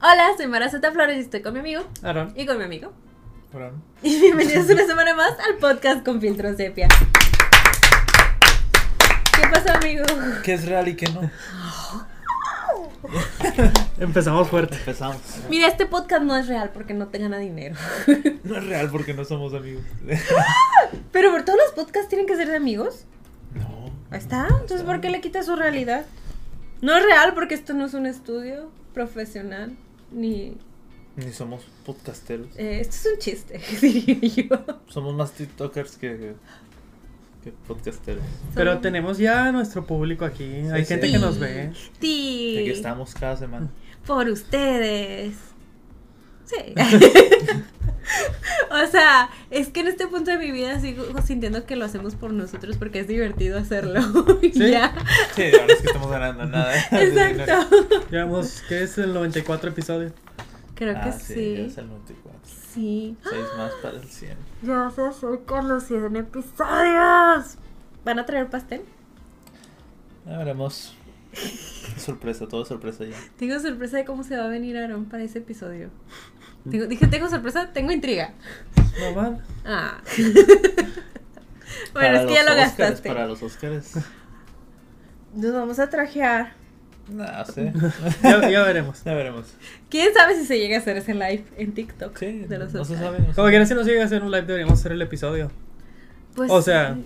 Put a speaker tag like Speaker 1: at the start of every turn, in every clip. Speaker 1: Hola, soy Marazeta Flores y estoy con mi amigo
Speaker 2: Aaron.
Speaker 1: y con mi amigo.
Speaker 2: Aaron.
Speaker 1: Y bienvenidos una semana más al podcast con Filtro Sepia. ¿Qué pasó, amigo?
Speaker 2: ¿Qué es real y qué no?
Speaker 3: Empezamos fuerte.
Speaker 2: Empezamos.
Speaker 1: Mira, este podcast no es real porque no te gana dinero.
Speaker 2: No es real porque no somos amigos.
Speaker 1: Pero por todos los podcasts tienen que ser de amigos.
Speaker 2: No.
Speaker 1: Ahí está. Entonces, ¿por qué le quitas su realidad? No es real porque esto no es un estudio profesional ni.
Speaker 2: Ni somos podcasteros.
Speaker 1: eh, esto es un chiste, diría yo.
Speaker 2: Somos más TikTokers que, que podcasteros.
Speaker 3: Pero tenemos ya nuestro público aquí. Hay
Speaker 2: sí.
Speaker 3: gente que nos ve.
Speaker 1: Sí.
Speaker 2: Aquí estamos cada semana.
Speaker 1: por ustedes. Sí. o sea, es que en este punto de mi vida sigo sintiendo que lo hacemos por nosotros porque es divertido hacerlo. Y
Speaker 3: Sí.
Speaker 1: ya.
Speaker 2: Sí, Ah, la verdad es que estamos ganando nada. de dinero.
Speaker 1: Exacto.
Speaker 3: Llevamos, ¿qué es el 94 episodio?
Speaker 1: Creo que
Speaker 2: ah, ya
Speaker 1: sí.
Speaker 2: es el 94.
Speaker 1: Sí.
Speaker 2: Seis más para el 100.
Speaker 1: Ya se acercan los 100 episodios. ¿Van a traer pastel?
Speaker 2: Ya veremos. Sorpresa, todo es sorpresa ya.
Speaker 1: Tengo sorpresa de cómo se va a venir Aaron para ese episodio. Tengo- dije, tengo sorpresa, tengo intriga.
Speaker 3: No van.
Speaker 1: Ah. bueno,
Speaker 2: Para
Speaker 1: es que ya
Speaker 2: los
Speaker 1: lo
Speaker 2: Óscares,
Speaker 1: gastaste.
Speaker 2: Para los Oscars.
Speaker 1: Nos vamos a trajear.
Speaker 2: No sé.
Speaker 3: Ya, ya veremos.
Speaker 2: Ya veremos.
Speaker 1: ¿Quién sabe si se llega a hacer ese live en TikTok
Speaker 2: Sí,
Speaker 1: de los
Speaker 2: no se
Speaker 1: Oscars?
Speaker 2: sabe. no se
Speaker 3: Como quiera, si nos llega a hacer un live, deberíamos hacer el episodio.
Speaker 1: Pues,
Speaker 3: O sea,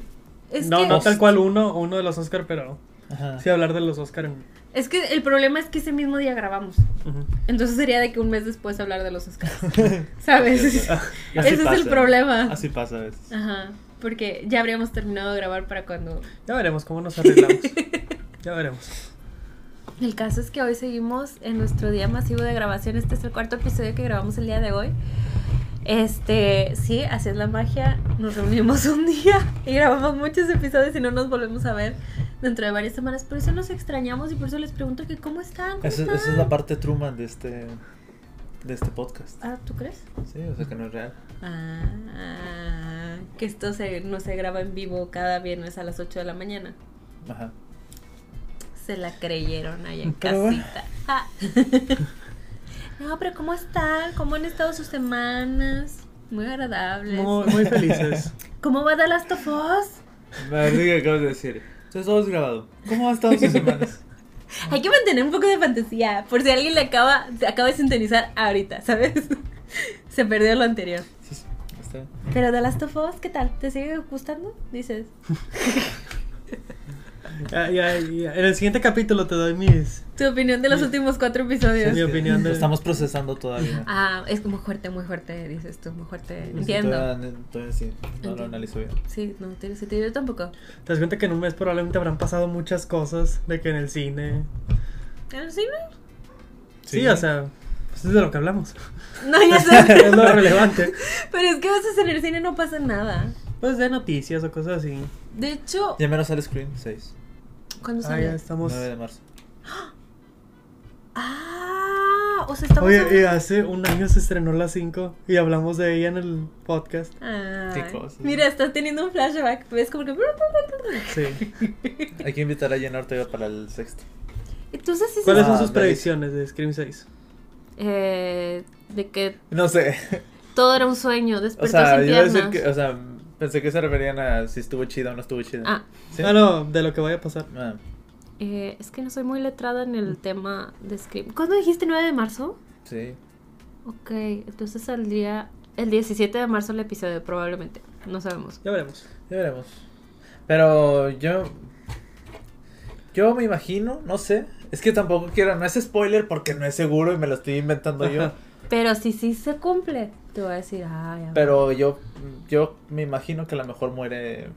Speaker 1: es
Speaker 3: no,
Speaker 1: que,
Speaker 3: no tal cual uno, uno de los Oscar, pero
Speaker 2: Ajá.
Speaker 3: sí hablar de los Oscar. en-
Speaker 1: Es que el problema es que ese mismo día grabamos.
Speaker 3: Ujú.
Speaker 1: Entonces sería de que un mes después hablar de los Oscars. ¿Sabes? Pues, Ese
Speaker 2: Así
Speaker 1: es el
Speaker 2: pasa.
Speaker 1: problema. Ah.
Speaker 2: Así pasa a veces.
Speaker 1: Ajá. Porque ya habríamos terminado de grabar para cuando.
Speaker 3: Ya veremos cómo nos arreglamos. Ya veremos.
Speaker 1: El caso es que hoy seguimos en nuestro día masivo de grabación. Este es el cuarto episodio que grabamos el día de hoy. Este, sí, así es la magia. Nos reunimos un día y grabamos muchos episodios y no nos volvemos a ver dentro de varias semanas. Por eso nos extrañamos y por eso les pregunto que cómo están. ¿Cómo
Speaker 2: Esa,
Speaker 1: están?
Speaker 2: esa es la parte Truman de este de este podcast.
Speaker 1: Ah, ¿tú crees?
Speaker 2: Sí, o sea que no es real.
Speaker 1: Ah, que esto se, no se graba en vivo cada viernes a las 8 de la mañana.
Speaker 2: Ajá.
Speaker 1: Se la creyeron allá en
Speaker 2: Pero bueno.
Speaker 1: casita. Ah. No, pero ¿cómo están? ¿Cómo han estado sus semanas? Muy agradables.
Speaker 3: Muy, muy felices.
Speaker 1: ¿Cómo va The Last of Us?
Speaker 2: Me que acabas de decir. Entonces todo es grabado. ¿Cómo han estado sus semanas?
Speaker 1: Hay que mantener un poco de fantasía, por si alguien le acaba, se acaba de sintonizar ahorita, ¿sabes? Se perdió lo anterior.
Speaker 2: Sí, sí, está bien.
Speaker 1: Pero The Last of Us, ¿qué tal? ¿Te sigue gustando? Dices.
Speaker 3: Ya, ya, ya. En el siguiente capítulo te doy mis,
Speaker 1: Tu opinión de los últimos cuatro episodios.
Speaker 3: mi
Speaker 2: Es que
Speaker 3: opinión.
Speaker 2: Lo
Speaker 3: De...
Speaker 2: estamos procesando todavía.
Speaker 1: Ah, es como fuerte, muy fuerte, dices tú, muy fuerte.
Speaker 2: Sí,
Speaker 1: Entiendo.
Speaker 2: Todavía, todavía sí, no
Speaker 1: Entiendo.
Speaker 2: lo analizo bien.
Speaker 1: Sí, no, tiene sentido. Yo tampoco.
Speaker 3: Te das cuenta que en un mes probablemente habrán pasado muchas cosas. De que en el cine.
Speaker 1: ¿En el cine?
Speaker 3: Sí, o sea, pues es de lo que hablamos.
Speaker 1: No, ya sé.
Speaker 3: es lo relevante.
Speaker 1: Pero es que a veces en el cine no pasa nada.
Speaker 3: Pues de noticias o cosas así.
Speaker 1: De hecho,
Speaker 2: Ya menos sale Scream 6,
Speaker 1: cuando
Speaker 3: Ah, ya
Speaker 1: sale.
Speaker 3: estamos.
Speaker 2: 9 de marzo.
Speaker 1: Ah, o sea, estamos.
Speaker 3: Oye, y hace un año se estrenó la 5 y hablamos de ella en el podcast.
Speaker 2: eh,
Speaker 1: Ay,
Speaker 2: Qué cosas.
Speaker 1: Mira, estás teniendo un flashback. Ves como que.
Speaker 3: Sí.
Speaker 2: Hay que invitar a Jen Ortega para el sexto.
Speaker 1: Entonces sí.
Speaker 3: ¿Cuáles
Speaker 1: sí.
Speaker 3: son sus
Speaker 2: Ah,
Speaker 3: predicciones de Scream 6?
Speaker 1: Eh, de que
Speaker 2: No sé.
Speaker 1: todo era un sueño,
Speaker 2: O
Speaker 1: despertó
Speaker 2: sea,
Speaker 1: sin
Speaker 2: yo iba a
Speaker 1: piernas.
Speaker 2: decir que, o sea, pensé que se referían a si estuvo chida o no estuvo chida.
Speaker 1: Ah,
Speaker 2: ¿Sí?
Speaker 3: Ah, no, de lo que vaya a pasar.
Speaker 2: Ah,
Speaker 1: eh, es que no soy muy letrada en el tema de Scream. ¿Cuándo dijiste 9 de marzo?
Speaker 2: sí.
Speaker 1: Ok, entonces saldría el 17 de marzo el episodio, probablemente. No sabemos.
Speaker 3: Ya veremos.
Speaker 2: Ya veremos. Pero yo. Yo me imagino, no sé. Es que tampoco quiero, no es spoiler porque no es seguro y me lo estoy inventando yo.
Speaker 1: Pero si sí se cumple, te voy a decir, ah, ay, a ver".
Speaker 2: Pero yo yo me imagino que a lo mejor muere.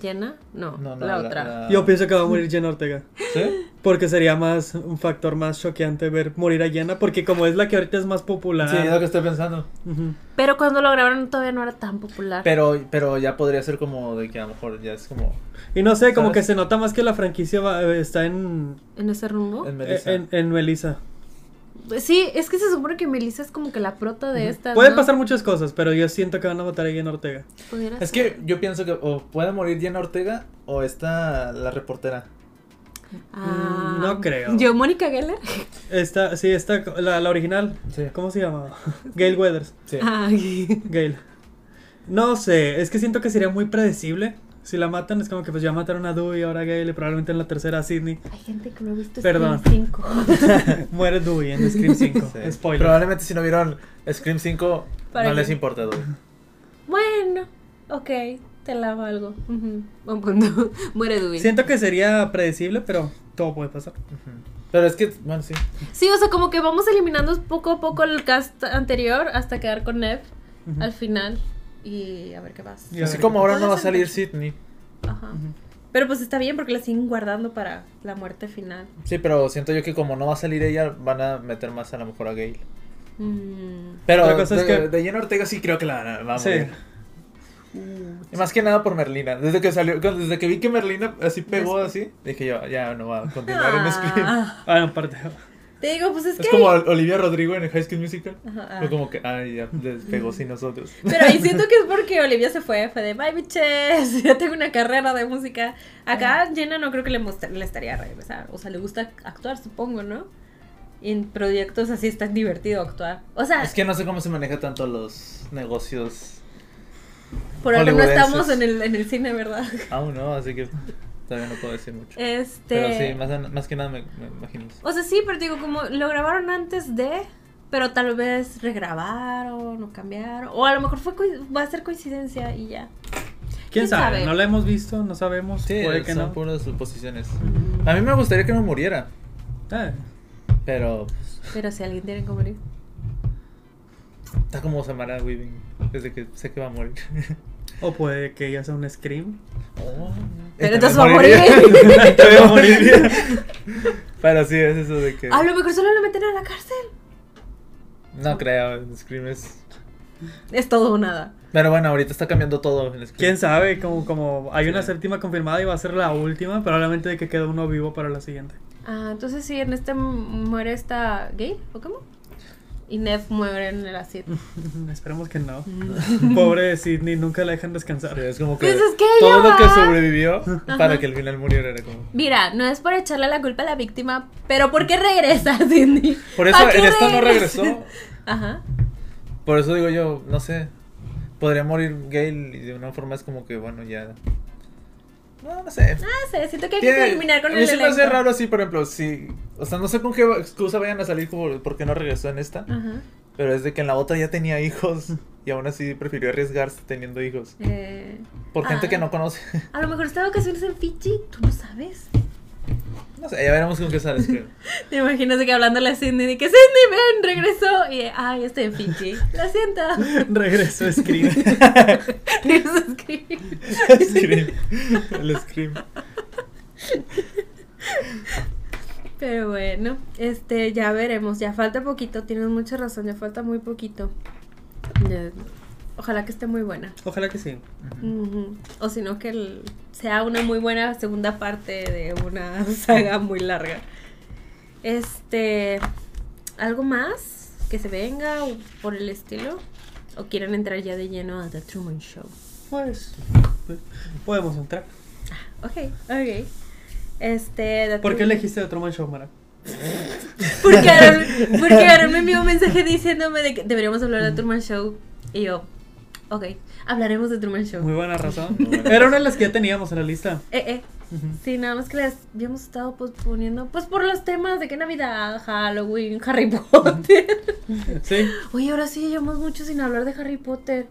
Speaker 1: ¿Jenna? No,
Speaker 2: No, no,
Speaker 1: la, otra.
Speaker 2: Ah.
Speaker 3: Yo pienso que va a morir Jen Ortega.
Speaker 2: ¿Sí?
Speaker 3: Porque sería más un factor más choqueante ver morir a Jenna. Porque como es la que ahorita es más popular.
Speaker 2: Sí, es lo que estoy pensando.
Speaker 3: Ujú.
Speaker 1: Pero cuando lo grabaron todavía no era tan popular.
Speaker 2: Pero, pero ya podría ser como de que a lo mejor ya es como.
Speaker 3: Y no sé, como
Speaker 2: ¿Sabes?
Speaker 3: que se nota más que la franquicia va- eh, está en,
Speaker 1: ¿En ese rumbo? Pues
Speaker 2: En Melissa.
Speaker 3: en, en Melissa.
Speaker 1: Sí, es que se supone que Melissa es como que la prota de esta.
Speaker 3: Pueden pasar muchas cosas, pero yo siento que van a matar a Ian Ortega.
Speaker 1: Ah,
Speaker 2: Es que yo pienso que o puede morir Diana Ortega o está la reportera.
Speaker 1: Ah,
Speaker 3: no creo.
Speaker 1: Yo, Mónica Geller.
Speaker 3: Esta, sí, esta, la, la original. eh,
Speaker 2: Sí. Ah.
Speaker 3: ¿Cómo se llama? Gail Weathers.
Speaker 2: Sí.
Speaker 1: Ay.
Speaker 3: Gail. No sé, es que siento que sería muy predecible. Si la matan, es como que pues ya mataron a Dewey, ahora a Gail y probablemente en la tercera a Sidney.
Speaker 1: Hay gente que no ha visto
Speaker 3: Perdón.
Speaker 1: Scream 5.
Speaker 3: Muere Dewey en Scream 5.
Speaker 2: Sí.
Speaker 3: Spoiler.
Speaker 2: Probablemente si no vieron Scream 5
Speaker 1: ¿Para
Speaker 2: no
Speaker 1: qué?
Speaker 2: les importa, dude.
Speaker 1: Bueno, ok, te lavo algo. Ujú, Buen punto. Muere Dewey.
Speaker 3: Siento que sería predecible, pero todo puede pasar.
Speaker 2: Ujú. Pero es que, bueno, sí.
Speaker 1: Sí, o sea, como que vamos eliminando poco a poco el cast anterior hasta quedar con Nev
Speaker 3: Ujú.
Speaker 1: al final y a ver qué pasa.
Speaker 3: Y a
Speaker 2: Así
Speaker 3: ver
Speaker 2: como
Speaker 3: qué
Speaker 2: ahora no va a
Speaker 1: pasa.
Speaker 2: salir Sidney.
Speaker 1: Ajá.
Speaker 3: Ujú.
Speaker 1: Pero pues está bien porque la siguen guardando para la muerte final.
Speaker 2: Sí, pero siento yo que como no va a salir ella, van a meter más a lo mejor a Gail.
Speaker 1: Mm.
Speaker 2: Pero
Speaker 3: La cosa
Speaker 2: de,
Speaker 3: es que-
Speaker 2: de Jenna Ortega sí creo que la van a- va a
Speaker 3: Sí.
Speaker 2: morir.
Speaker 1: Mm.
Speaker 2: Y más que nada por Merlina. Desde que salió, cuando- desde que vi que Merlina así pegó así, dije yo, ya no va a continuar en Scream.
Speaker 1: Ah.
Speaker 3: Ah, no, aparte.
Speaker 1: Te digo, pues es,
Speaker 2: Es
Speaker 1: que...
Speaker 2: como
Speaker 1: ahí-
Speaker 2: Olivia Rodrigo en el High School Musical.
Speaker 1: Ajá, ah.
Speaker 2: Fue como que, ay, ya despegó sin nosotros.
Speaker 1: Pero ahí siento que es porque Olivia se fue, fue de bye bitches, ya tengo una carrera de música. Acá Jenna no creo que le, mostra- le estaría a regresar, o sea, le gusta actuar, supongo, ¿no? Y en proyectos así es tan divertido actuar. O sea,
Speaker 2: Es que no sé cómo se maneja tanto los negocios
Speaker 1: por algo no
Speaker 2: hollywoodenses.
Speaker 1: estamos en el, en el cine, ¿verdad?
Speaker 2: aún, ¿no? Así que todavía no puedo decir mucho.
Speaker 1: Este...
Speaker 2: Pero sí, más, más que nada me, me imagino. eso.
Speaker 1: O sea, sí, pero te digo, como lo grabaron antes de, pero tal vez regrabaron o cambiaron, o a lo mejor fue coi- va a ser coincidencia y ya.
Speaker 3: ¿Quién
Speaker 1: ¿Quién
Speaker 3: sabe?
Speaker 1: sabe?
Speaker 3: No la hemos visto, no sabemos.
Speaker 2: Sí,
Speaker 3: puede que
Speaker 2: son
Speaker 3: no.
Speaker 2: puras suposiciones. A mí me gustaría que no muriera,
Speaker 3: Ah,
Speaker 2: pero pues,
Speaker 1: Pero si alguien tiene que morir.
Speaker 2: está como Samara Weaving, desde que sé que va a morir.
Speaker 3: o puede que ella sea un Scream. Oh,
Speaker 1: Pero
Speaker 2: Esta
Speaker 1: entonces
Speaker 2: vez
Speaker 1: va a
Speaker 2: moriría.
Speaker 1: morir.
Speaker 2: Esta vez va a morir. Pero sí, es eso de que...
Speaker 1: A lo mejor solo lo meten a la cárcel.
Speaker 2: No creo, Scream es...
Speaker 1: Es todo o nada.
Speaker 2: Pero bueno, ahorita está cambiando todo en Scream.
Speaker 3: ¿Quién sabe? Como, como hay una
Speaker 2: Sí.
Speaker 3: séptima confirmada y va a ser la última, probablemente de que quede uno vivo para la siguiente.
Speaker 1: Ah, entonces sí, en este m- muere esta gay, ¿o cómo? Y Nev muere en el asiento.
Speaker 3: Esperemos que no.
Speaker 2: Mm.
Speaker 3: Pobre de Sidney, nunca la dejan descansar.
Speaker 2: Sí, es como que,
Speaker 1: Pues es que
Speaker 2: todo
Speaker 1: ella
Speaker 2: lo que
Speaker 1: va.
Speaker 2: sobrevivió para que al final muriera era como...
Speaker 1: Mira, no es por echarle la culpa a la víctima, pero ¿por qué regresa, Cindy?
Speaker 2: Por eso
Speaker 1: ¿Pa' qué
Speaker 2: en esta no
Speaker 1: regresa?
Speaker 2: regresó.
Speaker 1: Ajá.
Speaker 2: Por eso digo yo, no sé. Podría morir Gail y de una forma es como que, bueno, ya. No, no sé.
Speaker 1: No sé, siento que Ah, hay
Speaker 2: Tiene-
Speaker 1: que terminar con
Speaker 2: a
Speaker 1: el
Speaker 2: mí se me hace
Speaker 1: elenco.
Speaker 2: raro así, por ejemplo, si. O sea, no sé con qué excusa vayan a salir como porque no regresó en esta.
Speaker 1: Ajá.
Speaker 2: Pero es de que en la otra ya tenía hijos y aún así prefirió arriesgarse teniendo hijos.
Speaker 1: Eh,
Speaker 2: Por gente
Speaker 1: ah,
Speaker 2: que no conoce.
Speaker 1: A lo mejor está de vacaciones en Fiji, tú no sabes.
Speaker 2: No sé, ya veremos con qué sale. creo.
Speaker 1: Te imaginas de que hablándole a Cindy, de que Cindy, ven, regresó. Y, ay, estoy en Fiji. Lo siento.
Speaker 3: Regreso Scream.
Speaker 1: Regresó a escribir.
Speaker 2: Scream. El Scream.
Speaker 1: Pero bueno, este, ya veremos, ya falta poquito, tienes mucha razón, ya falta muy poquito. Ya- Ojalá que esté muy buena.
Speaker 3: Ojalá que sí.
Speaker 1: Ujú. O si no, que el- sea una muy buena segunda parte de una saga muy larga. Este, ¿algo más que se venga o por el estilo? ¿O quieren entrar ya de lleno a The Truman Show?
Speaker 3: Pues podemos entrar.
Speaker 1: Ok, ok. Este, The
Speaker 3: ¿Por qué
Speaker 1: Truman-
Speaker 3: elegiste de Truman Show, Mara?
Speaker 1: Porque Aaron, porque Aaron me envió un mensaje diciéndome de que deberíamos hablar de Truman Show. Y yo, ok, hablaremos de Truman Show.
Speaker 3: Muy buena razón.
Speaker 2: Muy buena
Speaker 3: Era una de las que ya teníamos en la lista.
Speaker 1: Eh, eh. Sí, nada más que las habíamos estado posponiendo, pues por los temas de que Navidad, Halloween, Harry Potter.
Speaker 3: Sí.
Speaker 1: Oye, ahora sí llevamos mucho sin hablar de Harry Potter.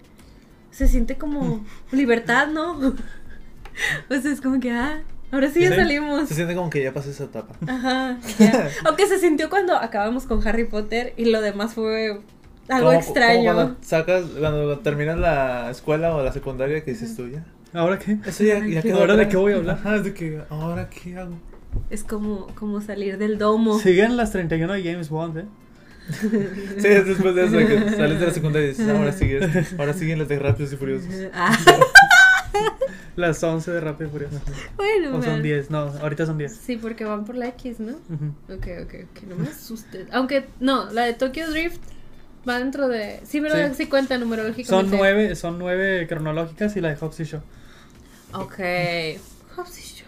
Speaker 1: Se siente como libertad, ¿no? O sea, es como que, ah, ahora sí ya
Speaker 2: Tiene-
Speaker 1: salimos.
Speaker 2: Se siente como que ya pasó esa etapa.
Speaker 1: Ajá, ya. Aunque se sintió cuando acabamos con Harry Potter y lo demás fue algo
Speaker 2: Como-
Speaker 1: extraño.
Speaker 2: Como cuando sacas, cuando terminas la escuela o la secundaria que dices tú ya.
Speaker 3: ¿Ahora qué?
Speaker 2: Eso ya,
Speaker 1: Ay,
Speaker 2: ya
Speaker 1: qué-
Speaker 2: quedó
Speaker 3: ¿Ahora de
Speaker 2: atrás.
Speaker 3: qué voy a hablar?
Speaker 2: Ajá, es de que, ¿ahora qué hago?
Speaker 1: Es como, como salir del
Speaker 2: oh.
Speaker 1: domo.
Speaker 3: Siguen las 31 de James Bond, ¿eh?
Speaker 2: Sí, es después de eso, de que sales de la secundaria y dices, ahora sigue esto, ahora siguen los de Rápidos y Furiosos.
Speaker 1: Ah,
Speaker 3: Las 11 de Rápido y Furioso.
Speaker 1: Bueno,
Speaker 3: O
Speaker 1: man.
Speaker 3: son 10, no, ahorita son 10.
Speaker 1: Sí, porque van por la X, ¿no?
Speaker 3: Ujú.
Speaker 1: Ok, ok, ok, no me asustes. Aunque, no, la de Tokyo Drift va dentro de... Sí, ¿verdad?
Speaker 3: Sí.
Speaker 1: Sí, cuenta numerológicamente.
Speaker 3: Son 9, son 9 cronológicas y la de Hobbs y Shaw.
Speaker 1: Ok. Ah, Hobbs y Shaw,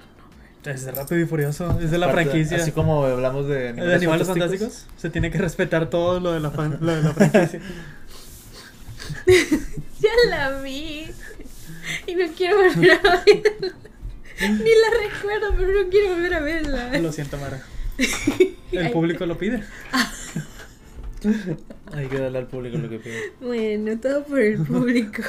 Speaker 3: Es de Rápido y Furioso, es de la
Speaker 2: Aparte,
Speaker 3: franquicia.
Speaker 2: Así como hablamos de
Speaker 3: ¿De animales fantásticos? Se tiene que respetar todo lo de la, fan- lo de la franquicia.
Speaker 1: no. Ya la vi. Y no quiero volver a verla. Ni la recuerdo, pero no quiero volver a verla.
Speaker 3: Lo siento, Mara.
Speaker 1: Ay.
Speaker 3: El público lo pide.
Speaker 2: Hay que darle al público lo que pide.
Speaker 1: Bueno, todo por el público.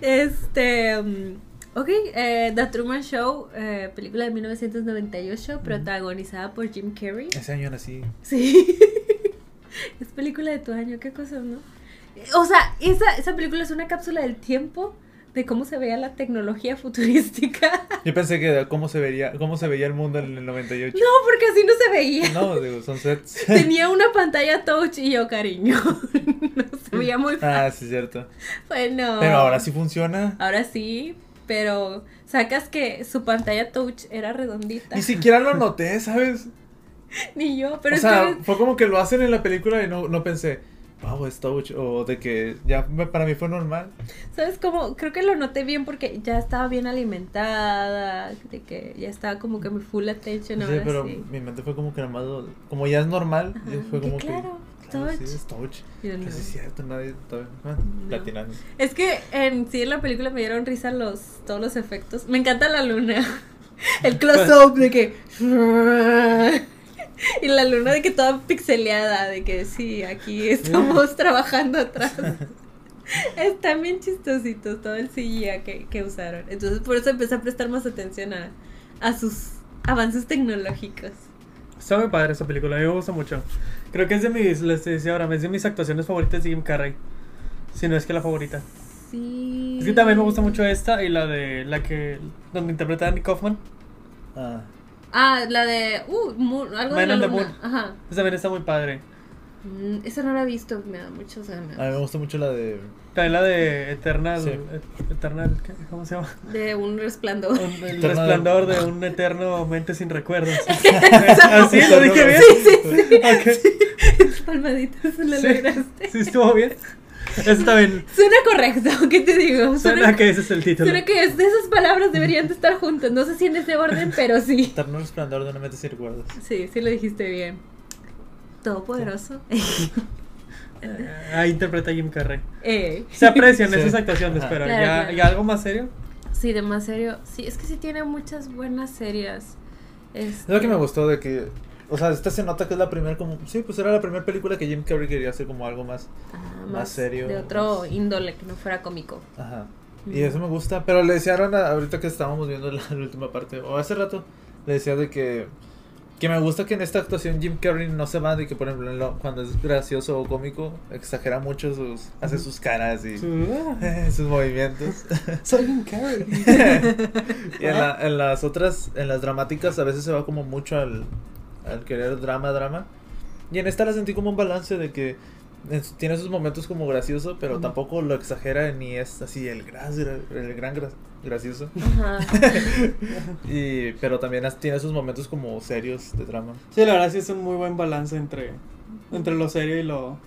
Speaker 1: este... mm, Ok, eh, The Truman Show, eh, película de 1998, protagonizada por Jim Carrey.
Speaker 2: Ese año nací.
Speaker 1: Sí. es película de tu año, qué cosa, ¿no? O sea, esa, esa película es una cápsula del tiempo de cómo se veía la tecnología futurística.
Speaker 2: Yo pensé que de cómo se vería, cómo se veía el mundo en el 98.
Speaker 1: No, porque así no se veía.
Speaker 2: No, digo, son sets.
Speaker 1: Tenía una pantalla touch y yo, cariño. no se veía muy
Speaker 2: Ah, sí, cierto.
Speaker 1: bueno.
Speaker 2: Pero ahora sí funciona.
Speaker 1: Ahora sí, pero sacas que su pantalla touch era redondita.
Speaker 2: Ni siquiera lo noté, ¿sabes?
Speaker 1: Ni yo, pero
Speaker 2: o
Speaker 1: es
Speaker 2: sea,
Speaker 1: que-
Speaker 2: fue como que lo hacen en la película y no, no pensé, wow, es touch, o de que ya me- para mí fue normal.
Speaker 1: ¿Sabes cómo? Creo que lo noté bien porque ya estaba bien alimentada, de que ya estaba como que mi full attention
Speaker 2: No sé,
Speaker 1: ahora
Speaker 2: pero
Speaker 1: sí.
Speaker 2: mi mente fue como que nomás, lo- como ya es normal,
Speaker 1: Ajá,
Speaker 2: yo fue
Speaker 1: que
Speaker 2: como
Speaker 1: claro,
Speaker 2: que.
Speaker 1: touch.
Speaker 2: sí, es touch.
Speaker 1: Yo
Speaker 2: Pero
Speaker 1: no.
Speaker 2: sí es cierto, nadie todavía. ah,
Speaker 1: No.
Speaker 2: Latinando.
Speaker 1: Es que en sí en la película me dieron risa los todos los efectos. Me encanta la luna. El close up de que y la luna de que toda pixeleada, de que sí, aquí estamos trabajando atrás. Están bien chistositos todo el CGI que, que usaron. Entonces por eso empecé a prestar más atención a, a sus avances tecnológicos.
Speaker 3: Sabe padre esa película, a mí me gusta mucho. Creo que es de mis, les decía ahora, es de mis actuaciones favoritas de Jim Carrey. Si no es que la favorita.
Speaker 1: Sí.
Speaker 3: Es que también me gusta mucho esta y la de la que donde interpreta a Andy Kaufman.
Speaker 2: Ah,
Speaker 1: Ah, la de... Uh, Moon- algo
Speaker 3: Man
Speaker 1: de la
Speaker 3: on the
Speaker 1: luna.
Speaker 3: Moon.
Speaker 1: Ajá.
Speaker 3: Esa también está muy padre.
Speaker 1: Mm, esa no la he visto, me da muchas
Speaker 2: a mí
Speaker 1: ganas.
Speaker 2: me gusta mucho la de.
Speaker 3: También la de Eternal.
Speaker 2: Sí.
Speaker 3: E- Eternal ¿qué? ¿Cómo se llama?
Speaker 1: De un resplandor.
Speaker 3: Un- el
Speaker 2: Eternal-
Speaker 3: resplandor de un eterno mente sin recuerdos.
Speaker 2: Ah,
Speaker 3: Así lo dije bien.
Speaker 1: Sí, sí, sí.
Speaker 3: Ok.
Speaker 1: Palmaditas, la
Speaker 3: Sí.
Speaker 1: lograste.
Speaker 3: Sí, estuvo bien. Eso también.
Speaker 1: Suena correcto, ¿qué te digo? Suena,
Speaker 3: Suena que ese es el título.
Speaker 1: suena que es de esas palabras deberían de estar juntas. No sé si en ese orden, pero sí.
Speaker 2: Eterno resplandor de una mente sin recuerdos.
Speaker 1: Sí, sí lo dijiste bien. Todopoderoso.
Speaker 3: Eh, Ahí interpreta a Jim Carrey.
Speaker 1: eh.
Speaker 3: Se aprecian
Speaker 2: Sí.
Speaker 3: esas actuaciones,
Speaker 2: Ajá.
Speaker 3: pero
Speaker 1: Claro,
Speaker 3: ya,
Speaker 1: claro.
Speaker 3: ya algo más serio.
Speaker 1: Sí, de más serio. Sí, es que sí tiene muchas buenas series.
Speaker 2: Es lo que me gustó de que. O sea, esta se nota que es la primera como. Sí, pues era la primera película que Jim Carrey quería hacer como algo más.
Speaker 1: más,
Speaker 2: más serio,
Speaker 1: De otro
Speaker 2: más-
Speaker 1: índole que no fuera cómico.
Speaker 2: Ajá.
Speaker 1: Ujú.
Speaker 2: Y eso me gusta. Pero le decía a Arana, ahorita que estábamos viendo la, la última parte, o hace rato, le decía de que. Que me gusta que en esta actuación Jim Carrey no se va de que, por ejemplo, en lo- cuando es gracioso o cómico, exagera mucho sus. hace sus caras y. sus movimientos.
Speaker 3: Soy Jim Carrey.
Speaker 2: Y en, la- en las otras, en las dramáticas, a veces se va como mucho al, al querer drama, drama. Y en esta la sentí como un balance de que es- tiene sus momentos como gracioso, pero
Speaker 3: Ujú.
Speaker 2: tampoco lo exagera ni es así el, gras- el gran gra- gracioso.
Speaker 1: Ajá.
Speaker 2: Y, pero también as- tiene sus momentos como serios de drama.
Speaker 3: Sí, la verdad sí es un muy buen balance entre, entre lo serio y lo,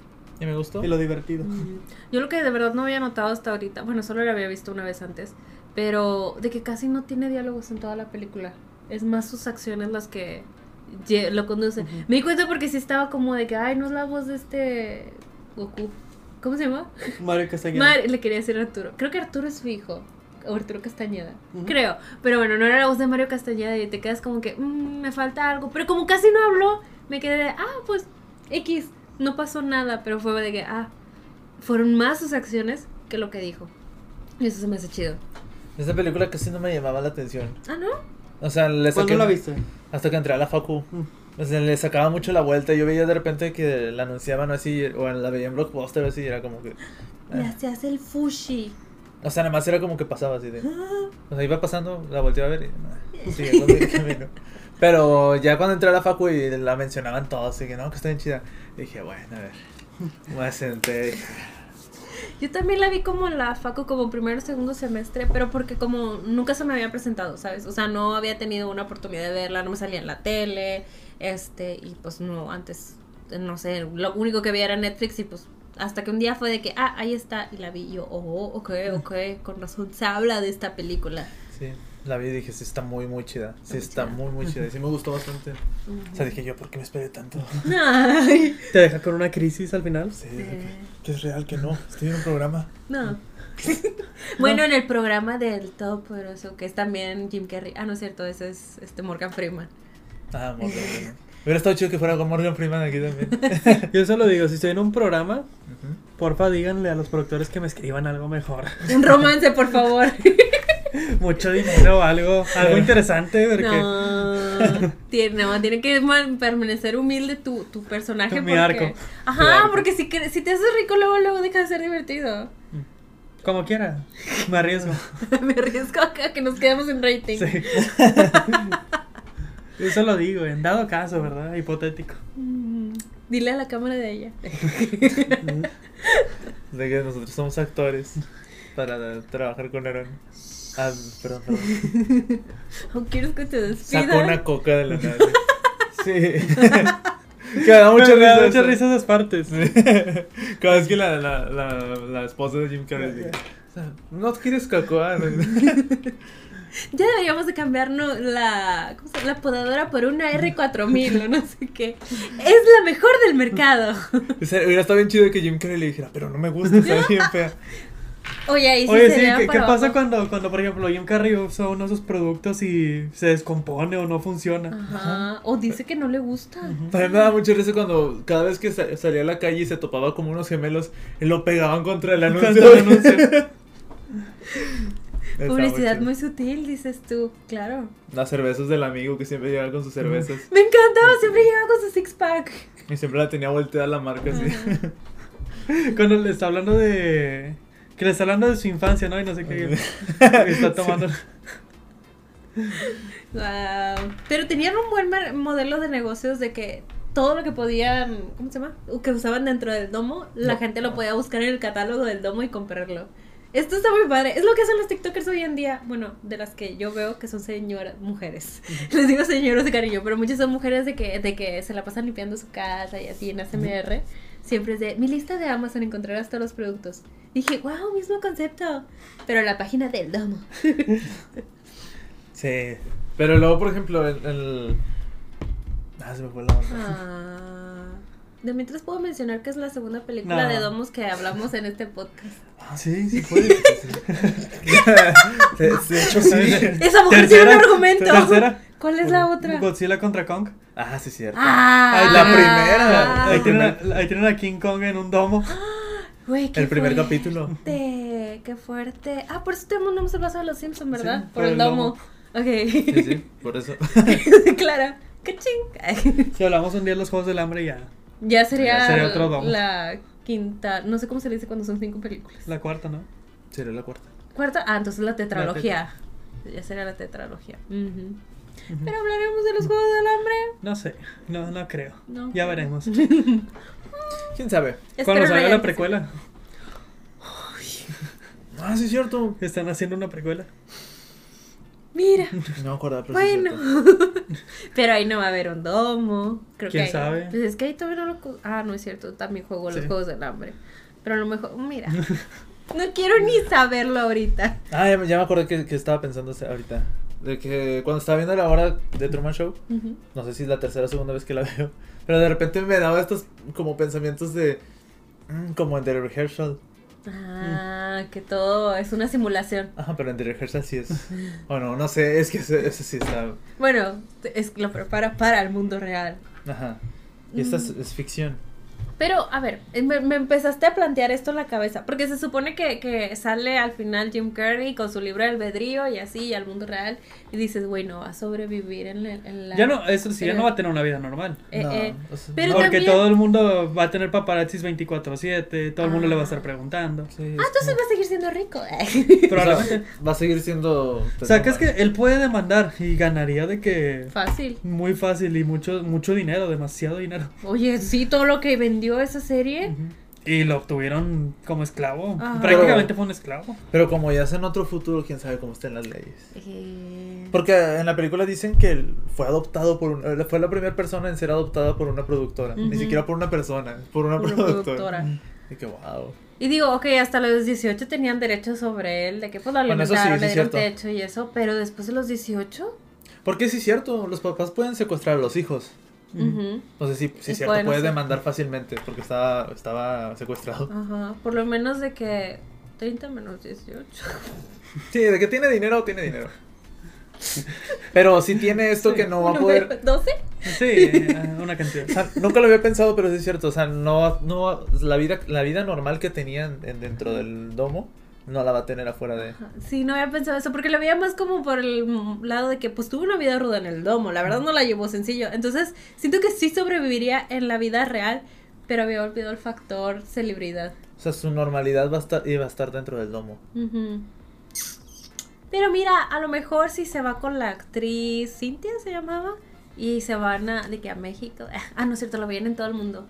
Speaker 2: Y me gustó.
Speaker 3: y lo divertido.
Speaker 1: Mm. Yo lo que de verdad no había notado hasta ahorita, bueno, solo lo había visto una vez antes, pero de que casi no tiene diálogos en toda la película. Es más sus acciones las que lle- lo conducen.
Speaker 3: Ujú.
Speaker 1: Me di cuenta porque sí estaba como de que, ay, no es la voz de este Goku. ¿Cómo se llama?
Speaker 3: Mario Castañeda.
Speaker 1: Mar- le quería decir Arturo. Creo que Arturo es su hijo. o Arturo Castañeda.
Speaker 3: Ujú.
Speaker 1: Creo. Pero bueno, no era la voz de Mario Castañeda y te quedas como que, "Mm, me falta algo. Pero como casi no habló, me quedé de, ah, pues X. No pasó nada, pero fue de que, ah, fueron más sus acciones que lo que dijo. Y eso se me hace chido.
Speaker 2: Esta película casi no me llamaba la atención.
Speaker 1: Ah, ¿no?
Speaker 2: O sea, le
Speaker 3: ¿Cuándo
Speaker 2: saqué-
Speaker 3: la viste?
Speaker 2: Hasta que entré a la facu.
Speaker 3: Mm.
Speaker 2: O sea, le sacaba mucho la vuelta. Yo veía de repente que la anunciaban así, o la veía en Blockbuster así, y era como que...
Speaker 1: Le
Speaker 2: eh.
Speaker 1: hace hace el fushi.
Speaker 2: O sea, nada más era como que pasaba así de. O sea, iba pasando, la volteaba a ver y. ah, seguía con mi camino. Pero ya cuando entré a la facu y la mencionaban todos, así que no, que está bien chida. Dije, bueno, a ver. Me senté.
Speaker 1: Yo también la vi como en la facu, como primero o segundo semestre, pero porque como nunca se me había presentado, ¿sabes? O sea, no había tenido una oportunidad de verla, no me salía en la tele, este, y pues no, antes, no sé, lo único que veía era Netflix y pues hasta que un día fue de que, ah, ahí está, y la vi, y yo, oh, ok, ok, con razón, se habla de esta película.
Speaker 2: Sí, la vi y dije, sí está muy, muy chida. Sí
Speaker 1: muy
Speaker 2: está
Speaker 1: chida.
Speaker 2: muy, muy chida. Y sí me gustó bastante. O sea, dije yo, ¿por qué me esperé tanto?
Speaker 1: Ay,
Speaker 3: Te deja con una crisis al final.
Speaker 2: Sí,
Speaker 1: Sí.
Speaker 2: que es real, que no. Estoy en un programa.
Speaker 1: no. bueno, en el programa del Todo Poderoso, que es también Jim Carrey. Ah, no es cierto, ese es este Morgan Freeman.
Speaker 2: Ah, Morgan Freeman. Hubiera estado chido que fuera con Morgan Freeman aquí también.
Speaker 3: Yo solo digo, si estoy en un programa, porfa díganle a los productores que me escriban algo mejor.
Speaker 1: Un romance, por favor.
Speaker 3: Mucho dinero, algo, algo
Speaker 2: Eh.
Speaker 3: interesante, porque
Speaker 1: No, tiene, no, tiene que man- permanecer humilde tu, tu personaje.
Speaker 3: Tu- mi
Speaker 1: porque,
Speaker 3: arco.
Speaker 1: Ajá,
Speaker 2: Tu arco.
Speaker 1: porque si, que- si te haces rico, luego, luego deja de ser divertido.
Speaker 3: como quiera, me arriesgo.
Speaker 1: Me arriesgo a que, a que nos quedemos en rating.
Speaker 3: Sí. Yo solo digo, en dado caso, ¿verdad? Hipotético.
Speaker 1: Mm, Dile a la cámara de ella.
Speaker 2: De que nosotros somos actores para trabajar con Aaron. Ah, perdón, perdón.
Speaker 1: ¿O quieres Oh, que te despida?
Speaker 2: Sacó una coca de la nada. Sí. que me da mucha
Speaker 3: Me- me da
Speaker 2: risa.
Speaker 3: muchas
Speaker 2: eso.
Speaker 3: risas esas partes.
Speaker 2: Cada vez que la, la, la, la esposa de Jim Carrey dice, no quieres Ah, cacoa.
Speaker 1: Ya deberíamos de cambiarnos la, ¿cómo se llama? la podadora por una R4000 o no sé qué. Es la mejor del mercado.
Speaker 2: O sea, hubiera estado bien chido que Jim Carrey le dijera, pero no me gusta, está bien fea.
Speaker 1: Oye, ahí sí
Speaker 3: Oye, sí,
Speaker 1: sería
Speaker 3: ¿qué,
Speaker 1: para
Speaker 3: qué pasa
Speaker 1: abajo.
Speaker 3: cuando, cuando, por ejemplo, Jim Carrey usa uno de sus productos y se descompone o no funciona?
Speaker 1: Ajá. O dice que no le gusta.
Speaker 2: También me daba mucha risa cuando cada vez que sa- salía a la calle y se topaba como unos gemelos, y lo pegaban contra el anuncio.
Speaker 3: Contra el anuncio.
Speaker 2: Está muy
Speaker 1: Publicidad
Speaker 2: chido.
Speaker 1: muy sutil, dices tú. Claro.
Speaker 2: Las cervezas del amigo que siempre llegaba con sus cervezas.
Speaker 1: Me encantaba, siempre llegaba con su six pack.
Speaker 2: Y siempre la tenía volteada la marca así.
Speaker 1: Ah.
Speaker 3: Cuando le está hablando de. Que le está hablando de su infancia, ¿no? Y no sé qué. que está tomando.
Speaker 1: Wow. Ah, Pero tenían un buen mar- modelo de negocios de que todo lo que podían, ¿cómo se llama? O Que usaban dentro del domo, la
Speaker 2: No.
Speaker 1: gente lo podía buscar en el catálogo del domo y comprarlo. Esto está muy padre. Es lo que hacen los TikTokers hoy en día. Bueno, de las que yo veo que son señoras, mujeres. Les digo señoras de cariño, pero muchas son mujeres de que, de que se la pasan limpiando su casa y así en ASMR. Siempre es de mi lista de Amazon encontrarás todos los productos. Dije, wow, mismo concepto. Pero la página del domo.
Speaker 2: Sí. Pero luego, por ejemplo, el. el- Ah, se me fue la onda.
Speaker 1: Ah, De mientras puedo mencionar que es la segunda película
Speaker 3: No.
Speaker 1: de Domos que hablamos en este podcast.
Speaker 2: Ah, sí, sí puede. de, de hecho, sí.
Speaker 1: Esa mujer tiene un argumento.
Speaker 3: Tercera.
Speaker 1: ¿Cuál es la otra?
Speaker 3: Godzilla contra Kong.
Speaker 2: Ah, sí, cierto.
Speaker 1: Ah,
Speaker 2: Ay, la primera.
Speaker 3: Ahí,
Speaker 2: Ay,
Speaker 3: tienen a, ahí tienen a King Kong en un domo.
Speaker 1: Güey, qué
Speaker 2: El primer
Speaker 1: fuerte,
Speaker 2: capítulo.
Speaker 1: Qué fuerte. Ah, por eso tenemos no el paso de los Simpsons, ¿verdad?
Speaker 3: Sí,
Speaker 1: por, el domo.
Speaker 2: Sí,
Speaker 1: Ok.
Speaker 2: sí, por eso.
Speaker 1: Clara. ¡Cachín!
Speaker 3: Si hablamos un día de los Juegos del Hambre, ya.
Speaker 1: ya sería,
Speaker 3: Ya sería otro domo.
Speaker 1: la quinta. No sé cómo se le dice cuando son cinco películas.
Speaker 3: La cuarta, ¿no?
Speaker 2: Sería la cuarta.
Speaker 1: Cuarta, ah, entonces la tetralogía. ya sería la tetralogía. Ujú. Pero hablaremos de los juegos del hambre.
Speaker 3: No sé. No, no creo.
Speaker 1: No.
Speaker 3: Ya veremos.
Speaker 2: ¿Quién sabe?
Speaker 1: Espero
Speaker 3: Cuando
Speaker 1: no
Speaker 3: salga
Speaker 1: hayan
Speaker 3: la precuela.
Speaker 2: Ah, sí, cierto.
Speaker 3: Están haciendo una precuela.
Speaker 1: decidido. Mira,
Speaker 2: No me acordaba, pero
Speaker 1: bueno.
Speaker 2: sí. es cierto.
Speaker 1: pero ahí no va a haber un domo. Creo
Speaker 3: ¿Quién
Speaker 1: que ahí-
Speaker 3: sabe?
Speaker 1: Pues es que ahí todavía no lo. co- Ah, no es cierto. También juego los
Speaker 3: Sí.
Speaker 1: juegos del hambre. Pero a lo mejor. Mira. No quiero ni saberlo ahorita.
Speaker 2: Ah, ya, me- ya me acordé que, que estaba pensando hace- ahorita. De que cuando estaba viendo la hora de Truman Show,
Speaker 1: Ujú.
Speaker 2: no sé si es la tercera o segunda vez que la veo, pero de repente me daba estos como pensamientos de. mm, como en The Rehearsal.
Speaker 1: Ah, que todo es una simulación.
Speaker 2: Ajá, pero en The Rehearsal sí es. Bueno, no sé, es que ese, ese sí está.
Speaker 1: Bueno, es lo prepara para el mundo real.
Speaker 2: Ajá. Y esta
Speaker 1: Mm.
Speaker 2: es, es ficción.
Speaker 1: Pero, a ver, eh, me, me empezaste a plantear esto en la cabeza, porque se supone que, que sale al final Jim Carrey con su libro de albedrío y así, y al mundo real, y dices, güey, no va a sobrevivir en la... en la-
Speaker 3: Ya no, eso sí, ya
Speaker 1: Pero-
Speaker 3: no va a tener una vida normal.
Speaker 1: Eh,
Speaker 2: No,
Speaker 1: eh,
Speaker 2: o sea,
Speaker 1: pero
Speaker 2: no,
Speaker 3: Porque
Speaker 1: también-
Speaker 3: todo el mundo va a tener paparazzis 24-7, todo el mundo le va a estar
Speaker 1: Ah.
Speaker 3: preguntando.
Speaker 2: sí, es
Speaker 1: Ah, entonces
Speaker 2: como-
Speaker 1: va a seguir siendo rico.
Speaker 3: Probablemente.
Speaker 2: o sea, va a seguir siendo.
Speaker 3: O sea, que es que él puede demandar y ganaría de que
Speaker 1: Fácil.
Speaker 3: muy fácil y mucho mucho dinero, demasiado dinero.
Speaker 1: Oye, sí, todo lo que vendió esa serie,
Speaker 3: Ujú. Y lo obtuvieron como esclavo.
Speaker 1: Ajá.
Speaker 3: Prácticamente fue un esclavo.
Speaker 2: Pero como ya es en otro futuro, quién sabe cómo estén las leyes.
Speaker 1: Eh,
Speaker 2: Porque en la película dicen que él fue adoptado por un- fue la primera persona en ser adoptada por una productora, ni
Speaker 1: Ujú.
Speaker 2: siquiera por una persona, por una,
Speaker 1: por una
Speaker 2: productora.
Speaker 1: productora.
Speaker 2: Y que wow.
Speaker 1: Y digo, ok, hasta los 18 tenían derechos sobre él, de que pues lo
Speaker 2: Bueno, eso sí,
Speaker 1: alimentaron,
Speaker 2: sí
Speaker 1: le
Speaker 2: es
Speaker 1: dieron
Speaker 2: cierto.
Speaker 1: techo y eso, pero después de los 18,
Speaker 2: Porque sí es cierto, los papás pueden secuestrar a los hijos.
Speaker 1: ujú,
Speaker 2: No sé si, si
Speaker 1: Y
Speaker 2: es cierto,
Speaker 1: pueden
Speaker 2: puede
Speaker 1: hacer-
Speaker 2: demandar fácilmente porque estaba, estaba secuestrado.
Speaker 1: ajá, por lo menos de que 30 menos 18.
Speaker 2: Sí, de que tiene dinero, tiene dinero. Pero si tiene esto que no va a
Speaker 1: Uno,
Speaker 2: poder...
Speaker 1: ¿12?
Speaker 3: Sí, eh, una cantidad.
Speaker 2: O sea, nunca lo había pensado, pero sí es cierto. O sea, no, no, la vida, la vida normal que tenían en- dentro del domo, no la va a tener afuera de.
Speaker 1: Sí, no había pensado eso, porque lo veía más como por el mm, lado de que pues tuvo una vida ruda en el domo, la verdad no la llevó sencillo. Entonces, siento que sí sobreviviría en la vida real, pero había olvidado el factor celebridad.
Speaker 2: O sea, su normalidad va a estar, iba a estar dentro del domo.
Speaker 1: Ujú. Pero mira, a lo mejor si se va con la actriz Cintia, se llamaba, y se van a, de que a México. Ah, no es cierto, lo veían en todo el mundo.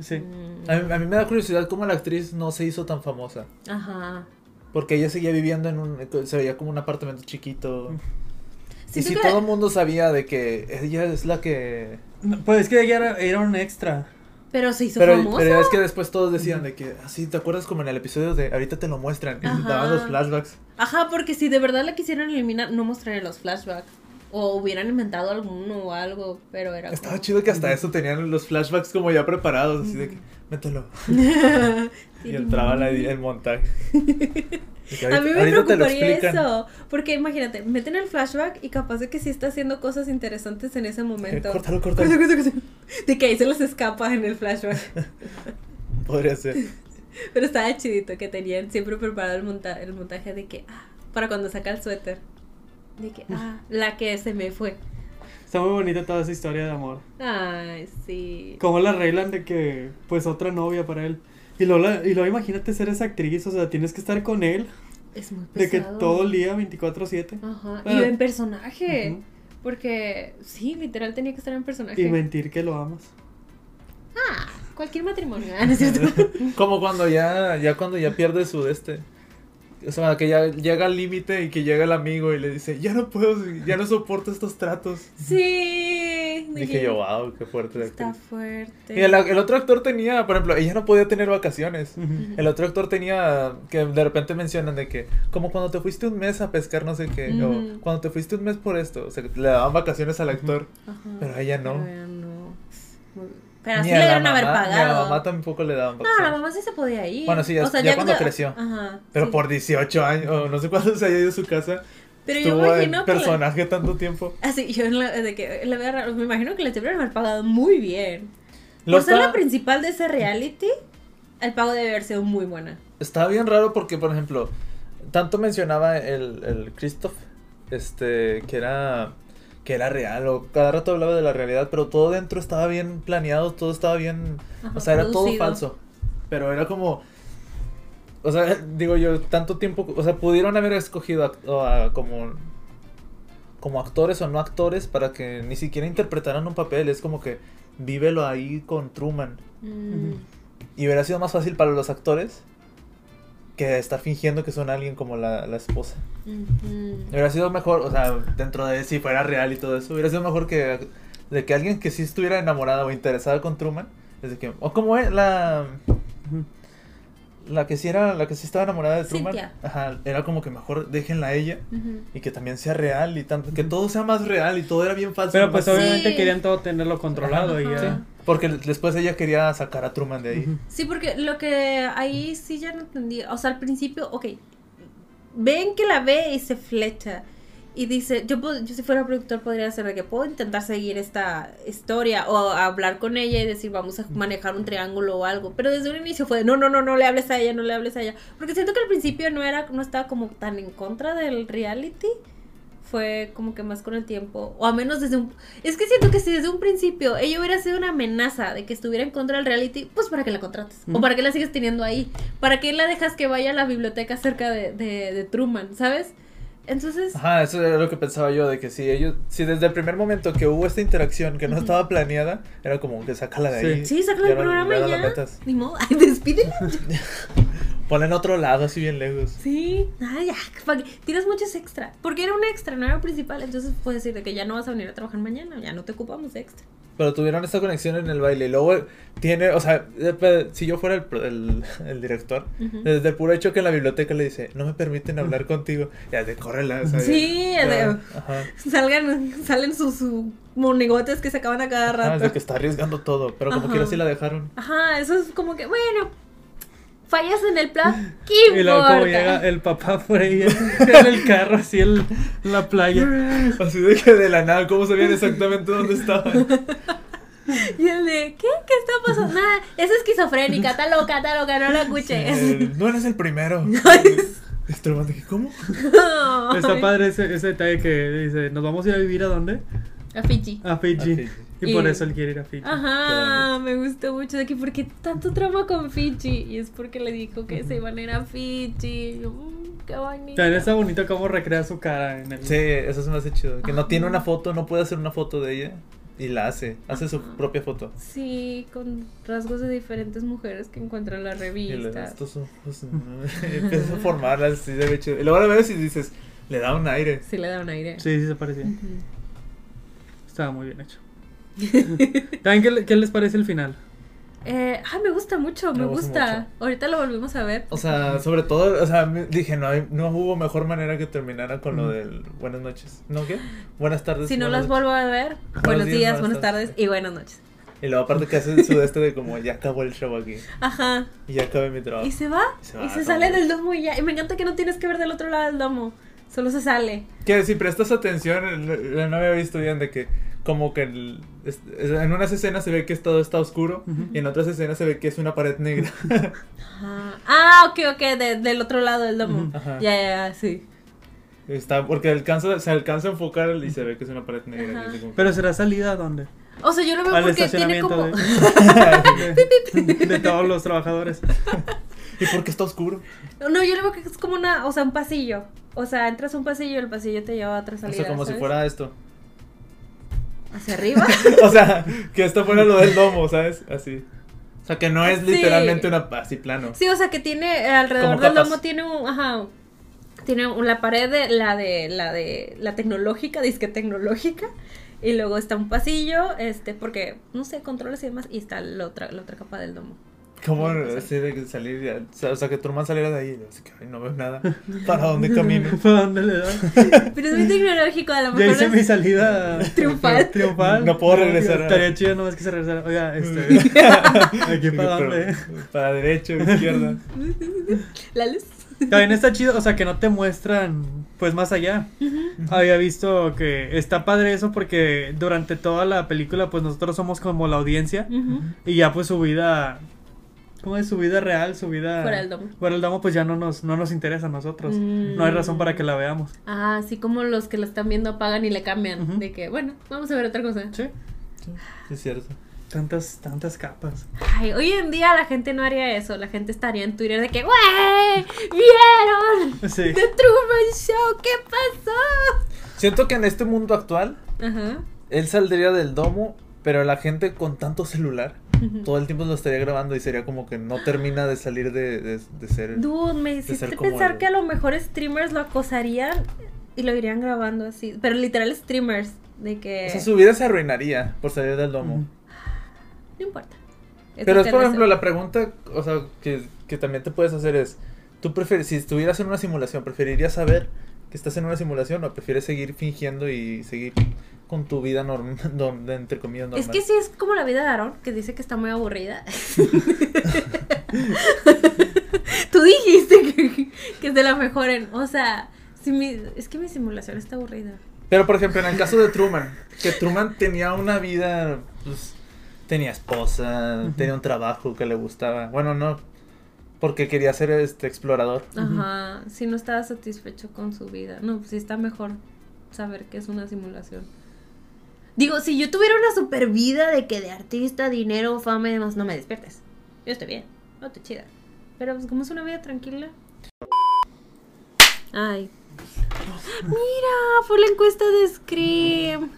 Speaker 3: Sí.
Speaker 1: Mm,
Speaker 2: A mí, a mí me da curiosidad cómo la actriz no se hizo tan famosa.
Speaker 1: Ajá.
Speaker 2: Porque ella seguía viviendo en un. Se veía como un apartamento chiquito. Y
Speaker 1: Siento
Speaker 2: si
Speaker 1: que-
Speaker 2: todo el mundo sabía de que ella es la que.
Speaker 3: No, Pues es que ella era, era un extra.
Speaker 1: Pero se hizo
Speaker 2: Pero,
Speaker 1: famosa.
Speaker 2: pero es que después todos decían de que. Así, ¿te acuerdas como en el episodio de Ahorita te lo muestran? Y
Speaker 1: Ajá.
Speaker 2: daban los flashbacks.
Speaker 1: Ajá, porque si de verdad la quisieran eliminar, no mostraría los flashbacks. O hubieran inventado alguno o algo, pero era.
Speaker 2: Estaba chido que hasta eso tenían los flashbacks como ya preparados, así de que, mételo. Y entraba la- el montaje. De que
Speaker 1: A mí me
Speaker 2: ahorita te lo
Speaker 1: preocuparía
Speaker 2: explican.
Speaker 1: eso. Porque imagínate, meten el flashback y capaz de que sí está haciendo cosas interesantes en ese
Speaker 2: Eh,
Speaker 1: momento.
Speaker 2: Córtalo,
Speaker 1: Corta,
Speaker 2: córtalo.
Speaker 1: corta, corta. De que ahí se los escapa en el flashback.
Speaker 2: Podría ser.
Speaker 1: Pero estaba chidito que tenían siempre preparado el, monta- el montaje de que, ah, para cuando saca el suéter. De que,
Speaker 2: Mm.
Speaker 1: ah, la que se me fue.
Speaker 3: Está muy bonita toda esa historia de amor.
Speaker 1: Ay, sí.
Speaker 3: Cómo la arreglan de que, pues, otra novia para él. Y luego, la- y luego imagínate ser esa actriz, o sea, tienes que estar con él
Speaker 1: Es muy
Speaker 3: de que
Speaker 1: pesado.
Speaker 3: todo el día 24/7.
Speaker 1: Ajá.
Speaker 3: Ah.
Speaker 1: Y en personaje.
Speaker 3: Ujú.
Speaker 1: Porque, sí, literal tenía que estar en personaje.
Speaker 3: Y mentir que lo amas.
Speaker 1: Ah, cualquier matrimonio. Ah, no es cierto.
Speaker 2: Como cuando ya, ya cuando ya pierde su de este. O sea, que ya llega al límite y que llega el amigo y le dice, ya no puedo, seguir, ya no soporto estos tratos.
Speaker 1: sí. de
Speaker 2: Dije
Speaker 1: que
Speaker 2: yo, ah, wow, qué fuerte. la
Speaker 1: Está
Speaker 2: actriz".
Speaker 1: fuerte.
Speaker 2: Y el, el otro actor tenía, por ejemplo, ella no podía tener vacaciones.
Speaker 3: Ujú.
Speaker 2: El otro actor tenía que de repente mencionan de que, como cuando te fuiste un mes a pescar, no sé qué,
Speaker 1: Ujú.
Speaker 2: o cuando te fuiste un mes por esto, o sea, que le daban vacaciones al actor,
Speaker 1: Ajá.
Speaker 2: pero a ella no.
Speaker 1: Pero ella no. Muy- Pero así
Speaker 2: a
Speaker 1: le
Speaker 2: la
Speaker 1: dieron haber
Speaker 2: mamá- Ni a la
Speaker 1: pagado.
Speaker 2: mamá tampoco le daban
Speaker 1: no, la
Speaker 2: vacaciones.
Speaker 1: mamá sí se podía ir.
Speaker 2: Bueno, sí, ya- ya cuando creció.
Speaker 1: Ajá.
Speaker 2: pero
Speaker 1: sí.
Speaker 2: por 18 años, o no sé cuándo se haya ido a su casa,
Speaker 1: Pero yo
Speaker 2: estuvo
Speaker 1: imagino
Speaker 2: en
Speaker 1: que. la-
Speaker 2: personaje tanto tiempo.
Speaker 1: Así, yo en la- de que la verdad, me imagino que le debieron haber pagado muy bien.
Speaker 2: Lo
Speaker 1: por ser la
Speaker 2: estaba,
Speaker 1: principal de ese reality, el pago debe haber sido muy buena.
Speaker 2: estaba bien raro porque, por ejemplo, tanto mencionaba el, el Christoph, este, que era que era real, o cada rato hablaba de la realidad, pero todo dentro estaba bien planeado, todo estaba bien
Speaker 1: Ajá,
Speaker 2: O sea, era todo
Speaker 1: producido.
Speaker 2: falso. Pero era como. O sea, digo yo, tanto tiempo. O sea, pudieron haber escogido act- o a- como. Como actores o no actores para que ni siquiera interpretaran un papel. Es como que vívelo ahí con Truman.
Speaker 1: Mm.
Speaker 2: Y hubiera sido más fácil para los actores que estar fingiendo que son alguien como la, la esposa.
Speaker 1: Mm, Ujú.
Speaker 2: Hubiera sido mejor, o sea, dentro de si fuera real y todo eso, hubiera sido mejor que, de que alguien que sí estuviera enamorada o interesada con Truman. Desde que, o como es la.
Speaker 3: Ujú.
Speaker 2: La que sí era, la que sí estaba enamorada de Truman.
Speaker 1: Cynthia.
Speaker 2: Ajá, era como que mejor déjenla a ella
Speaker 1: Ujú.
Speaker 2: y que también sea real y tanto, que todo sea más real y todo era bien falso.
Speaker 3: Pero
Speaker 2: nomás-
Speaker 3: pues
Speaker 1: Sí.
Speaker 3: obviamente querían todo tenerlo controlado y
Speaker 1: Ajá.
Speaker 3: ya.
Speaker 2: porque después ella quería sacar a Truman de ahí.
Speaker 1: Sí, porque lo que ahí sí ya no entendí. O sea, al principio, ok. Ven que la ve y se flecha. Y dice, yo, pod- yo si fuera productor podría hacer de que puedo intentar seguir esta historia o hablar con ella y decir vamos a manejar un triángulo o algo. Pero desde un inicio fue de, no, no, no, no le hables a ella, no le hables a ella. Porque siento que al principio no era, no estaba como tan en contra del reality. Fue como que más con el tiempo. O a menos desde un... Es que siento que si desde un principio ella hubiera sido una amenaza de que estuviera en contra del reality, pues para que la contrates. O
Speaker 3: Ujú.
Speaker 1: para que la sigues teniendo ahí. Para que la dejas que vaya a la biblioteca cerca de, de, de Truman, ¿sabes? Entonces,
Speaker 2: Ajá, eso era lo que pensaba yo, de que si ellos, si desde el primer momento que hubo esta interacción que no
Speaker 1: Ujú.
Speaker 2: estaba planeada, era como que sácala de
Speaker 3: Sí.
Speaker 2: ahí.
Speaker 1: sí, sácalo del
Speaker 2: no-
Speaker 1: programa
Speaker 2: no
Speaker 1: y
Speaker 2: la
Speaker 1: ya.
Speaker 2: metas.
Speaker 1: Ni modo, ay, despídelo.
Speaker 2: Ponla en otro lado, así bien lejos.
Speaker 1: Sí, ay, ya, ¿pa' qué? tiras muchos extra. Porque era un extra, no era el principal. Entonces puedes decir de que ya no vas a venir a trabajar mañana, ya no te ocupamos de extra.
Speaker 2: Pero tuvieron esta conexión en el baile. Y luego eh, tiene, o sea, eh, pe- si yo fuera el, pro- el- el director,
Speaker 1: Ujú.
Speaker 2: desde el puro hecho que en la biblioteca le dice, no me permiten hablar contigo, ya de córrela. o sea,
Speaker 1: Sí,
Speaker 2: ya-
Speaker 1: de- oh,
Speaker 2: ya, ajá.
Speaker 1: Salgan, salen sus sus monegotes que se acaban a cada
Speaker 2: Ah, es de
Speaker 1: rato.
Speaker 2: que está arriesgando todo, pero como
Speaker 1: Ajá.
Speaker 2: quiera sí la dejaron.
Speaker 1: Ajá, eso es como que, bueno, fallas en el plan, ¿qué
Speaker 3: Y luego como
Speaker 1: importa?
Speaker 3: llega el papá por ahí en el carro, así en la playa.
Speaker 2: Así de que de la nada, ¿cómo sabían exactamente dónde estaban?
Speaker 1: Y el de, ¿qué? ¿Qué está pasando? Nada, es esquizofrénica, está loca, está loca, no la escuches.
Speaker 2: El- Eh, no eres el primero. Este hermano de que, ¿Cómo?
Speaker 3: Está padre ese, ese detalle que dice, ¿nos vamos a ir a vivir a dónde?
Speaker 1: A Fiji.
Speaker 3: A
Speaker 2: A
Speaker 3: Fiji.
Speaker 2: Fiji.
Speaker 3: Y,
Speaker 1: Y-
Speaker 3: por eso él quiere ir a Fiji.
Speaker 1: Ajá, me gustó mucho de que, ¿por qué tanto trama con Fiji? Y es porque le dijo que se iban a ir a Fiji. Yo, "Mm, qué bonito.
Speaker 3: También está bonito cómo recrea su cara en el...
Speaker 2: Sí, eso se me hace chido. Que no tiene
Speaker 1: Ajá.
Speaker 2: una foto, no puede hacer una foto de ella. Y la hace, hace su propia foto.
Speaker 1: Sí, con rasgos de diferentes mujeres que encuentran en la
Speaker 2: Y le
Speaker 1: revista.
Speaker 2: da estos ojos. ¿no? Empieza a formarlas, sí, se ve chido. Y luego la ves y dices, le da un aire.
Speaker 1: Sí, le da un aire.
Speaker 3: Sí, sí se parecía.
Speaker 1: Ujú.
Speaker 3: Estaba muy bien hecho. ¿También qué, le- qué les parece el final?
Speaker 1: Eh, ah, me gusta mucho, me,
Speaker 2: Me gusta
Speaker 1: gusta.
Speaker 2: mucho.
Speaker 1: Ahorita lo volvimos a ver.
Speaker 2: O sea, sobre todo, o sea, me- dije, no, hay- no hubo mejor manera que terminara con lo
Speaker 3: Mm.
Speaker 2: del buenas noches. ¿No qué? Buenas tardes.
Speaker 1: si no
Speaker 2: buenas
Speaker 1: las
Speaker 2: noches.
Speaker 1: vuelvo a ver, buenos días, buenas tardes y buenas noches.
Speaker 2: Y luego aparte que hace el sudeste de como, ya acabó el show aquí.
Speaker 1: Ajá.
Speaker 2: Y ya acabé mi trabajo.
Speaker 1: Y se va.
Speaker 2: Ah. Y se va,
Speaker 1: y se
Speaker 2: ¿no?
Speaker 1: sale del domo y ya. Y me encanta que no tienes que ver del otro lado del domo. Solo se sale.
Speaker 2: Que si prestas atención, el- el- no había visto bien de que como que el- es- es- en unas escenas se ve que todo está oscuro
Speaker 3: Ujú.
Speaker 2: y en otras escenas se ve que es una pared negra.
Speaker 1: Ajá. Ah, ok, ok, de- del otro lado del domo.
Speaker 3: Ujú.
Speaker 2: Ajá.
Speaker 1: Ya, ya, ya, sí.
Speaker 2: está porque alcanza, se alcanza a enfocar y se ve que es una pared negra.
Speaker 1: Ajá.
Speaker 2: y así como-
Speaker 3: ¿Pero será salida a dónde?
Speaker 1: O sea, yo lo veo
Speaker 3: Al
Speaker 1: porque tiene
Speaker 3: estacionamiento
Speaker 1: como.
Speaker 3: de, de- de todos los trabajadores.
Speaker 2: ¿Y por qué está oscuro?
Speaker 1: No, yo lo veo que es como una. O sea, un pasillo. O sea, entras a un pasillo y el pasillo te lleva a otra salida.
Speaker 2: o sea, como
Speaker 1: ¿sabes?
Speaker 2: si fuera esto.
Speaker 1: Hacia arriba.
Speaker 2: O sea, que esto fuera lo del domo, ¿sabes? Así. O sea, que no es
Speaker 1: Sí.
Speaker 2: literalmente una así plano.
Speaker 1: Sí, o sea que tiene eh, alrededor
Speaker 2: Como
Speaker 1: del
Speaker 2: capas.
Speaker 1: lomo tiene un, ajá, tiene un- la pared de la de la de la tecnológica, disque tecnológica, y luego está un pasillo, este, porque no sé, controles y demás, y está la otra la otra capa del domo.
Speaker 2: Como
Speaker 1: Sí, pues,
Speaker 2: así de que salir, ya- o sea, o sea, que Truman saliera de ahí, así que "Ay, no veo nada. ¿Para dónde camino?
Speaker 3: ¿Para dónde le dan?
Speaker 1: Pero es muy tecnológico, a lo
Speaker 3: Ya
Speaker 1: mejor
Speaker 3: hice
Speaker 1: es-
Speaker 3: mi salida
Speaker 1: Triunfal.
Speaker 3: triunfal.
Speaker 2: No puedo regresar.
Speaker 3: Estaría chido nomás que se regresara. Oiga, este. aquí para dónde.
Speaker 2: Para derecho, izquierda.
Speaker 1: la luz.
Speaker 3: También está chido, o sea, que no te muestran pues más allá. Había visto que está padre eso porque durante toda la película pues nosotros somos como la audiencia
Speaker 1: Ujú.
Speaker 3: y ya pues su vida ¿Cómo es su vida real, su vida
Speaker 1: Fuera del domo.
Speaker 3: Fuera del domo, pues ya no nos no nos interesa a nosotros.
Speaker 1: Mm.
Speaker 3: No hay razón para que la veamos.
Speaker 1: Ah, así como los que la están viendo apagan y le cambian,
Speaker 3: Ujú.
Speaker 1: de que bueno, vamos a ver otra cosa.
Speaker 3: Sí.
Speaker 2: Sí, es cierto.
Speaker 3: Tantas tantas capas.
Speaker 1: Ay, hoy en día la gente no haría eso, la gente estaría en Twitter de que, ¡wey! ¡Vieron!
Speaker 3: Sí.
Speaker 1: The Truman Show, ¿qué pasó?
Speaker 2: Siento que en este mundo actual,
Speaker 1: Ajá.
Speaker 2: él saldría del domo, pero la gente con tanto celular, todo el tiempo lo estaría grabando y sería como que no termina de salir de, de, de ser...
Speaker 1: Dude, me hiciste
Speaker 2: ser como
Speaker 1: pensar
Speaker 2: el-
Speaker 1: que a lo mejor streamers lo acosarían y lo irían grabando así. Pero literal streamers, de que...
Speaker 2: O sea, su vida se arruinaría por salir del domo.
Speaker 3: Ujú.
Speaker 1: No importa.
Speaker 2: Pero es, por
Speaker 1: internet.
Speaker 2: ejemplo, la pregunta, o sea, que, que también te puedes hacer es, tú prefieres, si estuvieras en una simulación, ¿preferirías saber que estás en una simulación o prefieres seguir fingiendo y seguir con tu vida normal, entre comillas, normal?
Speaker 1: Es que sí es como la vida de Aaron, que dice que está muy aburrida. Tú dijiste que, que se la mejoren. O sea, si mi- es que mi simulación está aburrida.
Speaker 2: Pero por ejemplo, en el caso de Truman, que Truman tenía una vida, pues, tenía esposa,
Speaker 3: Ujú.
Speaker 2: tenía un trabajo que le gustaba. Bueno, no, porque quería ser este explorador.
Speaker 1: Ajá, si no estaba satisfecho con su vida. No, pues sí está mejor saber que es una simulación. Digo, si yo tuviera una super vida de que de artista, dinero, fama y demás, no me despiertes. Yo estoy bien, no estoy chida. Pero pues como es una vida tranquila. Ay. Mira, fue la encuesta de Scream.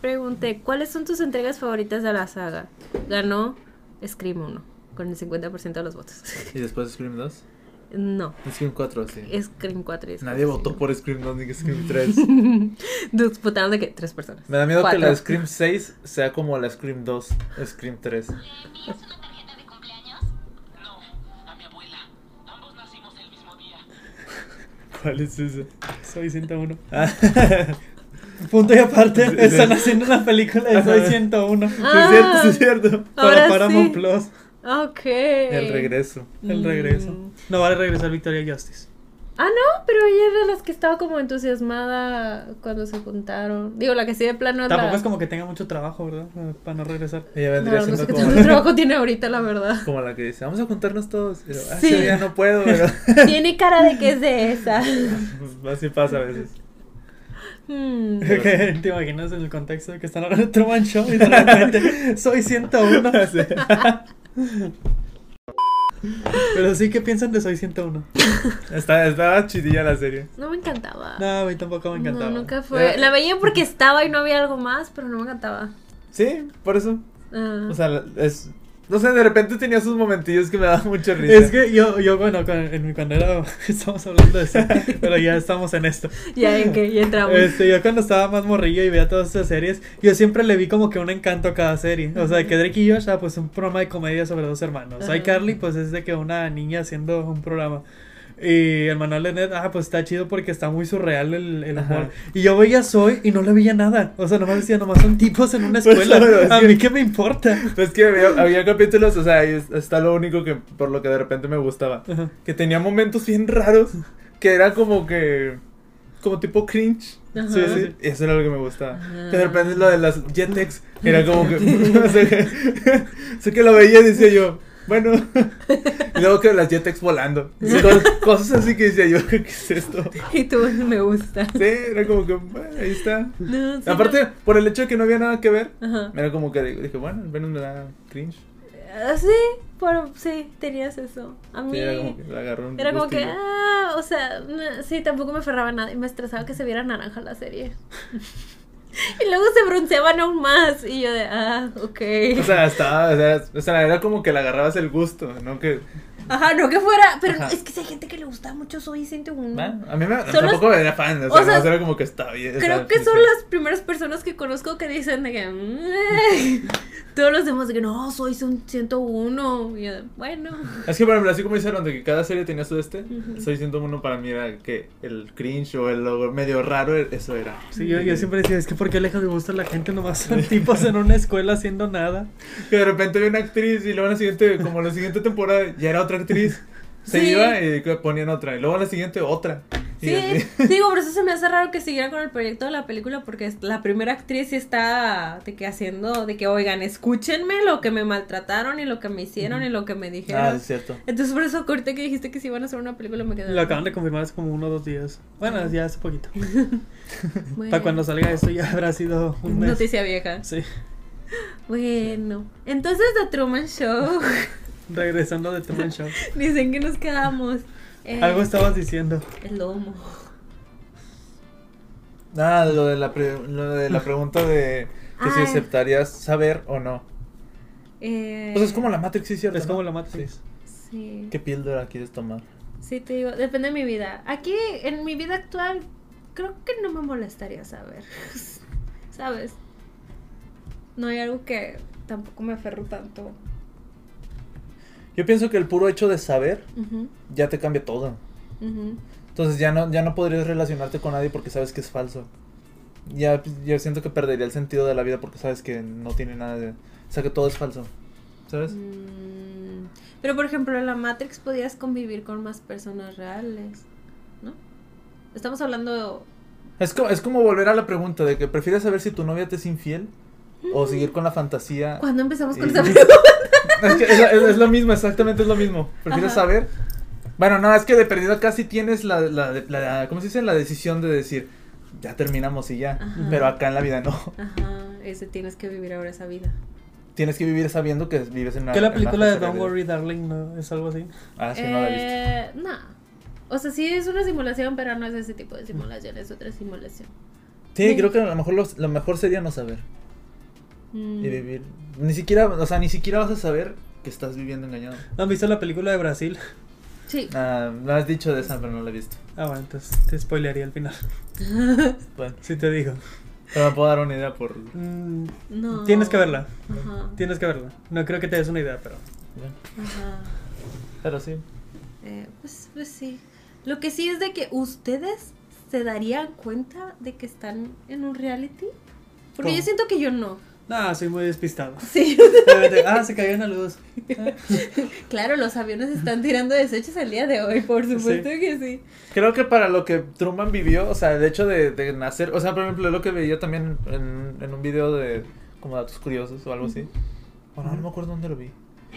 Speaker 1: Pregunté, ¿cuáles son tus entregas favoritas de la saga? Ganó Scream 1, con el 50% de los votos.
Speaker 2: Y después Scream 2.
Speaker 1: No,
Speaker 2: Scream 4, sí.
Speaker 1: Scream 4 y Scream
Speaker 2: Nadie votó por Scream 2 ni Scream 3.
Speaker 1: 5. Disputaron de que tres personas.
Speaker 2: Me da miedo
Speaker 1: Cuatro.
Speaker 2: que la Scream 6 sea como la Scream 2, Scream 3.
Speaker 4: ¿Le envías una tarjeta de cumpleaños? No, a mi abuela. Ambos nacimos el mismo día.
Speaker 3: ¿Cuál es ese? Soy 101.
Speaker 2: Ah,
Speaker 3: Punto y
Speaker 2: Sí,
Speaker 3: aparte,
Speaker 2: sí.
Speaker 3: están haciendo una película de Soy 101.
Speaker 1: Ah.
Speaker 2: sí, es cierto, sí, es cierto.
Speaker 3: Para
Speaker 1: Ahora
Speaker 3: Paramount
Speaker 1: sí.
Speaker 3: Plus.
Speaker 1: Ok.
Speaker 2: El regreso.
Speaker 3: El regreso.
Speaker 1: Mm.
Speaker 3: No vale regresar Victoria Justice.
Speaker 1: Ah, no, pero ella era la que estaba como entusiasmada cuando se juntaron. Digo, la que sí de plano es
Speaker 3: Tampoco
Speaker 1: la...
Speaker 3: es como que tenga mucho trabajo, ¿verdad? Eh, Para no regresar.
Speaker 2: Ella
Speaker 1: No,
Speaker 2: vendría
Speaker 1: no sé
Speaker 2: siendo
Speaker 1: qué
Speaker 2: como,
Speaker 1: tanto trabajo tiene ahorita, la verdad.
Speaker 2: como la que dice, vamos a juntarnos todos. Pero, ah,
Speaker 1: Sí.
Speaker 2: sí, ya no puedo, pero pues,
Speaker 1: Tiene cara de que es de esa.
Speaker 2: así pasa a veces.
Speaker 1: Hmm.
Speaker 3: ¿Te imaginas en el contexto de que están hablando de Truman Show y de repente soy 101? Pero sí, ¿qué piensan de Soy 101?
Speaker 2: Está, estaba chidilla la serie.
Speaker 1: No me encantaba.
Speaker 3: No, a mí tampoco me encantaba.
Speaker 1: No, nunca fue. La veía porque estaba y no había algo más, pero no me encantaba.
Speaker 2: Sí, por eso.
Speaker 1: Ah.
Speaker 2: O sea, es... No sé, de repente tenía sus momentillos que me daban mucha risa.
Speaker 3: Es que yo, yo bueno, con- en mi cuando era, estamos hablando de eso, pero ya estamos en esto.
Speaker 1: ya en que ya entramos.
Speaker 3: Este, yo cuando estaba más morrillo y veía todas esas series, yo siempre le vi como que un encanto a cada serie. O sea, que Drake y Josh, ah, pues un programa de comedia sobre dos hermanos.
Speaker 1: Ajá.
Speaker 3: iCarly, pues es de que una niña haciendo un programa. Y el manual de Ned, ah, pues está chido porque está muy surreal el, el
Speaker 2: Ajá.
Speaker 3: humor. Y yo veía Soy y no le veía nada. O sea, nomás decía, nomás son tipos en una
Speaker 2: Pues,
Speaker 3: escuela.
Speaker 2: claro, es
Speaker 3: a
Speaker 2: que-
Speaker 3: mí qué me importa.
Speaker 2: Pues que había, había capítulos, o sea, ahí es- está lo único que por lo que de repente me gustaba.
Speaker 3: Ajá.
Speaker 2: Que tenía momentos bien raros, que era como que... Como tipo cringe.
Speaker 1: Ajá.
Speaker 2: Sí, sí. Eso era lo que me gustaba.
Speaker 1: Ah.
Speaker 2: Que de repente lo de las Jetex era como que... o sea, que- sé que lo veía y decía yo, bueno... y luego que las Jetex volando. Y cos- cosas así que decía yo, ¿qué es esto?
Speaker 1: Y tú me gusta.
Speaker 2: Sí, era como que, bueno, ahí está.
Speaker 1: No, sí,
Speaker 2: Aparte, por el hecho de que no había nada que ver,
Speaker 1: no. Ajá.
Speaker 2: era como que dije, bueno, al menos me da cringe.
Speaker 1: Ah, Sí, pero sí, tenías eso. A mí.
Speaker 2: Sí, era como que le agarró un
Speaker 1: Era como que,
Speaker 2: gustillo.
Speaker 1: ah, o sea, no, sí, tampoco me aferraba a nada y me estresaba que se viera naranja la serie. y luego se bronceaban aún más y yo de, ah, ok.
Speaker 2: O sea, estaba, o sea, o sea, era como que le agarrabas el gusto, ¿no? Que,
Speaker 1: Ajá, no que fuera, pero no,
Speaker 2: Ajá.
Speaker 1: es que sí hay gente que le gusta mucho Soy 101.
Speaker 2: bueno, a mí me,
Speaker 1: Mm. Son
Speaker 2: tampoco me era fan, o
Speaker 1: o
Speaker 2: sea,
Speaker 1: sea,
Speaker 2: nomás era como que está bien. o
Speaker 1: Creo
Speaker 2: sea,
Speaker 1: que
Speaker 2: sí,
Speaker 1: son
Speaker 2: sí.
Speaker 1: las primeras personas que conozco que dicen de que "Mm". todos los demás de que no, soy un 101. Y yo de, bueno.
Speaker 2: Es que, por ejemplo, así como hicieron de que cada serie tenía su este,
Speaker 1: Ujú.
Speaker 2: Soy 101 para mí era que el cringe o el logo medio raro, eso era.
Speaker 3: Sí, yo, yo siempre decía, es que ¿por qué le gusta a la gente nomás son tipos en una escuela haciendo nada?
Speaker 2: Que de repente había una actriz y luego en la siguiente, como en la siguiente temporada, ya era otra actriz. Se
Speaker 1: Sí.
Speaker 2: iba y que ponían otra. Y luego en la siguiente, otra. Y
Speaker 1: Sí,
Speaker 2: así.
Speaker 1: digo, por eso se me hace raro que siguiera con el proyecto de la película porque es- la primera actriz sí está de que haciendo, de que oigan, escúchenme lo que me maltrataron y lo que me hicieron y lo que me
Speaker 2: Ah,
Speaker 1: dijeron.
Speaker 2: es cierto.
Speaker 1: Entonces por eso corté que dijiste que si iban a hacer una película me quedé.
Speaker 3: Lo acaban de confirmar hace como uno o dos días. Bueno, ya hace poquito.
Speaker 1: Bueno,
Speaker 3: Para cuando salga esto ya habrá sido un mes.
Speaker 1: Noticia vieja.
Speaker 3: Sí.
Speaker 1: Bueno, entonces The Truman Show.
Speaker 3: Regresando de Truman Show.
Speaker 1: Dicen que nos quedamos. Eh,
Speaker 3: Algo estabas diciendo.
Speaker 1: El lomo.
Speaker 2: Ah, lo de la, pre- lo de la pregunta de que si
Speaker 1: Ay.
Speaker 2: aceptarías saber o no.
Speaker 1: Eh,
Speaker 2: Pues es como la Matrix, sí, cierto.
Speaker 3: Es
Speaker 2: ¿no?
Speaker 3: como la matriz.
Speaker 1: Sí.
Speaker 2: ¿Qué píldora quieres tomar?
Speaker 1: Sí, te digo, depende de mi vida. Aquí, en mi vida actual, creo que no me molestaría saber. ¿Sabes? No hay algo que tampoco me aferro tanto.
Speaker 2: Yo pienso que el puro hecho de saber
Speaker 1: Ujú,
Speaker 2: ya te cambia todo.
Speaker 1: ujú.
Speaker 2: Entonces ya no, ya no podrías relacionarte con nadie porque sabes que es falso. Ya, ya siento que perdería el sentido de la vida porque sabes que no tiene nada de... O sea, que todo es falso. ¿Sabes?
Speaker 1: Mm, Pero, por ejemplo, en la Matrix podías convivir con más personas reales, ¿no? Estamos hablando...
Speaker 2: Es, co- es como volver a la pregunta de que prefieres saber si tu novia te es infiel o
Speaker 1: Mm.
Speaker 2: seguir con la fantasía.
Speaker 1: ¿Cuándo empezamos con
Speaker 2: Y-
Speaker 1: esa pregunta?
Speaker 2: Es, que es, es- es lo mismo, exactamente es lo mismo. Prefieres
Speaker 1: Ajá.
Speaker 2: saber. Bueno, no, es que de perdido casi tienes la, la, la- ¿cómo se dice? La decisión de decir, ya terminamos y ya.
Speaker 1: Ajá.
Speaker 2: Pero acá en la vida no.
Speaker 1: Ajá, ese tienes que vivir ahora esa vida.
Speaker 2: Tienes que vivir sabiendo que vives en una.
Speaker 3: Que la
Speaker 2: en una Ah,
Speaker 3: película de
Speaker 2: falsa
Speaker 3: Don't
Speaker 2: realidad.
Speaker 3: Worry Darling no es algo así.
Speaker 2: Ah, sí, no la he visto.
Speaker 1: Eh, no. O sea, sí es una simulación, pero no es ese tipo de simulación, es otra simulación.
Speaker 2: Sí,
Speaker 1: Sí.
Speaker 2: creo que a lo mejor los- lo mejor sería no saber
Speaker 1: Mm.
Speaker 2: y vivir. Ni siquiera, o sea, ni siquiera vas a saber que estás viviendo engañado.
Speaker 3: ¿Han visto la película de Brasil?
Speaker 1: Sí.
Speaker 2: Ah, me has dicho de esa, pero no la he visto.
Speaker 3: Ah, bueno, entonces te spoilearía al final. Ah.
Speaker 2: Bueno,
Speaker 3: Si te digo.
Speaker 2: pero me puedo dar una idea por.
Speaker 3: Mm,
Speaker 1: No.
Speaker 3: Tienes que verla.
Speaker 1: Ajá.
Speaker 3: Tienes que verla. No creo que te des una idea, pero.
Speaker 2: bueno,
Speaker 1: Ajá.
Speaker 2: Pero sí.
Speaker 1: Eh, pues, pues sí. Lo que sí es de que ustedes se darían cuenta de que están en un reality. Porque
Speaker 3: ¿Cómo?
Speaker 1: yo siento que yo no.
Speaker 3: No, soy muy despistado.
Speaker 1: Sí.
Speaker 3: Obviamente, ah, se cayó una luz.
Speaker 1: claro, los aviones están tirando desechos el día de hoy, por supuesto
Speaker 3: Sí.
Speaker 1: que sí.
Speaker 2: Creo que para lo que Truman vivió, o sea, el hecho de, de nacer, o sea, por ejemplo, lo que veía también en, en un video de como datos curiosos o algo así. Bueno, no me acuerdo dónde lo vi.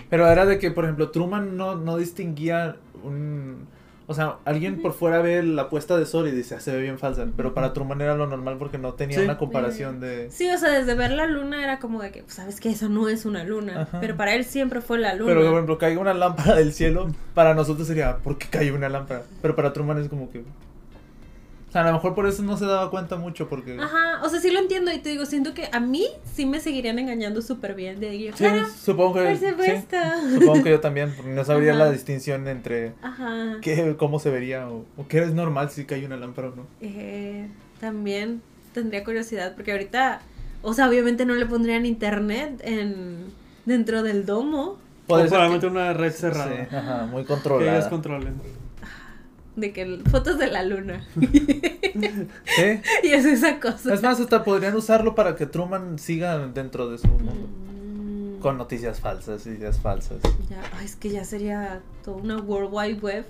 Speaker 2: Pero era de que, por ejemplo, Truman no, no distinguía un... O sea, alguien por fuera ve la puesta de sol y dice, "Ah, se ve bien falsa. Pero para Truman era lo normal porque no tenía
Speaker 3: Sí.
Speaker 2: una comparación de...
Speaker 1: Sí, o sea, desde ver la luna era como de que, pues, sabes que eso no es una luna.
Speaker 2: Ajá.
Speaker 1: Pero para él siempre fue la luna.
Speaker 2: Pero, por ejemplo, caiga una lámpara del cielo, para nosotros sería, ¿por qué cayó una lámpara? Pero para Truman es como que... O sea, a lo mejor por eso no se daba cuenta mucho porque...
Speaker 1: Ajá, o sea, sí lo entiendo y te digo, siento que a mí sí me seguirían engañando súper bien. De que yo,
Speaker 2: Sí,
Speaker 1: claro,
Speaker 2: supongo que...
Speaker 1: por
Speaker 2: sí,
Speaker 1: supuesto.
Speaker 2: supongo que yo también, porque no sabría
Speaker 1: Ajá.
Speaker 2: la distinción entre
Speaker 1: Ajá.
Speaker 2: qué, cómo se vería o, o qué es normal si cae una lámpara o no.
Speaker 1: Eh, también tendría curiosidad, porque ahorita, o sea, obviamente no le pondrían internet en dentro del domo,
Speaker 3: O
Speaker 2: Puede ser
Speaker 3: probablemente
Speaker 2: que-
Speaker 3: una red cerrada.
Speaker 2: Sí, ajá, muy
Speaker 3: Que ellos
Speaker 2: controlada.
Speaker 3: controlen.
Speaker 1: de que el- fotos de la luna.
Speaker 2: Sí.
Speaker 1: y es esa cosa.
Speaker 2: Es más, hasta podrían usarlo para que Truman siga dentro de su mundo.
Speaker 1: Mm,
Speaker 2: Con noticias falsas, ideas falsas.
Speaker 1: ya, ay, es que ya sería toda una World Wide Web.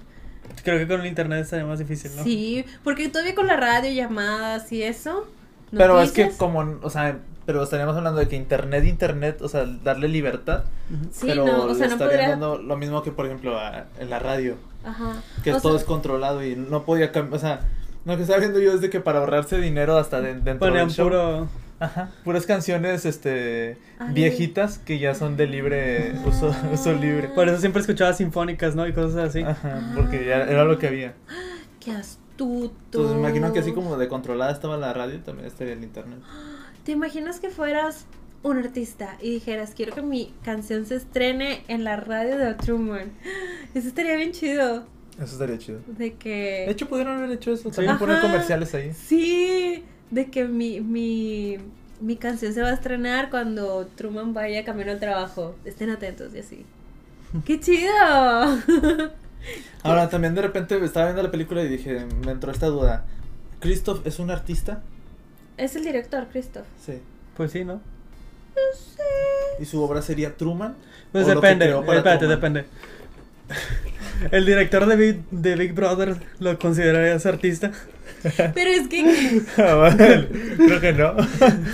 Speaker 3: Creo que con el internet estaría más difícil, ¿no?
Speaker 1: Sí, porque todavía con la radio, llamadas y eso.
Speaker 2: Pero es que
Speaker 1: noticias,
Speaker 2: como, o sea, pero estaríamos hablando de que internet, internet, o sea, darle libertad.
Speaker 3: Ujú.
Speaker 1: Sí,
Speaker 2: pero
Speaker 1: no, o
Speaker 2: le
Speaker 1: sea, no
Speaker 2: estarían
Speaker 1: podría.
Speaker 2: dando lo mismo que, por ejemplo, a- en la radio.
Speaker 1: Ajá.
Speaker 2: Que
Speaker 1: o
Speaker 2: todo es
Speaker 1: sea,
Speaker 2: controlado y no podía cambiar, o sea... Lo que estaba viendo yo es de que para ahorrarse dinero hasta de- dentro
Speaker 3: Ponían
Speaker 2: del show,
Speaker 3: puro.
Speaker 2: Ajá, puras canciones este
Speaker 1: Ay.
Speaker 2: viejitas que ya son de libre uso, uso libre.
Speaker 1: Ah.
Speaker 3: Por eso siempre escuchaba sinfónicas, ¿no? Y cosas así.
Speaker 2: Ajá, porque ya era lo que había.
Speaker 1: Qué astuto.
Speaker 2: Entonces me imagino que así como de controlada estaba la radio, también estaría el internet.
Speaker 1: ¿Te imaginas que fueras un artista y dijeras, quiero que mi canción se estrene en la radio de Truman? Eso estaría bien chido.
Speaker 2: Eso estaría chido.
Speaker 1: De
Speaker 2: De
Speaker 1: que...
Speaker 2: hecho, pudieron haber hecho eso,
Speaker 3: Sí.
Speaker 2: también poner
Speaker 1: Ajá.
Speaker 2: comerciales ahí.
Speaker 1: Sí, de que mi, mi, mi canción se va a estrenar cuando Truman vaya camino al trabajo. Estén atentos y así. ¡Qué chido!
Speaker 2: Ahora también de repente estaba viendo la película y dije, me entró esta duda. ¿Christoph es un artista?
Speaker 1: es el director, Christoph.
Speaker 2: Sí.
Speaker 3: Pues sí, ¿no?
Speaker 2: ¿Y su obra sería Truman?
Speaker 3: Pues
Speaker 2: O lo que
Speaker 3: depende.
Speaker 2: creó para
Speaker 3: Espérate,
Speaker 2: Truman.
Speaker 3: depende. El director de Big, de Big Brother lo considerarías artista.
Speaker 1: Pero es que...
Speaker 2: Ah, Creo que no.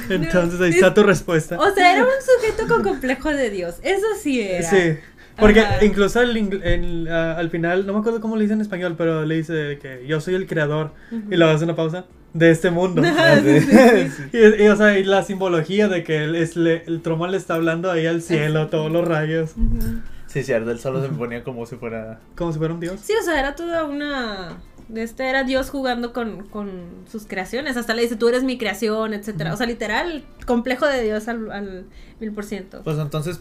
Speaker 3: Entonces ahí está tu respuesta.
Speaker 1: O sea, era un sujeto con complejo de Dios. Eso sí era.
Speaker 3: Sí. Porque
Speaker 1: Ajá.
Speaker 3: incluso el ingl- el, ah, al final, no me acuerdo cómo le dice en español, pero le dice que yo soy el creador. Y luego hace una pausa de este mundo.
Speaker 1: Ajá, sí, sí, sí.
Speaker 3: Y, y, o sea, y la simbología de que el, es- le- el tromón le está hablando ahí al cielo, todos los rayos,
Speaker 1: Ujú.
Speaker 2: Sí, cierto, él solo se ponía como si fuera...
Speaker 3: como si fuera un dios.
Speaker 1: Sí, o sea, era toda una. Este era Dios jugando con, con sus creaciones. Hasta le dice, tú eres mi creación, etcétera. O sea, literal, complejo de Dios al- al mil por ciento.
Speaker 2: Pues entonces,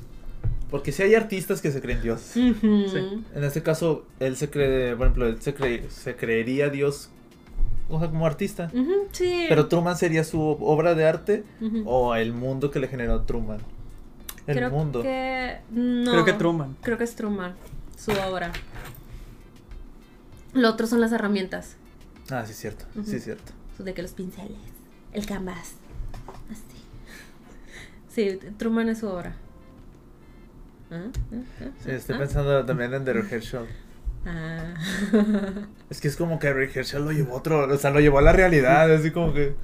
Speaker 2: porque si hay artistas que se creen Dios.
Speaker 1: Mm. Ujú.
Speaker 3: Sí.
Speaker 2: En este caso, él se cree, por ejemplo, él se, cree, se creería Dios, o sea, como artista.
Speaker 1: Ujú, sí.
Speaker 2: Pero Truman sería su obra de arte
Speaker 1: Ujú.
Speaker 2: o el mundo que le generó Truman. El
Speaker 1: Mm. Creo
Speaker 2: mundo.
Speaker 1: que. No.
Speaker 3: Creo que Truman.
Speaker 1: Creo que es Truman, su obra. Lo otro son las herramientas.
Speaker 2: Ah, sí, es cierto.
Speaker 1: Ujú.
Speaker 2: Sí, es cierto.
Speaker 1: De que los pinceles, el canvas. Así. Sí, Truman es su obra. Ah, ah, ah,
Speaker 2: Sí, este estoy
Speaker 1: ah,
Speaker 2: pensando también en Derek Herschel.
Speaker 1: ah.
Speaker 2: Es que es como que Derek Herschel lo llevó a otro, o sea, lo llevó a la realidad, así como que.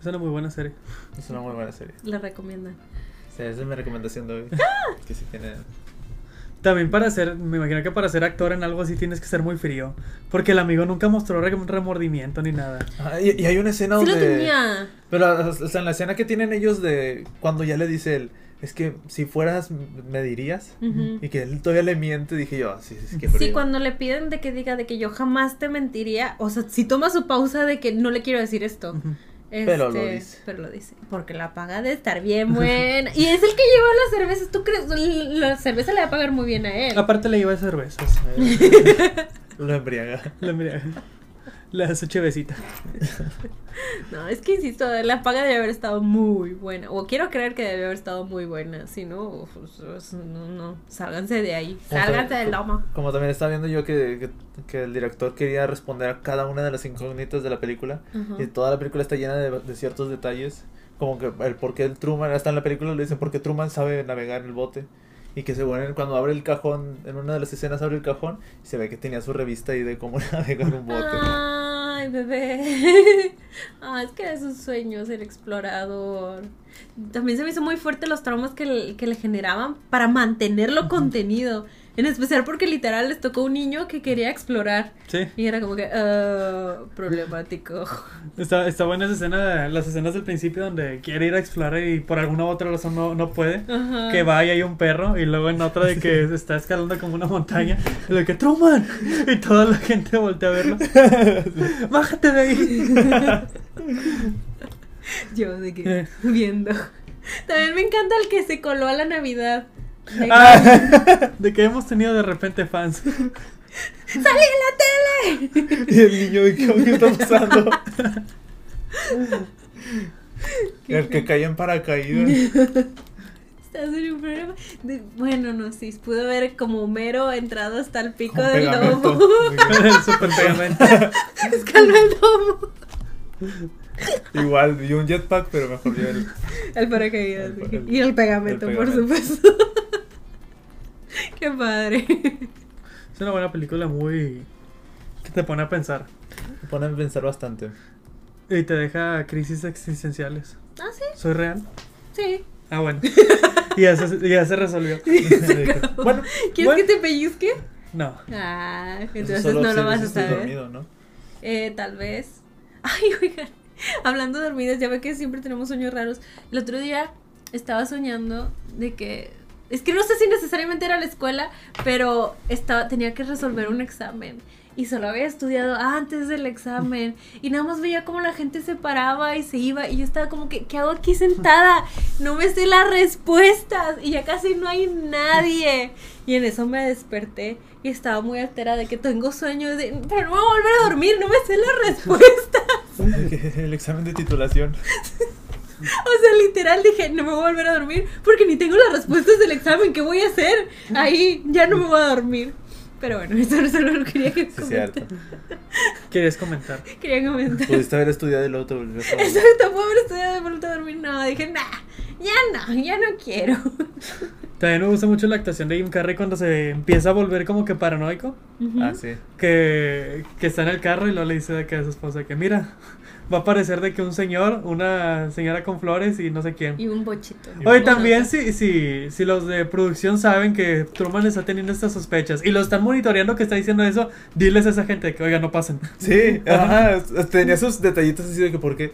Speaker 3: Es una muy buena serie.
Speaker 2: Es una muy buena serie.
Speaker 1: La recomiendan.
Speaker 2: Sí, esa es mi recomendación de hoy.
Speaker 1: ¡Ah!
Speaker 2: que sí tiene.
Speaker 3: También para ser, me imagino que para ser actor en algo así tienes que ser muy frío. Porque el amigo nunca mostró re- remordimiento ni nada.
Speaker 2: Ah, y, y hay una escena
Speaker 1: Sí lo
Speaker 2: donde.
Speaker 1: tenía.
Speaker 2: Pero, o sea, en la escena que tienen ellos de cuando ya le dice él, es que si fueras, me dirías.
Speaker 1: Ujú.
Speaker 2: Y que él todavía le miente, dije yo, "Ah, así es que...
Speaker 1: Sí,
Speaker 2: frío.
Speaker 1: cuando le piden de que diga de que yo jamás te mentiría, o sea, si toma su pausa de que no le quiero decir esto.
Speaker 3: Ujú.
Speaker 2: Pero
Speaker 1: Este,
Speaker 2: lo dice.
Speaker 1: Pero lo dice. Porque la paga de estar bien buena. y es el que lleva las cervezas. ¿Tú crees? La cerveza le va a pagar muy bien a él.
Speaker 2: Ah.
Speaker 3: Aparte le lleva cervezas.
Speaker 2: Lo embriaga.
Speaker 3: La embriaga. Le hace chevecita.
Speaker 1: No, es que insisto, la paga debe haber estado muy buena. O quiero creer que debe haber estado muy buena. Si no, uf, uf, no, no. Sálganse de ahí.
Speaker 2: Como
Speaker 1: Sálganse
Speaker 2: también-
Speaker 1: del lomo.
Speaker 2: Como también estaba viendo yo que, que- que el director quería responder a cada una de las incógnitas de la película.
Speaker 1: Ajá.
Speaker 2: Y toda la película está llena de, de ciertos detalles. Como que el por qué el Truman, hasta en la película le dicen por qué Truman sabe navegar en el bote. Y que se bueno, cuando abre el cajón, en una de las escenas abre el cajón y se ve que tenía su revista ahí de cómo navegar un bote.
Speaker 1: Ah. Ay, bebé. Ah, es que es un sueño ser explorador. También se me hizo muy fuerte los traumas que le, que le generaban para mantenerlo contenido. En especial porque literal les tocó un niño que quería explorar.
Speaker 3: Sí.
Speaker 1: Y era como que, "Ah, problemático.
Speaker 3: Está, está buena esa escena, las escenas del principio donde quiere ir a explorar y por alguna otra razón no, no puede.
Speaker 1: Ajá.
Speaker 3: Que va y hay un perro y luego en otra de que se está escalando como una montaña. Y lo que Truman. Y toda la gente voltea a verlo. Bájate de ahí.
Speaker 1: Yo de que
Speaker 3: Eh.
Speaker 1: viendo. También me encanta el que se coló a la Navidad. De que,
Speaker 3: Ah, de que hemos tenido de repente fans.
Speaker 1: ¡Salí en la tele!
Speaker 2: Y el niño, ¿qué, qué está pasando? el que caía en paracaídas.
Speaker 1: Estás en un problema. De- bueno, no, sí, pudo ver como Homero entrado hasta el pico
Speaker 2: Con
Speaker 1: del
Speaker 2: pegamento.
Speaker 1: domo.
Speaker 3: El super pegamento.
Speaker 1: Escaló el domo.
Speaker 2: Igual, y un jetpack, pero mejor yo el-
Speaker 1: El paracaídas.
Speaker 2: El- el-
Speaker 1: y el pegamento,
Speaker 2: el
Speaker 1: por
Speaker 2: pegamento.
Speaker 1: supuesto. Qué padre.
Speaker 3: Es una buena película muy... que te pone a pensar.
Speaker 2: Me pone a pensar bastante.
Speaker 3: Y te deja crisis existenciales.
Speaker 1: Ah, sí,
Speaker 3: ¿Soy real?
Speaker 1: sí.
Speaker 3: Ah, bueno. Y ya se, ya se resolvió.
Speaker 2: bueno,
Speaker 1: ¿Quieres
Speaker 3: Bueno.
Speaker 1: que te pellizque?
Speaker 3: No.
Speaker 1: Ah,
Speaker 2: eso
Speaker 1: entonces
Speaker 2: solo
Speaker 1: no
Speaker 2: si
Speaker 1: lo vas a
Speaker 2: estás
Speaker 1: saber.
Speaker 2: dormido, ¿no?
Speaker 1: Eh, tal vez. Ay, oigan. Hablando de dormidas, ya ve que siempre tenemos sueños raros. El otro día estaba soñando de que. Es que no sé si necesariamente era la escuela, pero estaba, tenía que resolver un examen. Y solo había estudiado antes del examen. Y nada más veía cómo la gente se paraba y se iba. Y yo estaba como que, ¿qué hago aquí sentada? No me sé las respuestas. Y ya casi no hay nadie. Y en eso me desperté y estaba muy alterada de que tengo sueño, de, pero no voy a volver a dormir, no me sé la respuesta.
Speaker 2: El examen de titulación.
Speaker 1: O sea, literal dije, no me voy a volver a dormir porque ni tengo las respuestas del examen, ¿qué voy a hacer? Ahí ya no me voy a dormir. Pero bueno, eso no solo lo quería que
Speaker 2: Sí,
Speaker 1: comentara-
Speaker 2: cierto. Pues
Speaker 3: ¿Quieres comentar?
Speaker 1: Quería comentar.
Speaker 2: Pudiste haber estudiado el otro. volver a
Speaker 1: Eso
Speaker 2: trabajar.
Speaker 1: tampoco haber estudiado de pronto a dormir, no, dije, nah, ya no, ya no quiero.
Speaker 3: También me gusta mucho la actuación de Jim Carrey cuando se empieza a volver como que paranoico.
Speaker 1: Ujú.
Speaker 2: Ah, sí.
Speaker 3: Que, que está en el carro y luego le dice de que a su esposa que mira, va a parecer de que un señor, una señora con flores y no sé quién.
Speaker 1: Y un bochito.
Speaker 3: Oye,
Speaker 1: Una
Speaker 3: también
Speaker 1: nota.
Speaker 3: si, si, si los de producción saben que Truman está teniendo estas sospechas y lo están monitoreando que está diciendo eso, diles a esa gente que, oiga, no pasen.
Speaker 2: Sí, ajá. Tenía sus detallitos así de que por qué.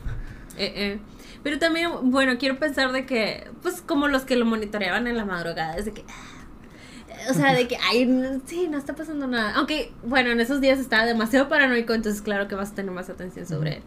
Speaker 1: Eh, eh. Pero también, bueno, quiero pensar de que, pues como los que lo monitoreaban en la madrugada, es de que... ah, O sea, de que, ay, no- sí, no está pasando nada. Aunque, bueno, en esos días estaba demasiado paranoico, entonces claro que vas a tener más atención sobre él.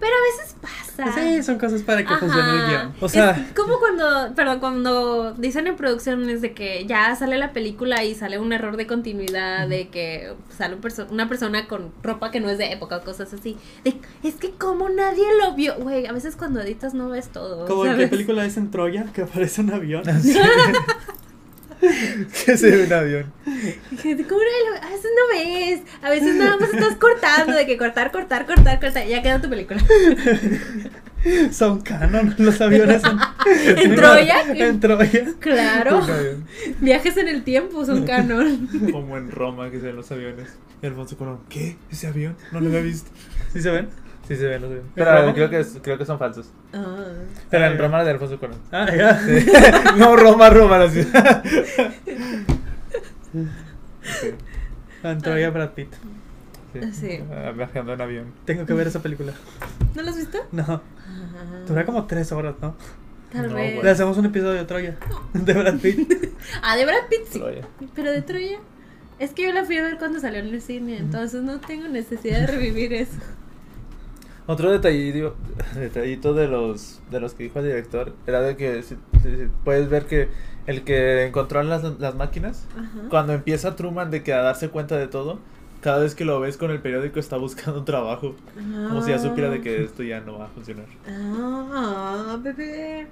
Speaker 1: Pero a veces pasa.
Speaker 3: Pues Sí, son cosas para que funcione el
Speaker 1: Ajá.
Speaker 3: guión. O sea,
Speaker 1: Es como cuando, perdón, cuando dicen en producciones de que ya sale la película y sale un error de continuidad, de que sale un perso- una persona con ropa que no es de época o cosas así. De, es que como nadie lo vio, güey, a veces cuando editas no ves todo.
Speaker 3: como en qué
Speaker 1: ¿sabes?
Speaker 3: película es en Troya que aparece un avión.
Speaker 2: Ah, Que se ve un avión.
Speaker 1: Que de- ¿cómo nadie lo- A veces no ves, a veces nada más estás cortando, de que cortar, cortar, cortar, cortar, ya queda tu película.
Speaker 3: Son canon los aviones. En,
Speaker 1: ¿En Troya?
Speaker 3: En Troya.
Speaker 1: Claro,
Speaker 3: Pues,
Speaker 2: Un avión.
Speaker 1: viajes en el tiempo son canon.
Speaker 2: Como en Roma que se ven los aviones. Y Alfonso Colón, ¿qué? ¿Ese avión? No lo había visto.
Speaker 3: ¿Sí se ven?
Speaker 2: Sí, se ven los aviones.
Speaker 3: ¿En
Speaker 2: Pero
Speaker 3: Roma?
Speaker 2: creo que, es- creo que son falsos.
Speaker 1: Ah.
Speaker 2: Pero
Speaker 3: Ah,
Speaker 2: en
Speaker 3: ya.
Speaker 2: Roma era de Alfonso Colón.
Speaker 3: Ah, ya.
Speaker 2: no, Roma, Roma, la ciudad. Sí,
Speaker 3: En Troya, Brad Pitt.
Speaker 2: sí.
Speaker 1: Sí.
Speaker 2: Ah, Viajando en avión.
Speaker 3: Tengo que ver esa película.
Speaker 1: ¿No los has visto?
Speaker 3: No. Dura como tres horas, ¿no?
Speaker 1: Tal
Speaker 2: No,
Speaker 1: vez.
Speaker 3: Le hacemos un episodio de Troya. De Brad Pitt.
Speaker 1: Ah, de Brad Pitt sí.
Speaker 2: Troya.
Speaker 1: Pero de Troya. Es que yo la fui a ver cuando salió en el cine, entonces no tengo necesidad de revivir eso.
Speaker 2: Otro detallito, detallito de los de los que dijo el director era de que si- si- si puedes ver que el que encontró las, las máquinas,
Speaker 1: Ajá.
Speaker 2: cuando empieza Truman de que a darse cuenta de todo, cada vez que lo ves con el periódico está buscando un trabajo, como si ya supiera de que esto ya no va a funcionar.
Speaker 1: Ah, bebé.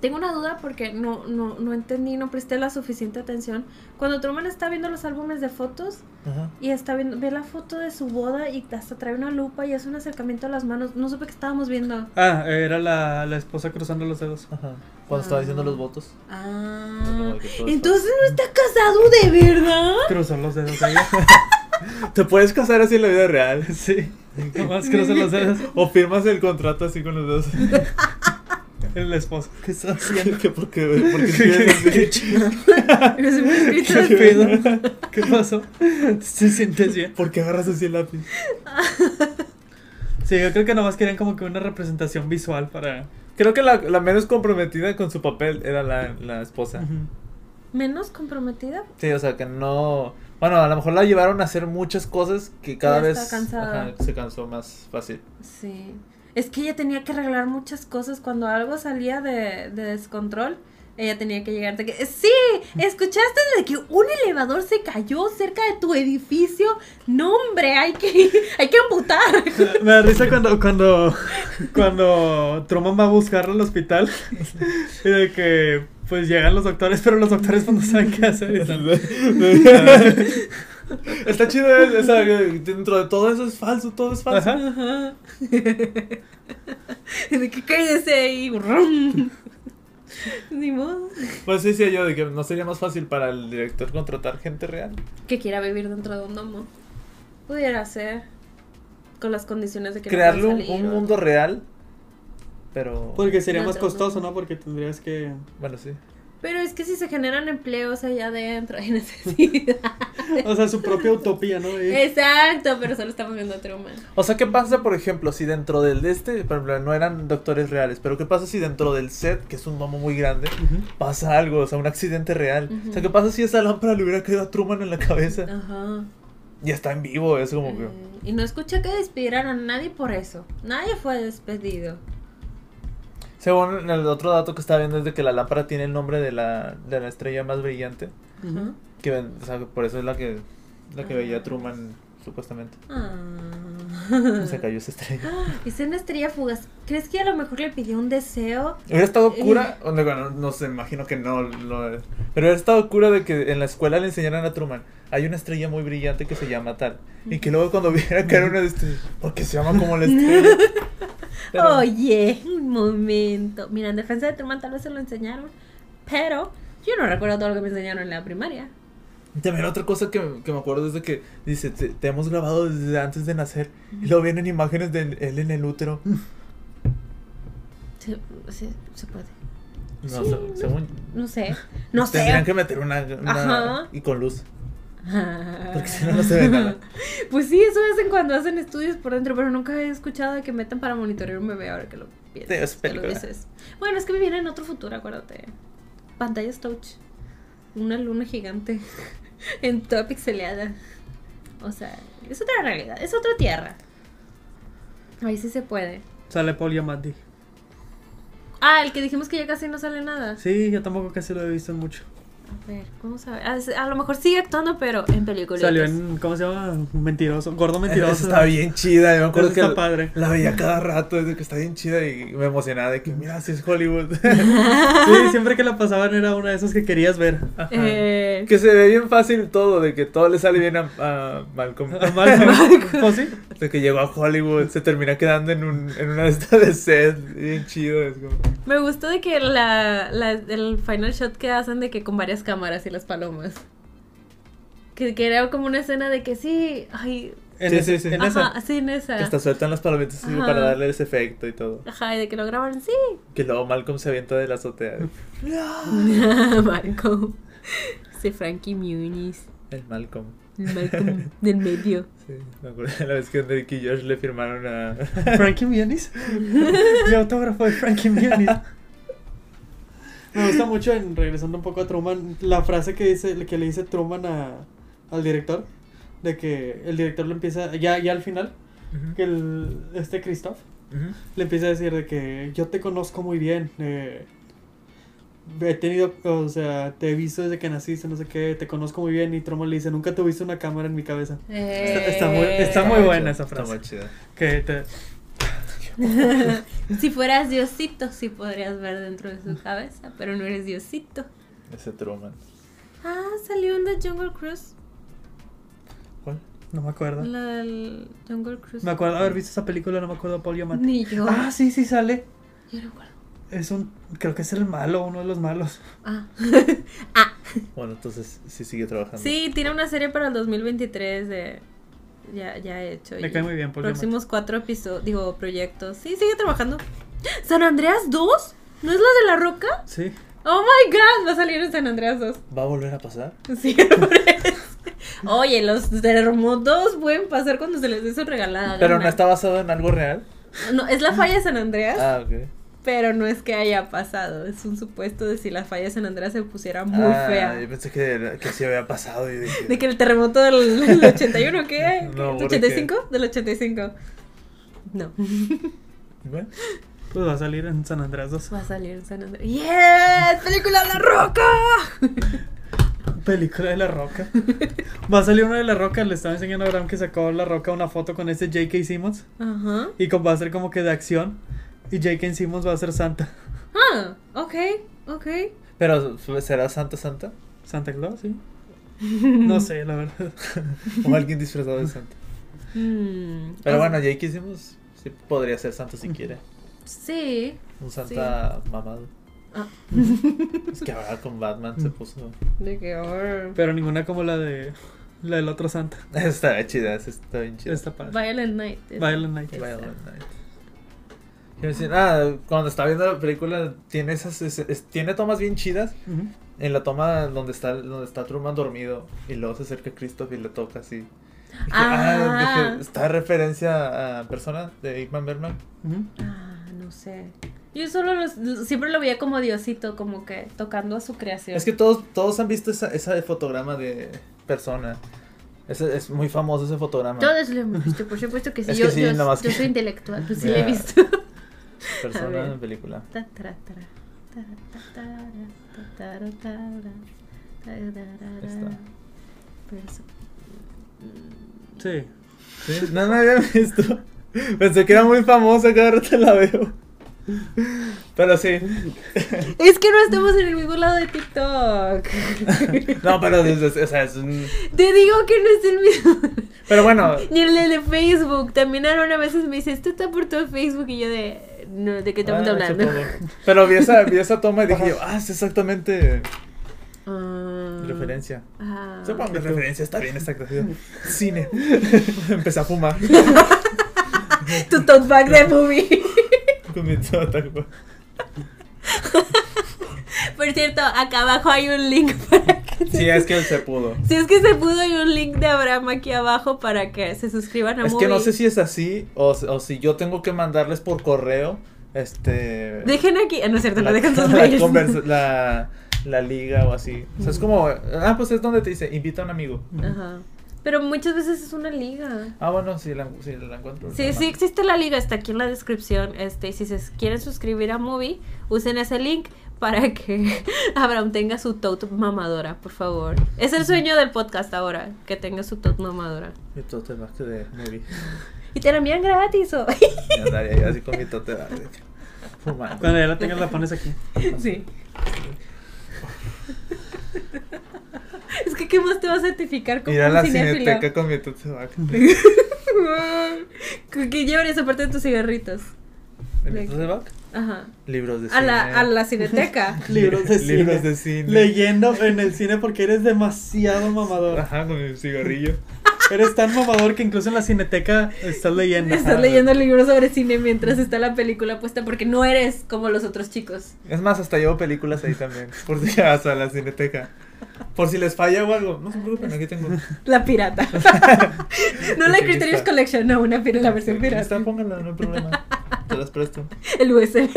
Speaker 1: Tengo una duda porque no, no, no entendí, no presté la suficiente atención. Cuando Truman está viendo los álbumes de fotos
Speaker 2: Ajá.
Speaker 1: y está viendo, ve la foto de su boda y hasta trae una lupa y hace un acercamiento a las manos. No supe qué estábamos viendo.
Speaker 3: Ah, era la, la esposa cruzando los dedos.
Speaker 2: Ajá. Cuando estaba diciendo los votos.
Speaker 1: Ah.
Speaker 2: Como que todo es
Speaker 1: Entonces no está casado de verdad.
Speaker 3: Cruzar los dedos ella.
Speaker 2: Te puedes casar así en la vida real. Sí.
Speaker 3: Nomás cruzan los dedos.
Speaker 2: O firmas el contrato así con los dos.
Speaker 3: La esposa. ¿Qué estás haciendo?
Speaker 2: que porque, porque escribes así.
Speaker 1: Yo siempre he escrito
Speaker 3: ¿Qué pedo? ¿Qué pasó? ¿Te sientes bien?
Speaker 2: Porque agarras así el lápiz.
Speaker 3: Sí, yo creo que nomás querían como que una representación visual para.
Speaker 2: Creo que la, la menos comprometida con su papel era la, la esposa.
Speaker 3: Ujú.
Speaker 1: menos comprometida.
Speaker 2: Sí, o sea que no. Bueno, a lo mejor la llevaron a hacer muchas cosas que cada
Speaker 1: Ya
Speaker 2: vez
Speaker 1: está cansada.
Speaker 2: ajá, se cansó más fácil.
Speaker 1: Sí. Es que ella tenía que arreglar muchas cosas cuando algo salía de, de descontrol. Ella tenía que llegar de que, sí, escuchaste de que un elevador se cayó cerca de tu edificio. No, hombre, hay que, hay que amputar.
Speaker 3: Me da risa cuando, cuando, cuando Truman va a buscarlo al hospital y de que pues llegan los doctores, pero los doctores pues, no saben qué hacer. y tal.
Speaker 2: Está chido, ¿eh? es- es algo- dentro de todo eso es falso, todo es falso.
Speaker 3: Ajá.
Speaker 1: Ajá. De que cállese ahí. brum. Ni modo.
Speaker 2: Pues sí, decía yo, de que no sería más fácil para el director contratar gente real.
Speaker 1: Que quiera vivir dentro de un domo. Pudiera ser. Con las condiciones de que no
Speaker 2: Crearle
Speaker 1: puedan
Speaker 2: un,
Speaker 1: salir
Speaker 2: un
Speaker 1: o-
Speaker 2: mundo real, pero.
Speaker 3: Porque sería
Speaker 1: No,
Speaker 3: más
Speaker 1: no,
Speaker 3: costoso,
Speaker 1: no.
Speaker 3: ¿no? Porque tendrías que...
Speaker 2: Bueno, sí.
Speaker 1: Pero es que si se generan empleos allá adentro hay necesidad.
Speaker 3: O sea, su propia utopía, ¿no? Y-
Speaker 1: Exacto, pero solo estamos viendo a Truman.
Speaker 2: O sea, ¿qué pasa, por ejemplo, si dentro del de este, por ejemplo, no eran doctores reales, pero qué pasa si dentro del set, que es un domo muy grande,
Speaker 3: Ujú.
Speaker 2: pasa algo, o sea, un accidente real? O sea, ¿qué pasa si esa lámpara le hubiera caído a Truman en la cabeza?
Speaker 1: Ajá.
Speaker 2: Y está en vivo, es como que...
Speaker 1: Eh, Y no escuché que despidieran a nadie por eso. Nadie fue despedido.
Speaker 2: Según el otro dato que estaba viendo es de que la lámpara tiene el nombre de la, de la estrella más brillante,
Speaker 1: Ajá.
Speaker 2: que ven- o sea, por eso es la que, la que veía Truman, supuestamente.
Speaker 1: Ah.
Speaker 2: Se cayó esa estrella.
Speaker 1: Es Ah. una estrella fugaz. ¿Crees que a lo mejor le pidió un deseo?
Speaker 2: Hubiera estado cura, o no, bueno, no sé, imagino que no lo es. Pero hubiera estado cura de que en la escuela le enseñaran a Truman, hay una estrella muy brillante que se llama tal. Y que luego cuando viera caer una de estas, porque se llama como la estrella. Pero-
Speaker 1: Oye, un momento. Mira, en defensa de Truman tal vez se lo enseñaron, pero yo no recuerdo todo lo que me enseñaron en la primaria.
Speaker 2: También otra cosa que, que me acuerdo es de que dice, te, te hemos grabado desde antes de nacer. Y luego vienen imágenes de él en el útero.
Speaker 1: Se, se, se puede.
Speaker 2: No,
Speaker 1: Sí,
Speaker 2: se-
Speaker 1: no.
Speaker 2: según...
Speaker 1: No sé. No sé.
Speaker 2: Tendrían que meter una, una-
Speaker 1: Ajá.
Speaker 2: y con luz. Porque
Speaker 1: Porque
Speaker 2: si no, no se ve nada.
Speaker 1: Pues sí, eso hacen cuando hacen estudios por dentro, pero nunca he escuchado de que metan para monitorear un bebé ahora que lo piensas.
Speaker 2: Sí, es
Speaker 1: que lo
Speaker 2: película.
Speaker 1: dices. Bueno, es que vivir en otro futuro, acuérdate. Pantallas touch. Una luna gigante. en toda pixeleada. O sea, es otra realidad, es otra tierra. Ahí sí se puede.
Speaker 3: Sale Paul Giamatti.
Speaker 1: Ah, el que dijimos que ya casi no sale nada.
Speaker 3: Sí, yo tampoco casi lo he visto en mucho.
Speaker 1: A ver, vamos a ver. Ah, es- A lo mejor sigue actuando, pero en películas.
Speaker 3: Salió en... ¿Cómo se llama? Mentiroso. Gordo
Speaker 2: Esa
Speaker 3: mentiroso.
Speaker 2: está bien chida. Yo me acuerdo
Speaker 3: Esa
Speaker 2: que
Speaker 3: está
Speaker 2: la-
Speaker 3: padre.
Speaker 2: la veía cada rato desde que está bien chida y me emocionaba de que, mira, si es Hollywood.
Speaker 3: Sí, siempre que la pasaban era una de esas que querías ver.
Speaker 2: Ajá.
Speaker 1: Eh,
Speaker 2: Que se ve bien fácil todo, de que todo le sale bien a, a Malcolm.
Speaker 3: A Malcolm. Pues sí.
Speaker 2: De que llegó a Hollywood, se termina quedando en, un, en una de estas de set. Bien chido, es como.
Speaker 1: Me gustó de que la, la- el final shot que hacen de que con varias cámaras y las palomas. Que, que era como una escena de que sí, ay,
Speaker 3: En
Speaker 2: Sí,
Speaker 3: ese-
Speaker 2: sí, sí.
Speaker 3: en
Speaker 1: ajá,
Speaker 3: esa.
Speaker 1: sí, en esa.
Speaker 2: Que hasta sueltan las palomitas así
Speaker 1: Ajá.
Speaker 2: para darle ese efecto y todo.
Speaker 1: Ajá, y de que lo graban, sí.
Speaker 2: Que luego Malcolm se avienta de la azotea.
Speaker 1: Malcolm. Ese Frankie Muniz.
Speaker 2: El Malcolm.
Speaker 1: el Malcolm del medio.
Speaker 2: Sí, me acuerdo de la vez que Drake y Josh le firmaron a.
Speaker 3: Frankie Muniz. Mi autógrafo de Frankie Muniz. Me gusta mucho, en, regresando un poco a Truman, la frase que, dice, que le dice Truman a, al director, de que el director le empieza, ya, ya al final,
Speaker 2: Ujú,
Speaker 3: que el, este Christoph
Speaker 2: ujú.
Speaker 3: le empieza a decir de que yo te conozco muy bien, eh, he tenido, o sea, te he visto desde que naciste, no sé qué, te conozco muy bien y Truman le dice, nunca tuviste una cámara en mi cabeza. Está- está muy- está muy
Speaker 1: Eh.
Speaker 2: chida,
Speaker 3: buena esa
Speaker 2: Está
Speaker 3: frase.
Speaker 2: muy chida.
Speaker 3: Que te,
Speaker 1: Si fueras Diosito, sí podrías ver dentro de su cabeza, pero no eres Diosito.
Speaker 2: Ese Truman.
Speaker 1: Ah, salió en The Jungle Cruise.
Speaker 2: ¿Cuál?
Speaker 3: no me acuerdo.
Speaker 1: La del Jungle Cruise.
Speaker 3: Me acuerdo haber visto esa película, no me acuerdo Paul Giamatti.
Speaker 1: Ni yo.
Speaker 3: Ah, sí, sí sale.
Speaker 1: Yo no acuerdo.
Speaker 3: Es un, creo que es el malo, uno de los malos.
Speaker 1: Ah.
Speaker 2: Bueno, entonces sí sigue trabajando.
Speaker 1: Sí, tiene una serie para el 2023 de ya ya he hecho.
Speaker 3: Me
Speaker 1: y
Speaker 3: cae muy bien, Paul
Speaker 1: Próximos cuatro episodios, digo, proyectos. Sí, sigue trabajando. San Andreas 2? ¿No es la de la roca?
Speaker 3: Sí.
Speaker 1: Oh my god, va a salir en San Andreas 2.
Speaker 2: ¿Va a volver a pasar?
Speaker 1: Sí, por eso. Oye, los terremotos pueden pasar cuando se les dé su regalada.
Speaker 2: Pero no
Speaker 1: gana.
Speaker 2: está basado en algo real.
Speaker 1: No, es la falla de San Andreas,
Speaker 2: Ah, ok.
Speaker 1: pero no es que haya pasado. Es un supuesto de si la falla de San Andreas se pusiera muy
Speaker 2: Ah,
Speaker 1: fea.
Speaker 2: Yo pensé que, era- que sí había pasado. Y dije,
Speaker 1: De que el terremoto del, del 81, ¿qué?
Speaker 2: No,
Speaker 1: ¿Del
Speaker 2: porque-
Speaker 1: 85? Del 85. No,
Speaker 2: Bueno,
Speaker 3: Pues va a salir en San Andreas 2.
Speaker 1: va a salir San Andreas. ¡Yes! ¡Película de la roca!
Speaker 3: Película de La Roca. Va a salir una de La Roca. Le estaba enseñando a Abraham que sacó La Roca una foto con este J.K. Simmons.
Speaker 1: Ajá.
Speaker 3: Y como va a ser como que de acción. Y J.K. Simmons va a ser Santa.
Speaker 1: Ah, ok, ok.
Speaker 2: Pero ¿será Santa Santa?
Speaker 3: Santa Claus, sí. No sé, la verdad.
Speaker 2: ¿O alguien disfrazado de Santa?
Speaker 1: Mm,
Speaker 2: Pero
Speaker 1: es-
Speaker 2: bueno, ya que hicimos, sí podría ser Santa si quiere.
Speaker 1: Sí.
Speaker 2: Un Santa mamado.
Speaker 1: Ah.
Speaker 2: Es que ahora con Batman se puso.
Speaker 1: De que ahora.
Speaker 3: Pero ninguna como la de. La del otro Santa.
Speaker 2: Está chida, esa está bien chida.
Speaker 3: Está padre.
Speaker 1: Violent Night. es-
Speaker 3: Violent Night.
Speaker 1: es-
Speaker 2: Violent Night. Quiero decir, ah, cuando está viendo la película tiene esas es- es- tiene tomas bien chidas
Speaker 3: Ujú.
Speaker 2: en la toma donde está donde está Truman dormido y luego se acerca Christoph y le toca así. Dije, ah,
Speaker 1: Ah.
Speaker 2: dije, está referencia a persona de Ickman Berman.
Speaker 3: Ujú.
Speaker 1: Ah, no sé. Yo solo los- siempre lo veía como Diosito, como que tocando a su creación.
Speaker 2: Es que todos, todos han visto esa, esa de fotograma de persona. Ese- es muy famoso ese fotograma.
Speaker 1: Todos lo hemos visto, por supuesto que sí.
Speaker 2: Es que
Speaker 1: yo
Speaker 2: sí,
Speaker 1: yo-
Speaker 2: nada más
Speaker 1: yo
Speaker 2: que-
Speaker 1: soy intelectual, pues sí
Speaker 2: Ya.
Speaker 1: lo he visto. a
Speaker 2: Persona
Speaker 1: ver.
Speaker 2: en película.
Speaker 1: Ta, tara, tara, tara, tara, ta, tara, tara, tara, tara.
Speaker 2: Está.
Speaker 1: Perso-
Speaker 3: Sí.
Speaker 2: ¿Sí? No, no había visto. Pensé que era muy famosa, cada rato la veo. Pero sí.
Speaker 1: Es que no estamos en el mismo lado de TikTok.
Speaker 2: No, pero desde- o sea, es un-
Speaker 1: Te digo que no es el mismo.
Speaker 2: Pero bueno,
Speaker 1: Ni el de, de Facebook. También Aaron a veces me dice, esto está por todo Facebook. Y yo de, no, ¿de qué estamos
Speaker 2: ah,
Speaker 1: hablando?
Speaker 2: supongo. Pero vi esa, vi esa toma y dije yo, ah, es exactamente
Speaker 1: Ah.
Speaker 2: referencia.
Speaker 1: Ah.
Speaker 2: Supongo que referencia está bien esta actuación. Cine. Empecé a fumar
Speaker 1: Tu tote bag de movie.
Speaker 2: con mi tabaco.
Speaker 1: Por cierto, acá abajo hay un link para que...
Speaker 2: Sí, es que él se pudo.
Speaker 1: Si es que se pudo, hay un link de Abraham aquí abajo para que se suscriban a
Speaker 2: Es
Speaker 1: Movie.
Speaker 2: que no sé si es así o, o si yo tengo que mandarles por correo este
Speaker 1: Dejen aquí... Ah, no es cierto,
Speaker 2: la,
Speaker 1: no dejan sus
Speaker 2: la
Speaker 1: likes.
Speaker 2: conversa- la- la liga o así. O sea, es como, ah, pues es donde te dice, invita a un amigo.
Speaker 1: Ajá. Pero muchas veces es una liga.
Speaker 2: Ah, bueno, si la, si la encuentro.
Speaker 1: Sí, sí existe la liga, está aquí en la descripción. Este, y si se quieren suscribir a Movie, usen ese link para que Abraham tenga su tote mamadora, por favor. Es el sueño del podcast ahora, que tenga su tote mamadora.
Speaker 2: Mi tote bag este de movie.
Speaker 1: Y te la envían gratis, ¿o?
Speaker 2: Me andaría yo así con mi tote bag de- fumando.
Speaker 3: Cuando ya la tengas, la pones aquí.
Speaker 1: Sí. Es que, ¿qué más te va a certificar como
Speaker 2: Ir a
Speaker 1: un
Speaker 2: la
Speaker 1: cinéfilo?
Speaker 2: cineteca con mi tote bag.
Speaker 1: que llevan esa parte de tus cigarritos.
Speaker 2: ¿Mi tote bag?
Speaker 1: Ajá.
Speaker 2: Libros de
Speaker 1: A
Speaker 2: cine.
Speaker 1: la, a la cineteca.
Speaker 3: Libros de cine.
Speaker 2: Libros de cine.
Speaker 3: Leyendo en el cine porque eres demasiado mamador.
Speaker 2: Ajá, con mi cigarrillo.
Speaker 3: Eres tan mamador que incluso en la cineteca estás leyendo.
Speaker 2: Ajá.
Speaker 1: Estás leyendo libros sobre cine mientras está la película puesta porque no eres como los otros chicos.
Speaker 2: Es más, hasta llevo películas ahí también. Por si vas a la cineteca. Por si les falla o algo. No se preocupen, aquí tengo.
Speaker 1: La pirata. no la
Speaker 2: Aquí
Speaker 1: Criterion
Speaker 2: está.
Speaker 1: Collection, no, una pir- la versión
Speaker 2: Aquí
Speaker 1: pirata.
Speaker 2: Está, pues. pónganla, no hay problema. Te las presto.
Speaker 1: El USB.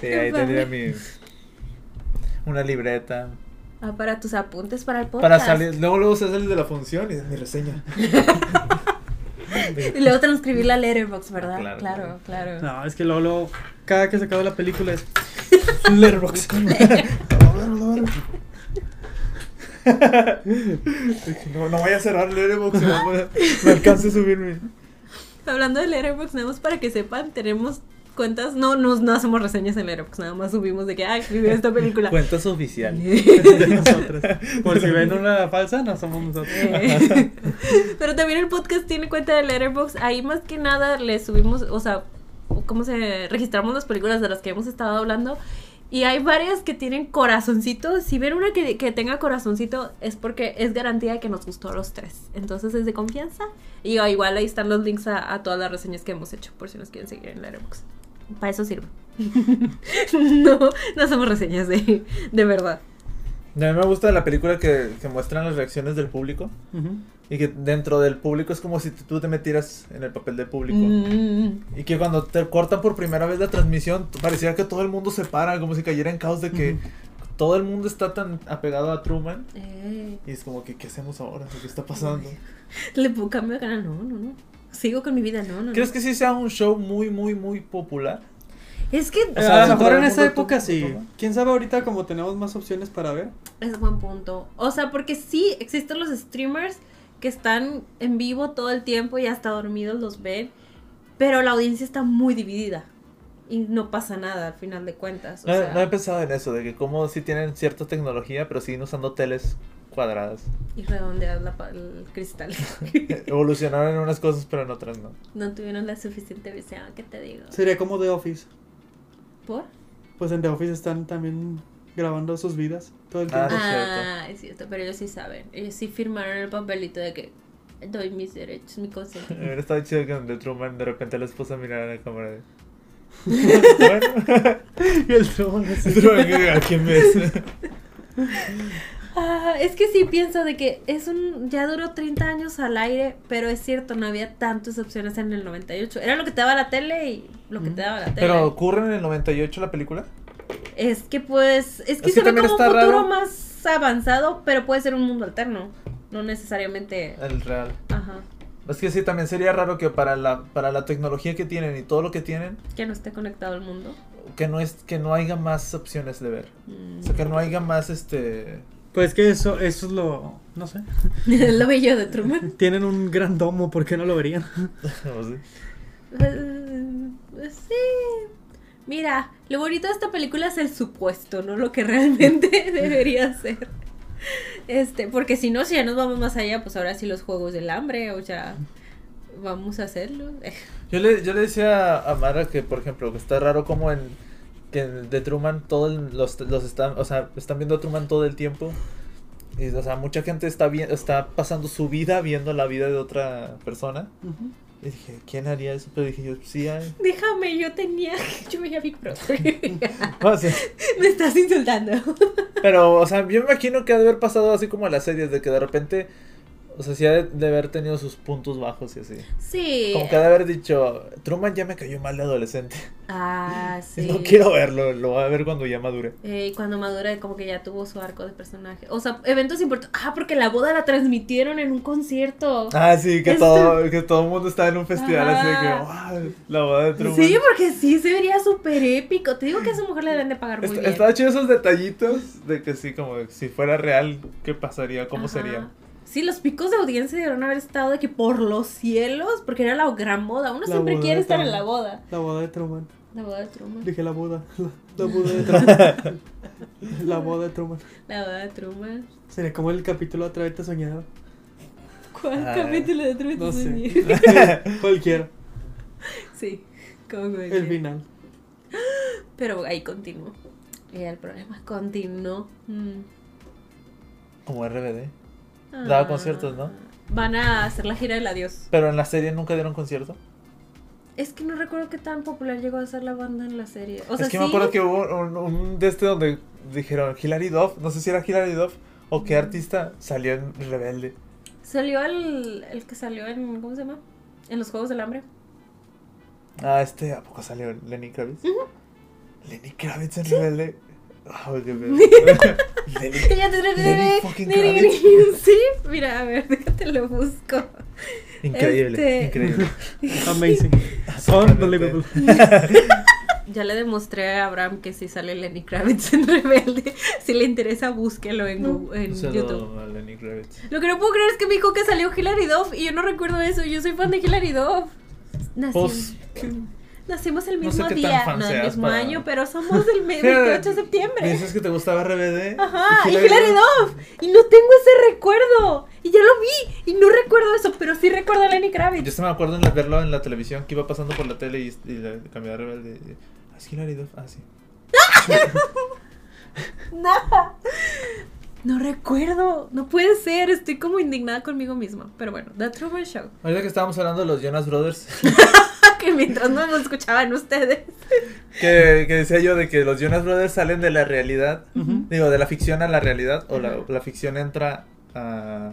Speaker 2: Sí, ahí tendría mi. Una libreta.
Speaker 1: Ah, para tus apuntes para el podcast.
Speaker 2: Para salir. Luego, luego se sale de la función y mi reseña.
Speaker 1: Y luego transcribir la letterbox, ¿verdad?
Speaker 2: Ah, Claro,
Speaker 1: Claro, claro.
Speaker 3: No, es que luego, luego, cada que se acaba la película es Letterboxd.
Speaker 2: no, no vaya a cerrar Letterboxd. No, no alcance a subirme.
Speaker 1: Hablando de letterbox, nada más para que sepan, tenemos cuentas. No, no, no hacemos reseñas en letterbox, nada más subimos de que, ay, vi esta película.
Speaker 2: Cuentas oficial.
Speaker 3: de nosotros. Por si ven una falsa, no somos nosotros.
Speaker 1: Eh, Pero también el podcast tiene cuenta de Letterboxd. Ahí más que nada le subimos, o sea, cómo se registramos las películas de las que hemos estado hablando. Y hay varias que tienen corazoncito. Si ven una que, que tenga corazoncito, es porque es garantía de que nos gustó a los tres. Entonces es de confianza. Y ah, igual ahí están los links a, a todas las reseñas que hemos hecho, por si nos quieren seguir en Letterboxd. Para eso sirve. no, no hacemos reseñas de, de verdad.
Speaker 2: A mí me gusta la película que, que muestran las reacciones del público.
Speaker 3: Ujú.
Speaker 2: Y que dentro del público es como si tú te metieras en el papel del público.
Speaker 1: Mm.
Speaker 2: Y que cuando te cortan por primera vez la transmisión, parecía que todo el mundo se para, como si cayera en caos de que todo el mundo está tan apegado a Truman.
Speaker 1: Eh.
Speaker 2: Y es como que, ¿qué hacemos ahora? ¿Qué está pasando?
Speaker 1: Le puedo cambiar de canal, no, no, no. Sigo con mi vida, no, no.
Speaker 2: ¿Crees
Speaker 1: no.
Speaker 2: que sí sea un show muy, muy, muy popular?
Speaker 1: Es que
Speaker 2: O sea,
Speaker 3: a lo mejor
Speaker 2: dentro
Speaker 3: en
Speaker 2: del
Speaker 3: esa
Speaker 2: mundo tú-
Speaker 3: época
Speaker 2: tú-
Speaker 3: sí.
Speaker 2: tú-
Speaker 3: Quién sabe ahorita como tenemos más opciones para ver.
Speaker 1: es buen punto. O sea, porque sí existen los streamers que están en vivo todo el tiempo y hasta dormidos los ven, pero la audiencia está muy dividida y no pasa nada al final de cuentas. O
Speaker 2: No,
Speaker 1: sea,
Speaker 2: no he pensado en eso, de que como sí tienen cierta tecnología, pero siguen usando teles cuadradas.
Speaker 1: y redondear la pa- el cristal.
Speaker 2: Evolucionaron en unas cosas, pero en otras no.
Speaker 1: no tuvieron la suficiente visión, ¿qué te digo?
Speaker 3: Sería como The Office.
Speaker 1: ¿Por?
Speaker 3: Pues en The Office están también grabando sus vidas todo el
Speaker 2: Ah,
Speaker 3: tiempo.
Speaker 1: Ah, es cierto, pero ellos sí saben. Ellos sí firmaron el papelito de que doy mis derechos, mi consentimiento.
Speaker 2: Hubiera estado chido que de Truman de repente la esposa mirara a la cámara de... Bueno.
Speaker 3: Y el Truman así.
Speaker 2: Truman, ¿A quién ves?
Speaker 1: Ah, es que sí pienso de que es un ya duró 30 años al aire, pero es cierto, no había tantas opciones en el 98. Era lo que te daba la tele y lo que te daba la tele.
Speaker 2: Pero ocurre en el 98 la película.
Speaker 1: es que pues es que
Speaker 2: Es que
Speaker 1: se ve
Speaker 2: también
Speaker 1: como un
Speaker 2: está
Speaker 1: futuro
Speaker 2: raro.
Speaker 1: más avanzado, pero puede ser un mundo alterno, no necesariamente.
Speaker 2: El real.
Speaker 1: Ajá.
Speaker 2: Es que sí, también sería raro que para la, para la tecnología que tienen y todo lo que tienen,
Speaker 1: Que no esté conectado al mundo.
Speaker 2: que no es que no haya más opciones de ver.
Speaker 1: Mm.
Speaker 2: O sea, que no haya más este
Speaker 3: Pues que eso, eso es lo. No sé.
Speaker 1: lo bello de Truman.
Speaker 3: Tienen un gran domo, ¿por qué no lo verían?
Speaker 2: ¿cómo se dice?
Speaker 1: Eh, sí. Mira, lo bonito de esta película es el supuesto, no lo que realmente debería ser. Este, porque si no, si ya nos vamos más allá, pues ahora sí los juegos del hambre, o ya vamos a hacerlo.
Speaker 2: Yo le, yo le decía a Mara que, por ejemplo, que está raro como en que en The Truman todos los, los están, o sea, están viendo a Truman todo el tiempo. Y, o sea, mucha gente está vi- está pasando su vida viendo la vida de otra persona.
Speaker 3: Ujú.
Speaker 2: Y dije, ¿quién haría eso? Pero dije yo, sí hay.
Speaker 1: Déjame, yo tenía, yo veía Big Brother.
Speaker 2: No, sí.
Speaker 1: Me estás insultando.
Speaker 2: Pero, o sea, yo me imagino que ha de haber pasado así como en las series, de que de repente, o sea, sí ha de, de haber tenido sus puntos bajos y así.
Speaker 1: Sí.
Speaker 2: Como que ha de haber dicho, Truman ya me cayó mal de adolescente.
Speaker 1: Ah, sí.
Speaker 2: No quiero verlo, lo voy a ver cuando ya madure.
Speaker 1: Eh, y cuando madura, como que ya tuvo su arco de personaje. O sea, eventos importantes. Ah, porque la boda la transmitieron en un concierto.
Speaker 2: Ah, sí, que
Speaker 1: Este-
Speaker 2: todo que todo el mundo está en un festival
Speaker 1: Ajá.
Speaker 2: así de que, wow, la boda de Truman.
Speaker 1: Sí, porque sí, se vería súper épico. Te digo que a esa mujer le deben de pagar muy
Speaker 2: Est-
Speaker 1: bien.
Speaker 2: Estaba chido esos detallitos de que sí, como de, si fuera real, ¿qué pasaría? ¿Cómo
Speaker 1: Ajá.
Speaker 2: sería?
Speaker 1: Sí, los picos de audiencia debieron haber estado de que por los cielos, porque era la gran boda. Uno
Speaker 3: La
Speaker 1: siempre
Speaker 3: boda
Speaker 1: quiere
Speaker 3: de
Speaker 1: estar en
Speaker 3: Truman.
Speaker 1: la boda.
Speaker 3: La boda de Truman.
Speaker 1: La boda de Truman.
Speaker 3: Dije la boda. La, la boda de Truman. la boda de Truman.
Speaker 1: La boda de Truman.
Speaker 3: Sería como el capítulo Atrévete a soñar.
Speaker 1: ¿Cuál
Speaker 2: Ah,
Speaker 1: capítulo de Truman?
Speaker 3: No
Speaker 1: te
Speaker 3: sé.
Speaker 1: soñé?
Speaker 3: Cualquiera.
Speaker 1: sí, como que-
Speaker 3: El final.
Speaker 1: Pero ahí continuó. Y el problema continuó. Mm.
Speaker 2: Como RBD. Daba conciertos, ¿no?
Speaker 1: Ah. Van a hacer la gira del adiós.
Speaker 2: Pero en la serie nunca dieron concierto.
Speaker 1: Es que no recuerdo qué tan popular llegó a ser la banda en la serie. O sea,
Speaker 2: es que
Speaker 1: sí,
Speaker 2: me acuerdo que hubo un, un de este donde dijeron Hilary Duff, no sé si era Hilary Duff o qué artista salió en Rebelde.
Speaker 1: Salió el, el que salió en. ¿Cómo se llama? En los Juegos del Hambre.
Speaker 2: Ah, este, ¿a poco salió Lenny Kravitz? Lenny Kravitz en Rebelde. Ah, Dios mío. Lenny Lenny fucking Kravitz.
Speaker 1: Sí, mira, a ver, déjate lo busco.
Speaker 2: Increíble,
Speaker 1: Este-
Speaker 2: increíble.
Speaker 3: Amazing.
Speaker 2: Sorprendente.
Speaker 3: Unbelievable.
Speaker 1: Ya le demostré a Abraham que si sale Lenny Kravitz en Rebelde, si le interesa, búsquelo en, Google- en
Speaker 2: Un
Speaker 1: YouTube.
Speaker 2: saludo a Lenny Kravitz.
Speaker 1: Lo que no puedo creer es que me dijo que salió Hilary Duff y yo no recuerdo eso. Yo soy fan de Hilary Duff. Nací-
Speaker 2: Pues,
Speaker 1: nacimos el
Speaker 2: no
Speaker 1: mismo
Speaker 2: sé qué tan
Speaker 1: día,
Speaker 2: fan
Speaker 1: no el
Speaker 2: seas
Speaker 1: mismo
Speaker 2: para-
Speaker 1: año, pero somos del mes
Speaker 2: Mira,
Speaker 1: 28 de septiembre.
Speaker 2: Dices que te gustaba RBD.
Speaker 1: Ajá, y Hilary Duff. Y no tengo ese recuerdo. Y ya lo vi. Y no recuerdo eso, pero sí recuerdo a Lenny
Speaker 2: Yo
Speaker 1: Kravitz.
Speaker 2: se me acuerdo en la- verlo en la televisión que iba pasando por la tele y, y la cambiaba de rebelde. y- Ah, es Hilary Duff. Ah, sí.
Speaker 1: Nada. No recuerdo. No puede ser. Estoy como indignada conmigo misma. Pero bueno, The Truman Show.
Speaker 2: Ahorita que estábamos hablando de los Jonas Brothers,
Speaker 1: que mientras no nos escuchaban ustedes.
Speaker 2: que, que decía yo de que los Jonas Brothers salen de la realidad, digo, de la ficción a la realidad, o la, la ficción entra a.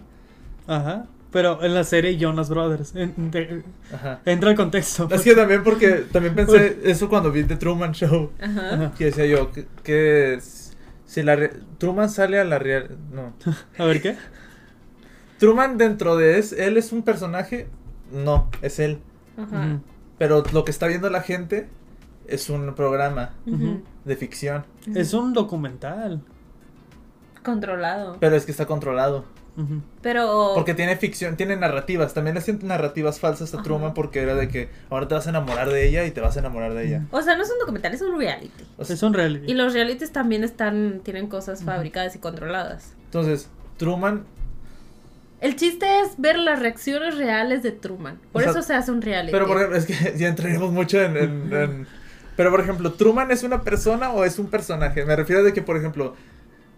Speaker 3: Ajá. Pero en la serie Jonas Brothers. en- de-
Speaker 2: Ajá.
Speaker 3: entra el contexto.
Speaker 1: pues
Speaker 2: Es que también porque también pensé eso cuando vi The Truman Show.
Speaker 1: Ajá.
Speaker 3: Ajá.
Speaker 2: Que decía yo, que, que s- si la re- Truman sale a la real. No.
Speaker 3: A ver qué.
Speaker 2: Truman dentro de es, él es un personaje. No, es él.
Speaker 1: Ajá.
Speaker 2: Pero lo que está viendo la gente es un programa
Speaker 1: Ujú.
Speaker 2: de ficción.
Speaker 3: Ujú. Es un documental.
Speaker 1: Controlado.
Speaker 2: Pero es que está controlado.
Speaker 3: Ujú.
Speaker 1: Pero.
Speaker 2: Porque tiene ficción, tiene narrativas. También le sienten narrativas falsas a
Speaker 1: Ajá.
Speaker 2: Truman porque era de que ahora te vas a enamorar de ella y te vas a enamorar de ella.
Speaker 1: O sea, no es un documental, es un reality.
Speaker 2: O sea,
Speaker 3: Es un
Speaker 1: Y
Speaker 3: reality.
Speaker 1: los realities también están, tienen cosas fabricadas y controladas.
Speaker 2: Entonces, Truman
Speaker 1: El chiste es ver las reacciones reales de Truman. Por
Speaker 2: O sea,
Speaker 1: eso se hace un reality.
Speaker 2: Pero por ejemplo, es que ya entraremos mucho en, en- en- Pero por ejemplo, ¿Truman es una persona o es un personaje? Me refiero de que, por ejemplo,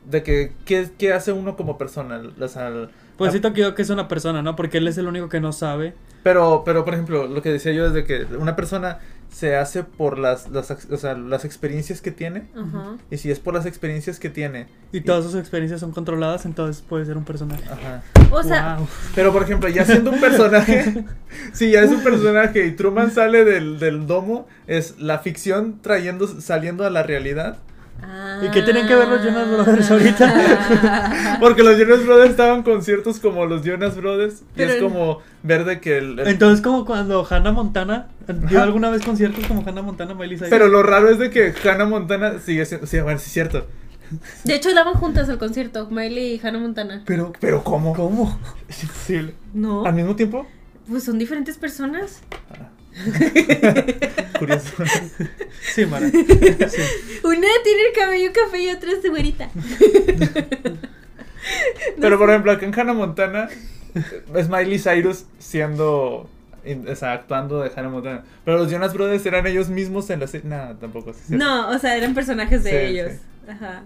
Speaker 2: de que ¿qué, qué hace uno como persona? O sea,
Speaker 3: Pues sí,
Speaker 2: la-
Speaker 3: Tokio que es una persona, ¿no? Porque él es el único que no sabe.
Speaker 2: pero, pero por ejemplo, lo que decía yo es de que una persona se hace por las, las, ac- o sea, las experiencias que tiene.
Speaker 1: Ajá.
Speaker 2: Y si es por las experiencias que tiene.
Speaker 3: Y todas sus experiencias son controladas, entonces puede ser un personaje.
Speaker 2: Ajá.
Speaker 1: O sea,
Speaker 3: Wow.
Speaker 2: Pero por ejemplo, ya siendo un personaje, si ya es un personaje y Truman sale del, del domo, es la ficción trayendo, saliendo a la realidad.
Speaker 1: ah.
Speaker 3: ¿Y qué tienen que ver los Jonas Brothers ahorita?
Speaker 2: Porque los Jonas Brothers estaban conciertos como los Jonas Brothers. Y
Speaker 1: Pero
Speaker 2: es
Speaker 1: el-
Speaker 2: como ver de que el. el-
Speaker 3: Entonces, como cuando Hannah Montana dio alguna vez conciertos como Hannah Montana, Miley Cyrus.
Speaker 2: pero lo raro es de que Hannah Montana sigue siendo. Sí, bueno, sí es cierto.
Speaker 1: De hecho, daban juntas al concierto, Miley y Hannah Montana.
Speaker 2: Pero, pero ¿cómo? ¿Cómo? Es imposible.
Speaker 1: No,
Speaker 2: ¿Al mismo tiempo?
Speaker 1: pues son diferentes personas.
Speaker 2: Curioso.
Speaker 3: Sí, Mara.
Speaker 1: Una tiene el cabello café y otra es güerita.
Speaker 2: pero por ejemplo, acá en Hannah Montana eh, es Miley Cyrus siendo. in- O sea, actuando de Hannah Montana. Pero los Jonas Brothers eran ellos mismos en la serie. Nada, tampoco. sí es cierto.
Speaker 1: No, o sea, eran personajes de
Speaker 2: Sí,
Speaker 1: ellos.
Speaker 2: sí.
Speaker 1: Ajá.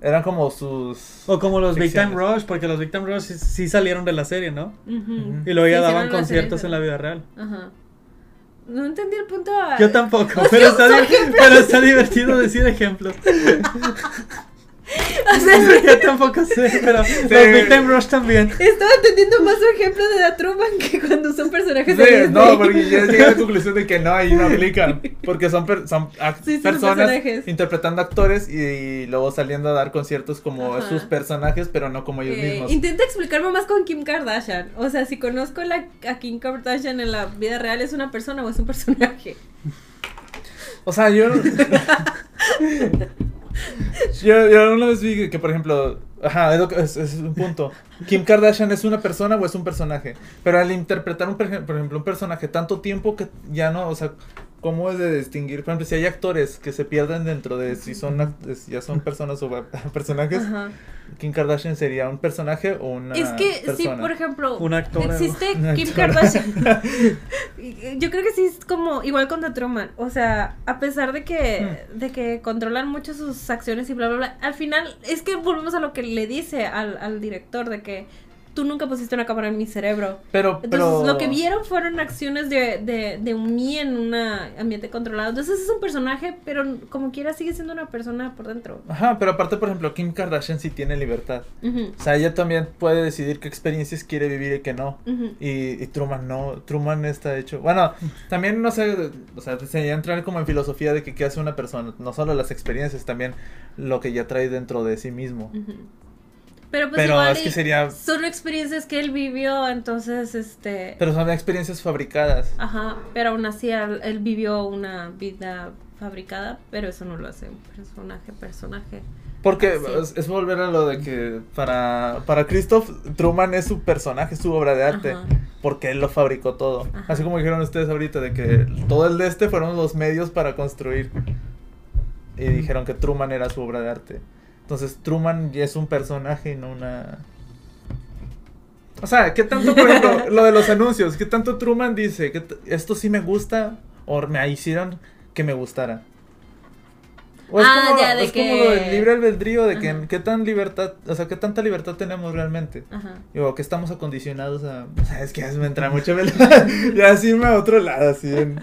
Speaker 2: Eran como sus.
Speaker 3: O como los Big Time
Speaker 2: Ficciones.
Speaker 3: Rush, porque los Big Time Rush sí, sí salieron de la serie, ¿no?
Speaker 1: Ujú.
Speaker 3: Y luego ya
Speaker 1: Sí, hicieron
Speaker 3: daban
Speaker 1: la serie,
Speaker 3: conciertos en la vida real.
Speaker 1: Ajá. No entendí el punto. a-
Speaker 3: Yo tampoco,
Speaker 1: O sea,
Speaker 3: pero está,
Speaker 1: son
Speaker 3: di- pero está divertido decir ejemplos.
Speaker 1: O sea,
Speaker 3: Yo tampoco sé, pero los Big Time Rush también.
Speaker 1: estaba entendiendo más su ejemplo de la Truman que cuando son personajes de
Speaker 2: Sí,
Speaker 1: Disney.
Speaker 2: no, porque ya llegué a la conclusión de que no, ahí no aplican. Porque son, per- son ac-
Speaker 1: Sí, son
Speaker 2: personas
Speaker 1: personajes.
Speaker 2: interpretando actores y, luego saliendo a dar conciertos como
Speaker 1: Ajá.
Speaker 2: sus personajes, pero no como ellos
Speaker 1: Eh,
Speaker 2: mismos.
Speaker 1: intenta explicarme más con Kim Kardashian. O sea, si conozco la- a Kim Kardashian en la vida real, ¿es una persona o es un personaje?
Speaker 2: O sea, yo. yo, yo una vez vi que, que, por ejemplo. Ajá, es, lo que- es- es un punto. Kim Kardashian es una persona o es un personaje. Pero al interpretar, un, perje- por ejemplo, un personaje tanto tiempo que ya no. O sea, ¿cómo es de distinguir? Por ejemplo, si hay actores que se pierden dentro de si son act- si ya son personas o va- personajes,
Speaker 1: Ajá.
Speaker 2: Kim Kardashian sería un personaje o una.
Speaker 1: Es que sí,
Speaker 2: persona?
Speaker 1: por ejemplo,
Speaker 3: Una actora,
Speaker 1: existe
Speaker 2: Una
Speaker 1: Kim
Speaker 2: actora.
Speaker 1: Kardashian. Yo creo que sí es como igual con The Truman. O sea, a pesar de que,
Speaker 2: Hmm.
Speaker 1: de que controlan mucho sus acciones y bla, bla, bla, al final es que volvemos a lo que le dice al, al director de que tú nunca pusiste una cámara en mi cerebro.
Speaker 2: Pero,
Speaker 1: Entonces,
Speaker 2: pero...
Speaker 1: lo que vieron fueron acciones de, de, de un mí en un ambiente controlado. Entonces, es un personaje, pero como quiera sigue siendo una persona por dentro.
Speaker 2: Ajá, pero aparte, por ejemplo, Kim Kardashian sí tiene libertad.
Speaker 1: Ujú,
Speaker 2: O sea, ella también puede decidir qué experiencias quiere vivir y qué no.
Speaker 1: ujú.
Speaker 2: Y, y Truman no, Truman está hecho. Bueno, también no sé, o sea, sería entrar como en filosofía de que qué hace una persona, no solo las experiencias, también lo que ya trae dentro de sí mismo.
Speaker 1: Ujú. Pero pues
Speaker 2: Pero
Speaker 1: igual
Speaker 2: es que
Speaker 1: y
Speaker 2: sería,
Speaker 1: son experiencias que él vivió, entonces este...
Speaker 2: pero son experiencias fabricadas.
Speaker 1: Ajá, pero aún así él, él vivió una vida fabricada, pero eso no lo hace un personaje, personaje. Ah,
Speaker 2: Porque
Speaker 1: Sí.
Speaker 2: es, es volver a lo de que para, para Christoph, Truman es su personaje, es su obra de arte.
Speaker 1: Ajá.
Speaker 2: Porque él lo fabricó todo.
Speaker 1: Ajá.
Speaker 2: Así como dijeron ustedes ahorita, de que todo el de este fueron los medios para construir. Y dijeron que Truman era su obra de arte. Entonces Truman ya es un personaje y no una... O sea, ¿qué tanto, por ejemplo, lo de los anuncios? ¿Qué tanto Truman dice? que t- ¿Esto sí me gusta? ¿O me hicieron que me gustara? O es
Speaker 1: Ah,
Speaker 2: como,
Speaker 1: ya, de
Speaker 2: es como lo del
Speaker 1: que-
Speaker 2: libre albedrío, de que
Speaker 1: Ajá.
Speaker 2: qué tan libertad, o sea, qué tanta libertad tenemos realmente.
Speaker 1: Ajá.
Speaker 2: Digo, que estamos acondicionados a. o sea, Es que ya se me entra mucho. ¿verdad? ya así irme a otro lado, así. En...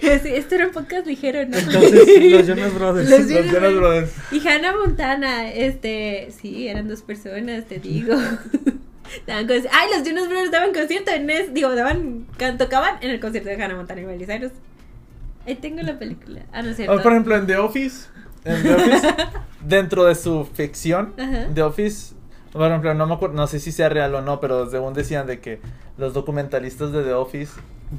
Speaker 1: Sí, este era un podcast ligero, ¿no?
Speaker 3: Entonces, los Jonas Brothers.
Speaker 1: Los
Speaker 2: Los
Speaker 1: Jonas
Speaker 2: Jonas
Speaker 1: Brothers.
Speaker 2: Brothers.
Speaker 1: Y Hannah Montana, este, sí, eran dos personas, te digo. Daban conci- Ay, los Jonas Brothers daban concierto en es, digo, daban, can- tocaban en el concierto de Hannah Montana y Miley Cyrus. Ahí tengo la película. Ah, no es cierto.
Speaker 2: O, Oh, por ejemplo, en The Office. En The Office. dentro de su ficción.
Speaker 1: Ajá.
Speaker 2: The Office. Por ejemplo, no me acuerdo. No sé si sea real o no, pero según decían de que los documentalistas de The Office.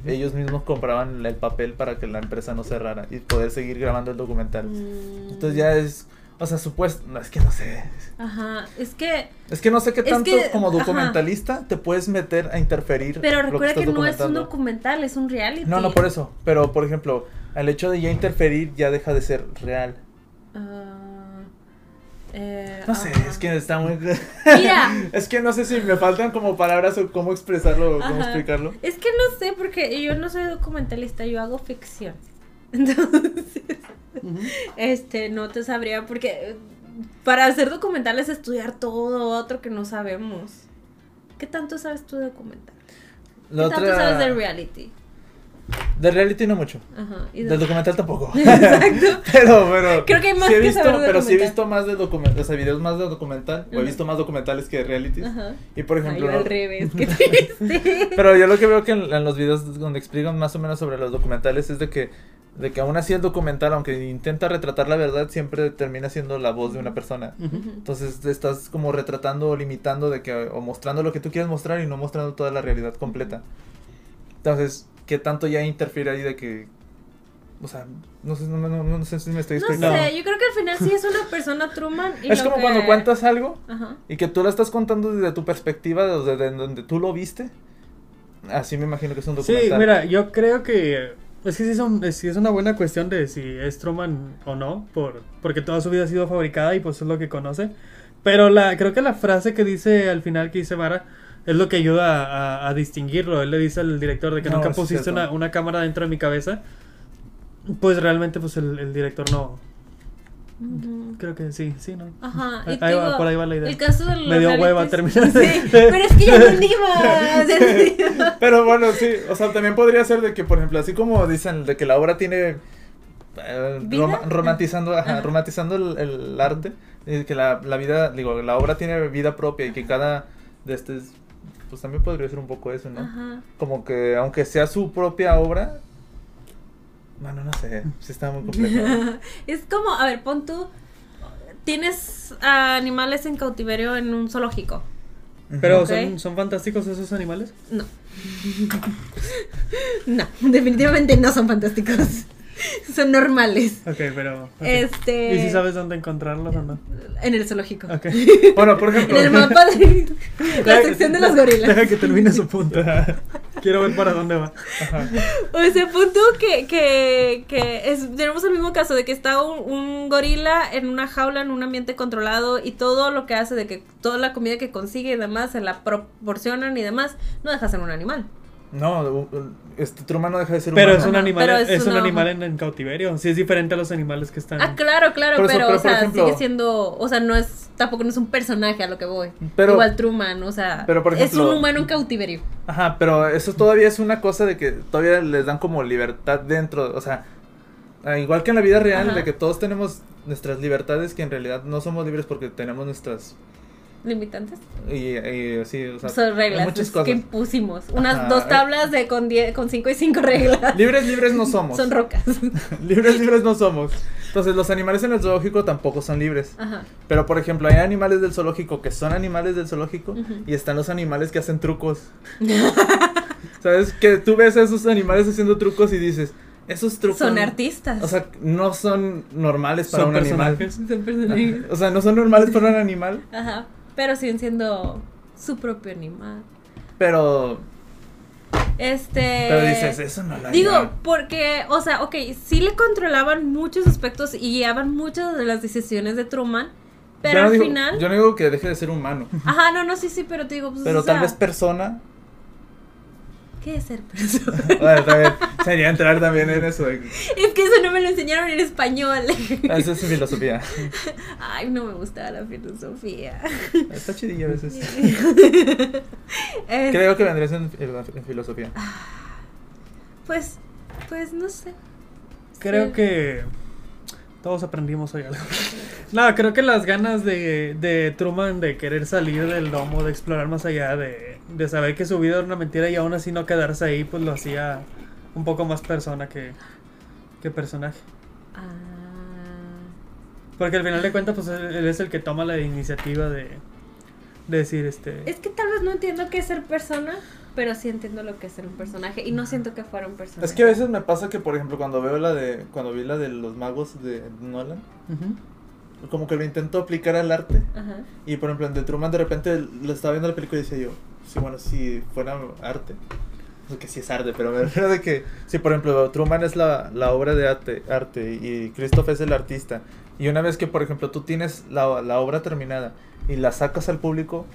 Speaker 2: Ellos mismos compraban el papel para que la empresa no cerrara y poder seguir grabando el documental.
Speaker 1: Mm.
Speaker 2: Entonces ya es. O sea, supuesto. No, es que no sé.
Speaker 1: Ajá, es que,
Speaker 2: Es que no sé qué
Speaker 1: Es
Speaker 2: tanto
Speaker 1: que-
Speaker 2: como
Speaker 1: ajá.
Speaker 2: documentalista te puedes meter a interferir.
Speaker 1: pero
Speaker 2: lo
Speaker 1: recuerda
Speaker 2: estás
Speaker 1: que no es un
Speaker 2: documentando.
Speaker 1: documental, es un reality.
Speaker 2: No, no por eso. Pero por ejemplo, el hecho de ya interferir ya deja de ser real.
Speaker 1: Ah, eh,
Speaker 2: No sé,
Speaker 1: ajá.
Speaker 2: es que está muy.
Speaker 1: Mira.
Speaker 2: es que no sé si me faltan como palabras o cómo expresarlo o cómo
Speaker 1: Ajá.
Speaker 2: explicarlo.
Speaker 1: Es que no sé, porque yo no soy documentalista, yo hago ficción. Entonces,
Speaker 3: Ujú.
Speaker 1: este, no te sabría, porque eh, para hacer documentales estudiar todo otro que no sabemos. ¿Qué tanto sabes tú de documental? ¿Qué
Speaker 2: La
Speaker 1: tanto
Speaker 2: otra-
Speaker 1: sabes de reality?
Speaker 2: de reality no mucho.
Speaker 1: Ajá. y de-
Speaker 2: Del documental tampoco.
Speaker 1: Exacto.
Speaker 2: pero, pero.
Speaker 1: Creo que hay más
Speaker 2: sí he
Speaker 1: que
Speaker 2: visto,
Speaker 1: saber de
Speaker 2: Pero sí he
Speaker 1: documental.
Speaker 2: visto más de documental. O sea, videos más de documental. O he
Speaker 1: Ajá.
Speaker 2: visto más documentales que de reality.
Speaker 1: Ajá.
Speaker 2: Y por
Speaker 1: Ay,
Speaker 2: ejemplo.
Speaker 1: yo
Speaker 2: ¿no?
Speaker 1: al revés, qué triste.
Speaker 2: Pero yo lo que veo que en, en los videos donde explican más o menos sobre los documentales es de que, de que aún así el documental, aunque intenta retratar la verdad, siempre termina siendo la voz de una persona.
Speaker 3: Ujú.
Speaker 1: Ujú.
Speaker 2: Entonces te estás como retratando o limitando de que, o mostrando lo que tú quieres mostrar y no mostrando toda la realidad completa. Entonces, ¿qué tanto ya interfiere ahí de que... O sea, no sé, no, no- no- no sé si me estoy
Speaker 1: No
Speaker 2: explicando.
Speaker 1: sé, yo creo que al final sí es una persona Truman. Y
Speaker 2: Es
Speaker 1: lo
Speaker 2: como
Speaker 1: que-
Speaker 2: cuando cuentas algo
Speaker 1: Ajá.
Speaker 2: y que tú lo estás contando desde tu perspectiva, desde desde donde tú lo viste. Así me imagino que es un
Speaker 3: Sí,
Speaker 2: documental.
Speaker 3: mira, yo creo que es que sí es, un- sí es una buena cuestión de si es Truman o no, por, porque toda su vida ha sido fabricada y pues es lo que conoce. Pero la, creo que la frase que dice al final que dice Mara es lo que ayuda a, a distinguirlo. Él le dice al director de que
Speaker 2: No,
Speaker 3: nunca
Speaker 2: es
Speaker 3: pusiste
Speaker 2: cierto.
Speaker 3: una, una cámara dentro de mi cabeza. Pues realmente pues el, el director no.
Speaker 1: Ujú.
Speaker 3: Creo que sí, sí, ¿no?
Speaker 1: Ajá, y
Speaker 3: Ahí
Speaker 1: te
Speaker 3: va,
Speaker 1: digo,
Speaker 3: por ahí va la idea.
Speaker 1: El caso de los
Speaker 3: Me dio hueva
Speaker 1: realities-
Speaker 3: terminar de-
Speaker 1: Sí, pero es que ya no iba. o sea, Ah, sí.
Speaker 2: Pero bueno, sí, o sea, también podría ser de que, por ejemplo, así como dicen de que la obra tiene eh,
Speaker 1: ¿Vida?
Speaker 2: roma- romantizando, ajá,
Speaker 1: Ajá.
Speaker 2: romantizando el, el arte, eh, que la, la vida, digo, la obra tiene vida propia y que cada de este es- pues también podría ser un poco eso, ¿no?
Speaker 1: Ajá.
Speaker 2: Como que aunque sea su propia obra, bueno, no sé, sí está muy complejo.
Speaker 1: es como, a ver, pon tú, tienes a animales en cautiverio en un zoológico.
Speaker 3: Pero
Speaker 1: Ok.
Speaker 3: ¿son, son fantásticos esos animales.
Speaker 1: No. no, definitivamente no son fantásticos. Son normales.
Speaker 3: Ok, pero... ok.
Speaker 1: Este.
Speaker 3: ¿Y si sabes dónde encontrarlos o no?
Speaker 1: En el zoológico.
Speaker 3: Ok.
Speaker 2: bueno, por ejemplo,
Speaker 1: En el mapa de la sección de los gorilas.
Speaker 3: Deja que termine su punto. Quiero ver para dónde va.
Speaker 1: O sea, punto que, que, que es, tenemos el mismo caso de que está un, un gorila en una jaula, en un ambiente controlado y todo lo que hace de que toda la comida que consigue y demás se la proporcionan y demás, no deja ser un animal.
Speaker 2: No, u- u- este Truman no deja de ser
Speaker 3: Pero
Speaker 2: humano.
Speaker 3: es un
Speaker 1: Ajá,
Speaker 3: animal,
Speaker 1: pero
Speaker 3: es,
Speaker 1: es
Speaker 3: un
Speaker 1: una-
Speaker 3: animal en, en cautiverio. Sí, es diferente a los animales que están.
Speaker 1: Ah, claro, claro,
Speaker 2: Por eso,
Speaker 1: pero,
Speaker 2: pero,
Speaker 1: o
Speaker 2: por
Speaker 1: sea,
Speaker 2: ejemplo-
Speaker 1: sigue siendo, o sea, no es, tampoco no es un personaje a lo que voy.
Speaker 2: Pero-
Speaker 1: Igual Truman, o sea,
Speaker 2: pero, por
Speaker 1: es un
Speaker 2: ejemplo-
Speaker 1: humano en cautiverio.
Speaker 2: Ajá, pero eso todavía es una cosa de que todavía les dan como libertad dentro, o sea, ah, igual que en la vida real,
Speaker 1: Ajá.
Speaker 2: de que todos tenemos nuestras libertades que en realidad no somos libres porque tenemos nuestras...
Speaker 1: Limitantes.
Speaker 2: Y, y sí, o sea,
Speaker 1: Son reglas
Speaker 2: muchas
Speaker 1: que
Speaker 2: cosas.
Speaker 1: impusimos. Unas
Speaker 2: Ajá. eh.
Speaker 1: dos tablas de con, die- con cinco y cinco reglas.
Speaker 2: Libres, libres no somos.
Speaker 1: Son rocas.
Speaker 2: libres, libres no somos. Entonces, los animales en el zoológico tampoco son libres.
Speaker 1: Ajá.
Speaker 2: Pero, por ejemplo, hay animales del zoológico que son animales del zoológico
Speaker 1: Ujú.
Speaker 2: y están los animales que hacen trucos. ¿Sabes? Que tú ves a esos animales haciendo trucos y dices, esos trucos...
Speaker 1: Son artistas.
Speaker 2: O sea, no son normales para
Speaker 3: son
Speaker 2: un animal.
Speaker 3: personajes.
Speaker 1: son personajes.
Speaker 2: O sea, no son normales para un animal,
Speaker 1: Ajá. Pero siguen siendo su propio animal.
Speaker 2: pero,
Speaker 1: Este.
Speaker 2: pero dices, eso no lo
Speaker 1: Digo,
Speaker 2: harían".
Speaker 1: porque, o sea, ok, sí le controlaban muchos aspectos y guiaban muchas de las decisiones de Truman, pero
Speaker 2: Yo no
Speaker 1: al
Speaker 2: digo-
Speaker 1: final...
Speaker 2: Yo no digo que deje de ser humano,
Speaker 1: Ajá, no, no, sí, sí, pero te digo, pues,
Speaker 2: pero
Speaker 1: o
Speaker 2: tal
Speaker 1: sea,
Speaker 2: vez persona.
Speaker 1: ¿qué es ser persona?
Speaker 2: Bueno, también, sería entrar también en eso. de-
Speaker 1: es que eso no me lo enseñaron en español.
Speaker 2: Eso es filosofía.
Speaker 1: Ay, no me gustaba la filosofía.
Speaker 2: Está chidillo a veces.
Speaker 1: Eh,
Speaker 2: Creo que vendrías en, en- en filosofía.
Speaker 1: pues, pues, no sé.
Speaker 3: Creo
Speaker 1: Sí.
Speaker 3: que todos aprendimos hoy algo. No, creo que las ganas de, de Truman de querer salir del domo, de explorar más allá, de, de saber que su vida era una mentira y aún así no quedarse ahí, pues lo hacía un poco más persona que, que personaje.
Speaker 1: Ah,
Speaker 3: Porque al final de cuentas, pues él, él es el que toma la iniciativa de, de decir, este...
Speaker 1: es que tal vez no entiendo qué es ser persona, pero sí entiendo lo que es ser un personaje y no siento que fuera un personaje.
Speaker 2: Es que a veces me pasa que, por ejemplo, cuando veo la de, cuando vi la de los magos de Nolan,
Speaker 3: Ujú.
Speaker 2: como que lo intento aplicar al arte.
Speaker 1: Ajá.
Speaker 2: Y por ejemplo, en The Truman de repente lo estaba viendo la película y decía yo, sí, bueno, si fuera arte, no sé que sí es arte, pero me refiero de que, si por ejemplo Truman es la, la obra de arte, arte y Christoph es el artista, y una vez que por ejemplo tú tienes la, la obra terminada y la sacas al público,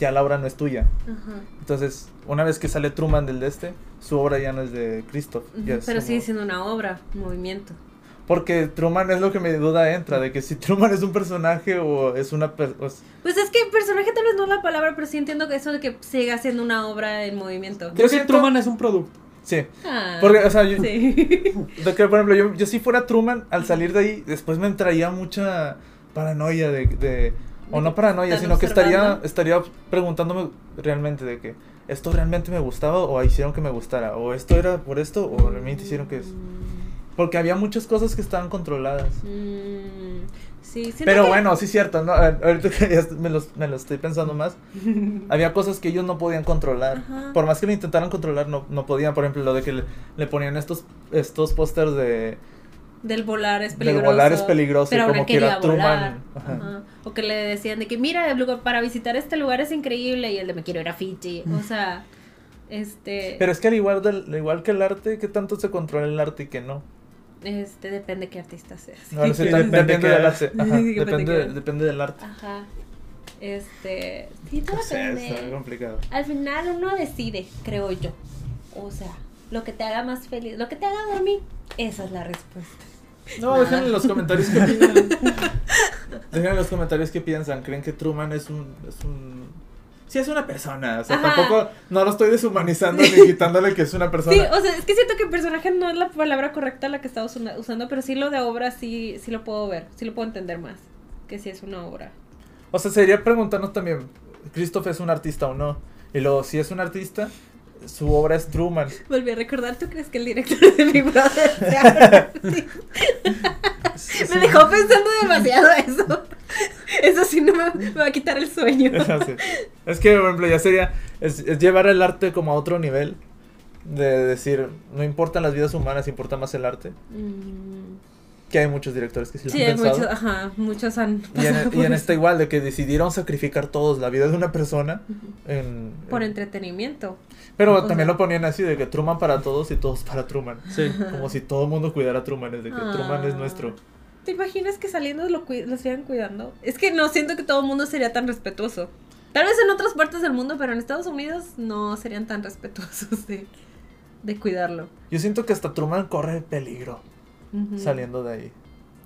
Speaker 2: ya la obra no es tuya.
Speaker 1: Ajá.
Speaker 2: Entonces, una vez que sale Truman del de este, su obra ya no es de Christoph.
Speaker 1: Ujú,
Speaker 2: ya es
Speaker 1: Pero
Speaker 2: como-
Speaker 1: sigue siendo una obra, movimiento.
Speaker 2: Porque Truman es lo que mi duda entra, de que si Truman es un personaje o es una... per- o es-
Speaker 1: Pues es que personaje tal vez no es la palabra, pero sí entiendo que eso de que siga siendo una obra en movimiento.
Speaker 3: Creo que
Speaker 2: siento-
Speaker 3: Truman es un producto.
Speaker 2: sí,
Speaker 1: Ah,
Speaker 2: porque, o sea, yo-
Speaker 1: sí.
Speaker 2: De que, por ejemplo, yo, yo si fuera Truman, al salir de ahí, después me entraría mucha paranoia de... de- o no paranoia,
Speaker 1: Están
Speaker 2: sino que estaría,
Speaker 1: observando.
Speaker 2: estaría preguntándome realmente de que esto realmente me gustaba o hicieron que me gustara. O esto era por esto o realmente hicieron que... es-
Speaker 1: Mm,
Speaker 2: Porque había muchas cosas que estaban controladas.
Speaker 1: mm, sí, siento
Speaker 2: Pero
Speaker 1: que-
Speaker 2: bueno, sí es cierto, ¿no? A- ahorita que ya me lo me los estoy pensando más. Había cosas que ellos no podían controlar.
Speaker 1: Ajá.
Speaker 2: Por más que lo intentaran controlar, no, no podían. Por ejemplo, lo de que le, le ponían estos, estos pósters de,
Speaker 1: Eh. Del volar es
Speaker 2: Del
Speaker 1: peligroso.
Speaker 2: volar es peligroso,
Speaker 1: Pero
Speaker 2: como
Speaker 1: ahora
Speaker 2: quiera
Speaker 1: quería volar.
Speaker 2: Truman, ajá.
Speaker 1: Ajá. O que le decían de que, mira, el lugar- para visitar este lugar es increíble y el de me quiero ir a Fiji. O sea, este,
Speaker 2: Pero es que al igual, del, al igual que el arte, ¿qué tanto se controla el arte y qué no?
Speaker 1: este depende qué artista seas.
Speaker 2: Ahora sí,
Speaker 3: sí,
Speaker 2: tam-
Speaker 3: depende
Speaker 2: depende,
Speaker 3: que-
Speaker 2: del arte. Ajá,
Speaker 1: Sí, depende
Speaker 2: depende,
Speaker 1: que-
Speaker 2: depende del arte.
Speaker 1: Ajá. Este, sí, todo
Speaker 2: O sea,
Speaker 1: depende.
Speaker 2: está complicado.
Speaker 1: Al final uno decide, creo yo. O sea, lo que te haga más feliz, lo que te haga dormir, esa es la respuesta.
Speaker 2: No, déjenme en los comentarios qué piensan. Déjenme en los comentarios qué piensan. ¿Creen que Truman es un. Es un... Sí, es una persona. O sea,
Speaker 1: Ajá.
Speaker 2: tampoco. No lo estoy deshumanizando ni quitándole que es una persona.
Speaker 1: Sí, o sea, es que siento que personaje no es la palabra correcta la que estamos una- usando, pero sí lo de obra sí, sí lo puedo ver, sí lo puedo entender más, que sí es una obra.
Speaker 2: O sea, sería preguntarnos también, ¿Christoph es un artista o no? Y luego, si es un artista, su obra es Truman.
Speaker 1: Volví a recordar, ¿tú crees que el director de mi Brother sea Brody? Me dejó pensando demasiado eso. Eso sí no me, me va a quitar el sueño.
Speaker 2: Es así. Es que, por ejemplo, ya sería, es, es llevar el arte como a otro nivel. De decir, no importan las vidas humanas, importa más el arte.
Speaker 1: Mm,
Speaker 2: Que hay muchos directores que sí lo
Speaker 1: Sí, hay
Speaker 2: han pensado.
Speaker 1: muchos, ajá, muchos han
Speaker 2: Y en,
Speaker 1: pasado
Speaker 2: y
Speaker 1: por
Speaker 2: en
Speaker 1: eso.
Speaker 2: esta igual, de que decidieron sacrificar todos la vida de una persona. en-
Speaker 1: por
Speaker 2: en-
Speaker 1: entretenimiento.
Speaker 2: pero
Speaker 1: o
Speaker 2: también
Speaker 1: sea.
Speaker 2: lo ponían así, de que Truman para todos y todos para Truman.
Speaker 3: Sí.
Speaker 2: Como si todo el mundo cuidara a Truman, es de que Truman es
Speaker 1: Ah.
Speaker 2: nuestro.
Speaker 1: ¿Te imaginas que saliendo lo, cui- lo sigan cuidando? Es que no siento que todo el mundo sería tan respetuoso. Tal vez en otras partes del mundo, pero en Estados Unidos no serían tan respetuosos de, de cuidarlo.
Speaker 2: Yo siento que hasta Truman corre peligro
Speaker 1: Ujú.
Speaker 2: saliendo de ahí.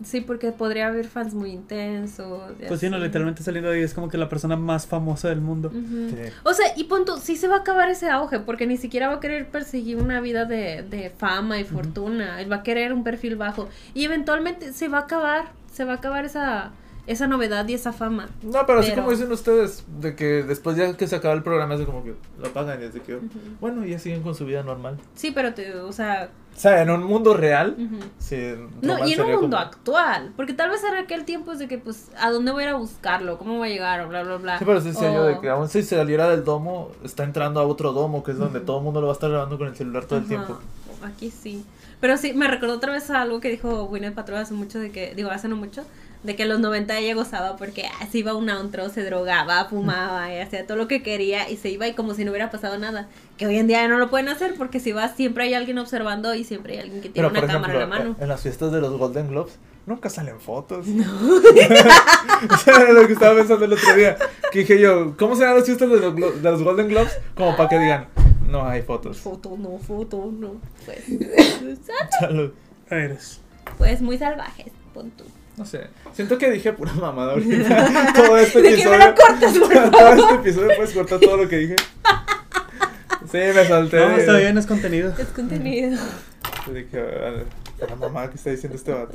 Speaker 1: Sí, porque podría haber fans muy intensos. y
Speaker 3: Pues sí, no,
Speaker 1: así.
Speaker 3: literalmente saliendo de ahí es como que la persona más famosa del mundo.
Speaker 1: Ujú.
Speaker 2: Sí.
Speaker 1: O sea, y punto, sí se va a acabar ese auge, porque ni siquiera va a querer perseguir una vida de, de fama y fortuna, él va a querer un perfil bajo. Y eventualmente se va a acabar, se va a acabar esa, esa novedad y esa fama.
Speaker 2: No, pero así
Speaker 1: Pero-
Speaker 2: como dicen ustedes, de que después ya que se acaba el programa, es como que lo apagan y así que,
Speaker 1: Ujú.
Speaker 2: bueno, ya siguen con su vida normal.
Speaker 1: Sí, pero te, o sea...
Speaker 2: O sea, en un mundo real,
Speaker 1: ujú.
Speaker 2: sí.
Speaker 1: Mm. No,
Speaker 2: Truman
Speaker 1: y en un
Speaker 2: sería
Speaker 1: mundo
Speaker 2: como-
Speaker 1: actual, porque tal vez en aquel tiempo es de que, pues, ¿a dónde voy a ir a buscarlo? ¿Cómo voy a llegar? O bla, bla, bla.
Speaker 2: Sí, pero sí decía yo de
Speaker 1: O-
Speaker 2: que aún si saliera del domo, está entrando a otro domo, que es donde todo el mundo lo va a estar grabando con el celular todo el
Speaker 1: Ajá,
Speaker 2: tiempo.
Speaker 1: Aquí sí. Pero sí, me recordó otra vez a algo que dijo Winnet Patrol hace mucho, de que, digo, hace no mucho, de que en los 90 ella gozaba porque así iba a un antro, se drogaba, fumaba, y hacía todo lo que quería y se iba y como si no hubiera pasado nada. Que hoy en día ya no lo pueden hacer porque si vas siempre hay alguien observando y siempre hay alguien que tiene
Speaker 2: Pero,
Speaker 1: una
Speaker 2: por
Speaker 1: cámara
Speaker 2: ejemplo, eh,
Speaker 1: en la mano.
Speaker 2: en las fiestas de los Golden Globes, nunca salen fotos. Eso era lo que estaba pensando el otro día. Que dije yo, ¿cómo serán las fiestas de los, glo- de los Golden Globes? Como para que digan, no hay fotos.
Speaker 1: Foto, no, foto, no. Pues,
Speaker 2: Salud.
Speaker 1: Mm.
Speaker 3: Eres.
Speaker 1: pues muy salvajes, pon tú.
Speaker 2: No sé. Siento que dije pura mamada ahorita. todo este
Speaker 1: De que me lo
Speaker 2: episodio.
Speaker 1: cortes, por
Speaker 2: todo este episodio puedes cortar todo lo que dije. Sí, me salté.
Speaker 3: No, está bien, es contenido.
Speaker 1: Es contenido.
Speaker 2: Y Dije, "Vale, la mamá que está diciendo este vato.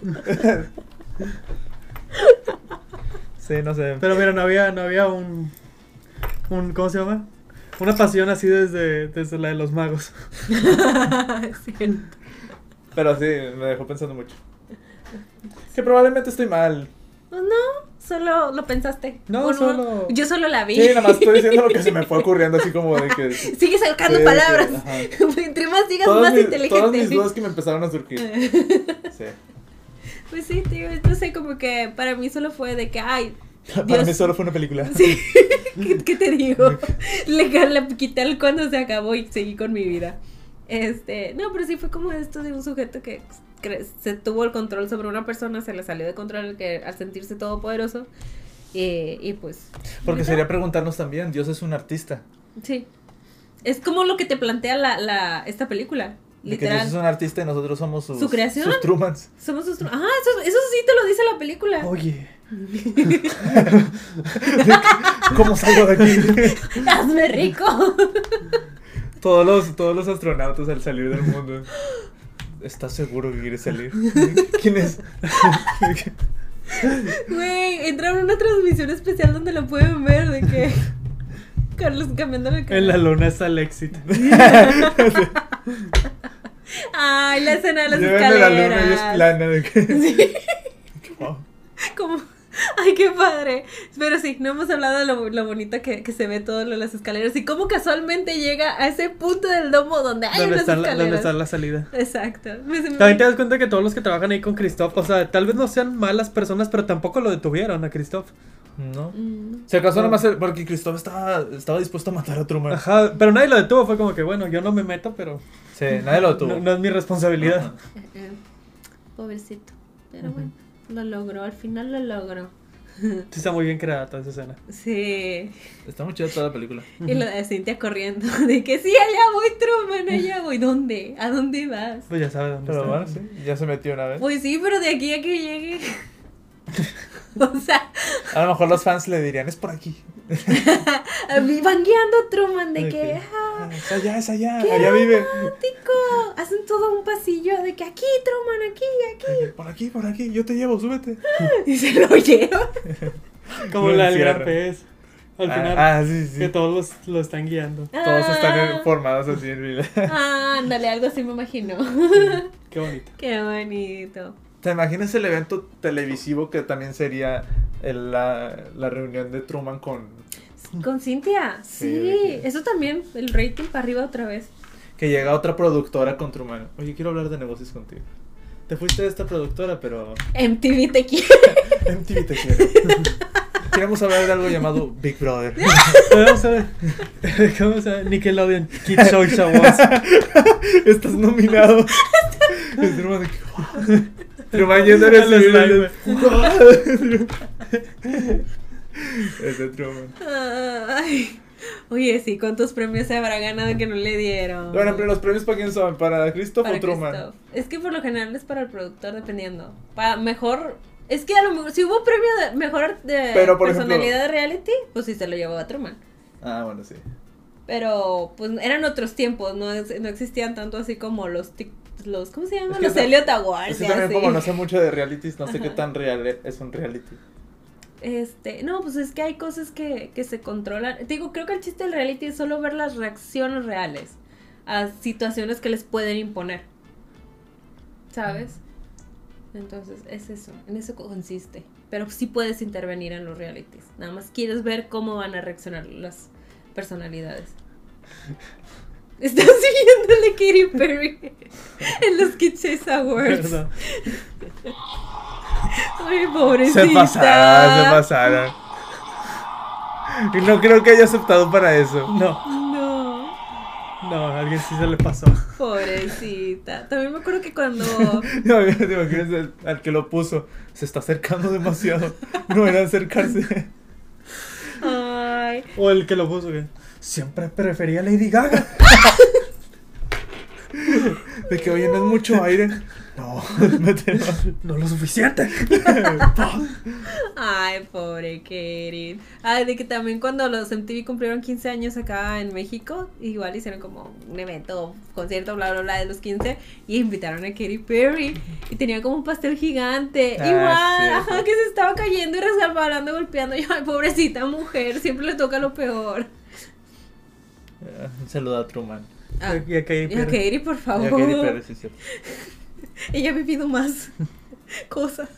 Speaker 2: sí, no sé.
Speaker 3: Pero mira, no había, no había un, un. ¿Cómo se llama? Una pasión así desde, desde la de los magos.
Speaker 1: Sí.
Speaker 2: Pero sí, me dejó pensando mucho. Que probablemente estoy mal.
Speaker 1: Pues no, solo lo pensaste.
Speaker 2: No,
Speaker 1: Uno-
Speaker 2: solo-
Speaker 1: Yo solo la vi.
Speaker 2: Sí, nada más estoy diciendo lo que se me fue ocurriendo, así como de que.
Speaker 1: Sigues sacando
Speaker 2: Sí,
Speaker 1: palabras.
Speaker 2: sí, ajá.
Speaker 1: Entre más digas,
Speaker 2: Todas
Speaker 1: más
Speaker 2: mis- Todas mis
Speaker 1: inteligente.
Speaker 2: dudas que me empezaron a surgir. Sí.
Speaker 1: Pues sí, tío, no sé, como que para mí solo fue de que, ay,
Speaker 2: Para
Speaker 1: Dios.
Speaker 2: mí solo fue una película.
Speaker 1: sí, ¿qué, qué te digo? Le, le quité el cuando se acabó y seguí con mi vida. Este, no, pero sí fue como esto de un sujeto que cre- se tuvo el control sobre una persona, se le salió de control que, al sentirse todopoderoso. Y, y pues
Speaker 2: Porque sería preguntarnos también, Dios es un artista.
Speaker 1: Sí. Es como lo que te plantea la, la, esta película.
Speaker 2: De que ah. Dios es
Speaker 1: Literal.
Speaker 2: un artista y nosotros somos sus,
Speaker 1: ¿Su creación?
Speaker 2: sus Trumans.
Speaker 1: Somos sus... Ah, eso, eso sí te lo dice la película.
Speaker 3: Oye.
Speaker 2: ¿Cómo salgo de aquí?
Speaker 1: Hazme rico.
Speaker 2: todos, los, todos los astronautas al salir del mundo. ¿Estás seguro que quieres salir? ¿Quién es?
Speaker 1: Güey, entraron a una transmisión especial donde la pueden ver de que... Carlos cambiando la cara.
Speaker 3: En la luna está el éxito.
Speaker 1: Ay, la escena de las
Speaker 2: Llévenme la
Speaker 1: escaleras.
Speaker 2: luna y es plana. De que...
Speaker 1: Sí,
Speaker 2: Wow.
Speaker 1: como... Ay, qué padre. Pero sí, no hemos hablado de lo, lo bonito que, que se ve todo lo de las escaleras y cómo casualmente llega a ese punto del domo donde hay
Speaker 3: ¿Dónde
Speaker 1: unas
Speaker 3: está, la,
Speaker 1: escaleras.
Speaker 3: ¿Dónde está la salida?
Speaker 1: Exacto. Me- se me-
Speaker 3: También te das cuenta que todos los que trabajan ahí con Christoph, o sea, tal vez no sean malas personas, pero tampoco lo detuvieron a Christoph.
Speaker 2: ¿No?
Speaker 1: Mm.
Speaker 2: Se acaso nomás el- porque Cristóbal estaba, estaba dispuesto a matar a Truman.
Speaker 3: Ajá, pero nadie lo detuvo, fue como que, bueno, yo no me meto, pero
Speaker 2: Sí, nadie lo tuvo.
Speaker 3: no, no es mi responsabilidad.
Speaker 2: Ajá.
Speaker 1: Eh, eh, Pobrecito. Pero
Speaker 3: Ujú.
Speaker 1: bueno, lo logró, al final lo logró.
Speaker 3: Sí está muy bien creada toda esa escena.
Speaker 1: Sí.
Speaker 2: Está muy chida toda la película.
Speaker 1: Y lo de Cintia corriendo, de que sí, allá voy, Truman, allá voy. ¿Dónde? ¿A dónde vas?
Speaker 3: Pues ya sabe dónde
Speaker 2: Pero
Speaker 3: está.
Speaker 2: bueno, sí, ya se metió una vez.
Speaker 1: Pues sí, pero de aquí a que llegue. O sea,
Speaker 2: A lo mejor los fans le dirían, es por aquí.
Speaker 1: a mí van guiando Truman de
Speaker 2: De
Speaker 1: que,
Speaker 2: que,
Speaker 1: ah,
Speaker 2: Ah, es allá, es allá,
Speaker 1: ¡Qué
Speaker 2: allá vive.
Speaker 1: romántico. Hacen todo un pasillo de que aquí, Truman, aquí, aquí.
Speaker 2: Por aquí, por aquí, yo te llevo, súbete.
Speaker 1: Y se lo llevan.
Speaker 3: Como
Speaker 2: Lo
Speaker 3: la del
Speaker 2: encierran.
Speaker 3: gran pez. Al
Speaker 2: Ah,
Speaker 3: final,
Speaker 2: Ah, sí, sí.
Speaker 3: que todos los, lo están guiando.
Speaker 2: Todos
Speaker 1: Ah,
Speaker 2: están formados así en fila.
Speaker 1: Ah, ándale, algo así me imagino.
Speaker 3: Qué bonito.
Speaker 1: Qué bonito.
Speaker 2: ¿Te imaginas el evento televisivo que también sería el- la, la reunión de Truman con...
Speaker 1: Con Cintia, sí.
Speaker 2: Sí, de que-
Speaker 1: Eso también, el rating para arriba otra vez.
Speaker 2: Que llega otra productora con Truman. Oye, quiero hablar de negocios contigo. Te fuiste de esta productora, pero
Speaker 1: MTV te quiere.
Speaker 2: MTV te quiere. Queremos hablar de algo llamado Big Brother.
Speaker 3: ¿Cómo se ¿Cómo se llama? Nickelodeon Kids Choice Awards.
Speaker 2: Estás nominado. Es Truman de que, "Wow". Truman yendo en el
Speaker 3: Al slime,
Speaker 2: slime. Es de Truman.
Speaker 1: Ay. Oye, sí, ¿cuántos premios se habrá ganado que no le dieron?
Speaker 2: Bueno, pero los premios para quién son, para Christoph
Speaker 1: Para
Speaker 2: o Truman.
Speaker 1: Christoph. Es que por lo general es para el productor, dependiendo. Para mejor. Es que a lo mejor. Si hubo premio de mejor ar- de
Speaker 2: Pero, por ejemplo-
Speaker 1: personalidad de reality, pues sí se lo llevó a Truman.
Speaker 2: Ah, bueno, sí.
Speaker 1: Pero, pues eran otros tiempos, no, es- no existían tanto así como los. tic- los ¿Cómo se llaman?
Speaker 2: Es que
Speaker 1: los
Speaker 2: ta-
Speaker 1: Elliot Awards.
Speaker 2: Es que
Speaker 1: y
Speaker 2: también
Speaker 1: así.
Speaker 2: como no sé mucho de realities, no sé qué tan real e- es un reality.
Speaker 1: Este, no, pues es que hay cosas que, que se controlan. Te digo, creo que el chiste del reality es solo ver las reacciones reales a situaciones que les pueden imponer. ¿Sabes? Entonces, es eso, en eso consiste. Pero sí puedes intervenir en los realities. Nada más quieres ver cómo van a reaccionar las personalidades. Estás siguiendo a Katy Perry en los Kids Awards.
Speaker 2: Perdón.
Speaker 1: Ay, pobrecita.
Speaker 2: Se pasaron, se pasaron. Y no creo que haya aceptado para eso.
Speaker 3: No,
Speaker 1: No.
Speaker 3: no, a alguien sí se le pasó.
Speaker 1: Pobrecita. También me acuerdo que cuando.
Speaker 2: Ya me- te imaginas al, al que lo puso. Se está acercando demasiado. No era acercarse.
Speaker 1: Ay.
Speaker 3: O el que lo puso, que siempre prefería a Lady Gaga.
Speaker 2: De que oye, no es mucho aire. No, mételo.
Speaker 3: No lo suficiente.
Speaker 1: Ay, pobre Kerin. Ay, de que también cuando los MTV cumplieron 15 años acá en México, igual hicieron como un evento, concierto, bla, bla, bla, de los 15, y invitaron a Katy Perry. Y tenía como un pastel gigante.
Speaker 2: Ah,
Speaker 1: igual,
Speaker 2: cierto.
Speaker 1: ajá, que se estaba cayendo y resbalando, golpeando. Y, ay, pobrecita mujer, siempre le toca lo peor.
Speaker 2: Eh, Un saludo a Truman.
Speaker 1: Ah,
Speaker 3: Y a Katy
Speaker 1: y a
Speaker 3: Perry.
Speaker 1: Katy, por
Speaker 2: Ya
Speaker 1: favor.
Speaker 2: que di perro, sí, es cierto.
Speaker 1: Ella ha vivido más cosas.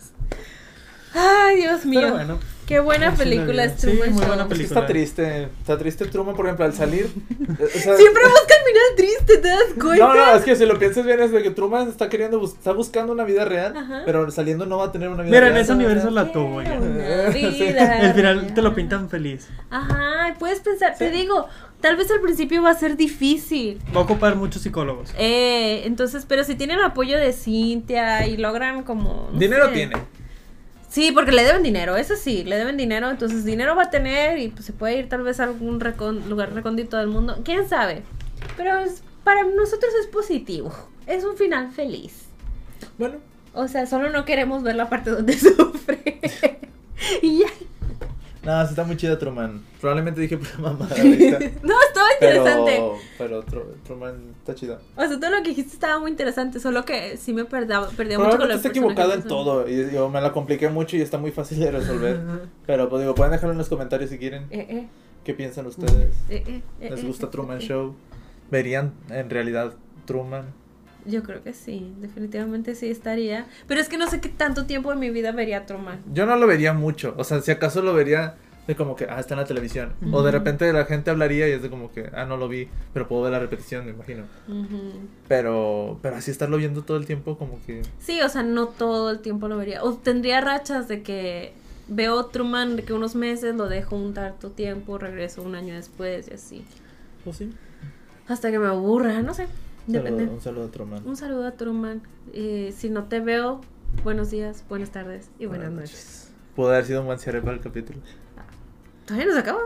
Speaker 1: Ay, Dios mío.
Speaker 3: Pero bueno,
Speaker 1: Qué buena
Speaker 3: Así la
Speaker 1: película
Speaker 3: vida.
Speaker 1: es
Speaker 3: Sí,
Speaker 1: Truman
Speaker 3: muy
Speaker 1: Show.
Speaker 3: buena
Speaker 2: Es que
Speaker 3: película.
Speaker 2: está triste. Está triste Truman, por ejemplo, al salir. eh, o sea-
Speaker 1: Siempre buscan mirar triste, ¿te das cuenta?
Speaker 2: No, no, es que si lo piensas bien es de que Truman está queriendo, bus- está buscando una vida real,
Speaker 1: Ajá.
Speaker 2: pero saliendo no va a tener una vida
Speaker 3: Mira, en
Speaker 2: real.
Speaker 3: ese universo la tuvo ya.
Speaker 1: Una
Speaker 2: Sí.
Speaker 1: vida
Speaker 3: el final te lo
Speaker 1: real.
Speaker 3: pintan feliz.
Speaker 1: Ajá, y puedes pensar, te
Speaker 2: Sí.
Speaker 1: digo, tal vez al principio va a ser difícil.
Speaker 3: Va a ocupar muchos psicólogos.
Speaker 1: Eh, entonces, pero si tienen apoyo de Cintia y logran como. no
Speaker 2: Dinero
Speaker 1: sé.
Speaker 2: tiene.
Speaker 1: Sí, porque le deben dinero, eso sí, le deben dinero, entonces dinero va a tener y pues, se puede ir tal vez a algún recon- lugar recóndito del mundo, quién sabe. Pero es- para nosotros es positivo, es un final feliz.
Speaker 2: Bueno,
Speaker 1: O sea, solo no queremos ver la parte donde sufre. y ya.
Speaker 2: nada, sí está muy chido Truman. Probablemente dije pura mamada ahorita.
Speaker 1: No, estaba interesante.
Speaker 2: pero, pero Tru- Truman está chido.
Speaker 1: O sea, todo lo que dijiste estaba muy interesante, solo que sí me perdaba, perdía mucho con
Speaker 2: Probablemente
Speaker 1: la
Speaker 2: está
Speaker 1: persona que
Speaker 2: equivocado en
Speaker 1: pasó.
Speaker 2: todo y yo me la compliqué mucho y está muy fácil de resolver. Pero pues digo, pueden dejarlo en los comentarios si quieren.
Speaker 1: Eh, eh,
Speaker 2: ¿Qué piensan ustedes?
Speaker 1: eh, eh, eh,
Speaker 2: ¿Les
Speaker 1: eh,
Speaker 2: gusta
Speaker 1: eh,
Speaker 2: Truman
Speaker 1: eh.
Speaker 2: Show? ¿Verían en realidad Truman?
Speaker 1: Yo creo que sí, definitivamente sí estaría. Pero es que no sé qué tanto tiempo de mi vida vería a Truman.
Speaker 2: Yo no lo vería mucho. O sea, si acaso lo vería de como que, ah, está en la televisión. O de repente la gente hablaría y es de como que, ah, no lo vi, pero puedo ver la repetición, me imagino.
Speaker 1: Ujú.
Speaker 2: Pero, pero así estarlo viendo todo el tiempo, como que.
Speaker 1: Sí, o sea, no todo el tiempo lo vería. O tendría rachas de que veo Truman de que unos meses, lo dejo un tanto tiempo, regreso un año después y así.
Speaker 2: Pues sí.
Speaker 1: Hasta que me aburra, no sé. Depende.
Speaker 2: un saludo a Truman.
Speaker 1: Un saludo a Truman. Eh, si no te veo, buenos días, buenas tardes y buenas, noches.
Speaker 2: Pudo haber sido un buen cierre para el capítulo.
Speaker 1: ¿Todavía nos acaba?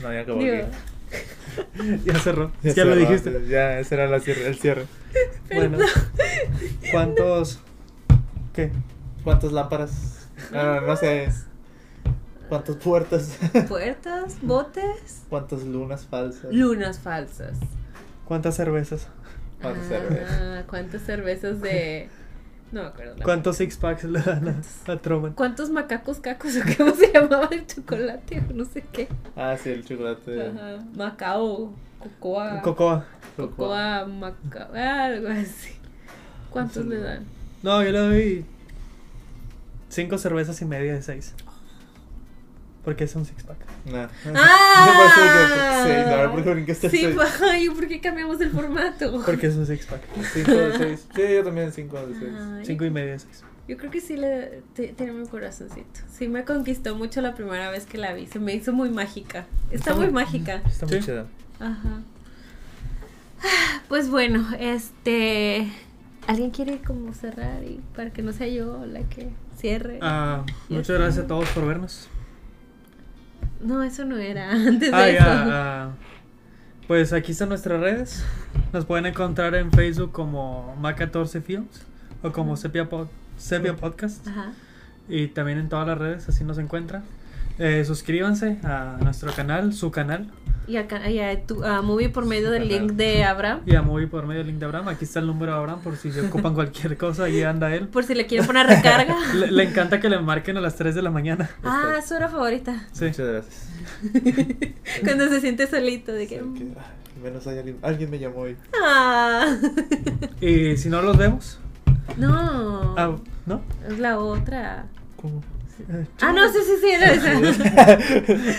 Speaker 2: No, ya acabó.
Speaker 1: Digo,
Speaker 2: aquí.
Speaker 3: Ya cerró.
Speaker 2: Ya
Speaker 3: Ya, lo
Speaker 2: cerró,
Speaker 3: dijiste.
Speaker 2: Ya, ese era la cierre, el cierre.
Speaker 3: Bueno, ¿cuántos? ¿Qué?
Speaker 2: ¿Cuántas lámparas? Ah, No, no, no sé. ¿Cuántas puertas?
Speaker 1: Puertas, botes,
Speaker 2: ¿Cuántas lunas falsas?
Speaker 1: lunas falsas.
Speaker 3: ¿Cuántas cervezas?
Speaker 2: ¿Cuántas
Speaker 1: Ah,
Speaker 2: cervezas?
Speaker 1: ¿Cuántas cervezas de.? No me acuerdo. la
Speaker 3: ¿Cuántos six packs le dan a, a Truman?
Speaker 1: ¿Cuántos macacos cacos o cómo se llamaba el chocolate o no sé qué?
Speaker 2: Ah, sí, el chocolate.
Speaker 1: Ajá. Macao, cocoa,
Speaker 3: Cocoa.
Speaker 1: cocoa, macao, algo así. ¿Cuántos le dan?
Speaker 3: No, yo le doy cinco cervezas y media de seis. Porque es un six pack.
Speaker 2: No.
Speaker 1: ¡Ah!
Speaker 2: Yo por eso dije, seis, ahora por qué brinqué hasta el
Speaker 1: Sí,
Speaker 2: seis.
Speaker 1: ay, ¿por qué cambiamos el formato?
Speaker 3: Porque es un six pack.
Speaker 2: Cinco de seis. Sí, yo también cinco de seis.
Speaker 1: Ay,
Speaker 3: Cinco y media de seis.
Speaker 1: Yo creo que sí le te- tiene mi corazoncito. Sí me conquistó mucho la primera vez que la vi. Se me hizo muy mágica. Está,
Speaker 3: Está
Speaker 1: muy,
Speaker 3: muy-
Speaker 1: mágica.
Speaker 2: Está muy
Speaker 3: Sí.
Speaker 2: chido.
Speaker 1: Ajá. Ah, Pues bueno, este ¿alguien quiere como cerrar y este. para que no sea yo la que cierre?
Speaker 3: Ah, muchas gracias a todos por vernos.
Speaker 1: No, eso no era antes de
Speaker 3: Ah,
Speaker 1: eso.
Speaker 3: ya, ah. Pues aquí están nuestras redes. Nos pueden encontrar en Facebook como Mac14 Films o como Sepia, Pod- Sepia Podcast.
Speaker 1: Ajá.
Speaker 3: Y también en todas las redes, así nos encuentran. Eh, suscríbanse a nuestro canal, su canal,
Speaker 1: Y acá, y a, tu- a Movie por medio del
Speaker 2: Ajá.
Speaker 1: link de Abraham.
Speaker 3: y a Movie por medio del link de Abraham. Aquí está el número de Abraham por si se ocupan cualquier cosa, ahí anda él.
Speaker 1: Por si le quieren poner recarga.
Speaker 3: Le, le encanta que le marquen a las 3 de la mañana.
Speaker 1: ah, su hora favorita.
Speaker 3: Sí.
Speaker 2: Muchas gracias.
Speaker 1: Cuando se siente solito. De
Speaker 2: Sí,
Speaker 1: que,
Speaker 2: que, ah, menos hay alguien, alguien me llamó hoy.
Speaker 1: Ah.
Speaker 3: Y si no los vemos,
Speaker 1: no.
Speaker 3: ah, ¿no?
Speaker 1: Es la otra.
Speaker 2: ¿Cómo?
Speaker 3: Eh,
Speaker 1: Ah, no, sí, sí, sí, era esa.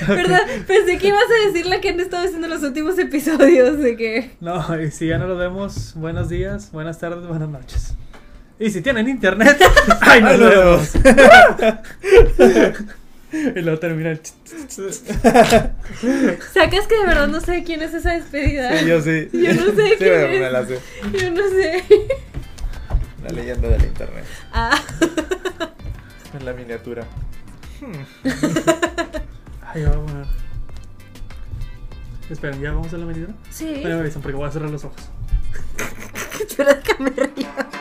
Speaker 1: Perdón, pensé que ibas a decir la que han estado diciendo en los últimos episodios de que.
Speaker 3: No, y si ya no lo vemos, buenos días, buenas tardes, buenas noches. Y si tienen internet, ¡ay, no
Speaker 2: Ay,
Speaker 3: lo
Speaker 2: Ah, no lo
Speaker 3: vemos! y luego termina el... ch-
Speaker 1: Sacas que de verdad no sé quién es esa despedida.
Speaker 2: Sí, yo sí.
Speaker 1: Yo no sé
Speaker 2: Sí,
Speaker 1: quién
Speaker 2: me- me
Speaker 1: es.
Speaker 2: la sé.
Speaker 1: Yo no sé.
Speaker 2: La leyenda del internet.
Speaker 1: Ah.
Speaker 2: En la miniatura.
Speaker 3: Ay, voy a poner... Esperen, ¿ya vamos a la medida?
Speaker 1: Sí.
Speaker 3: Bueno, me avisan porque voy a cerrar los ojos.
Speaker 1: Espera, que me río.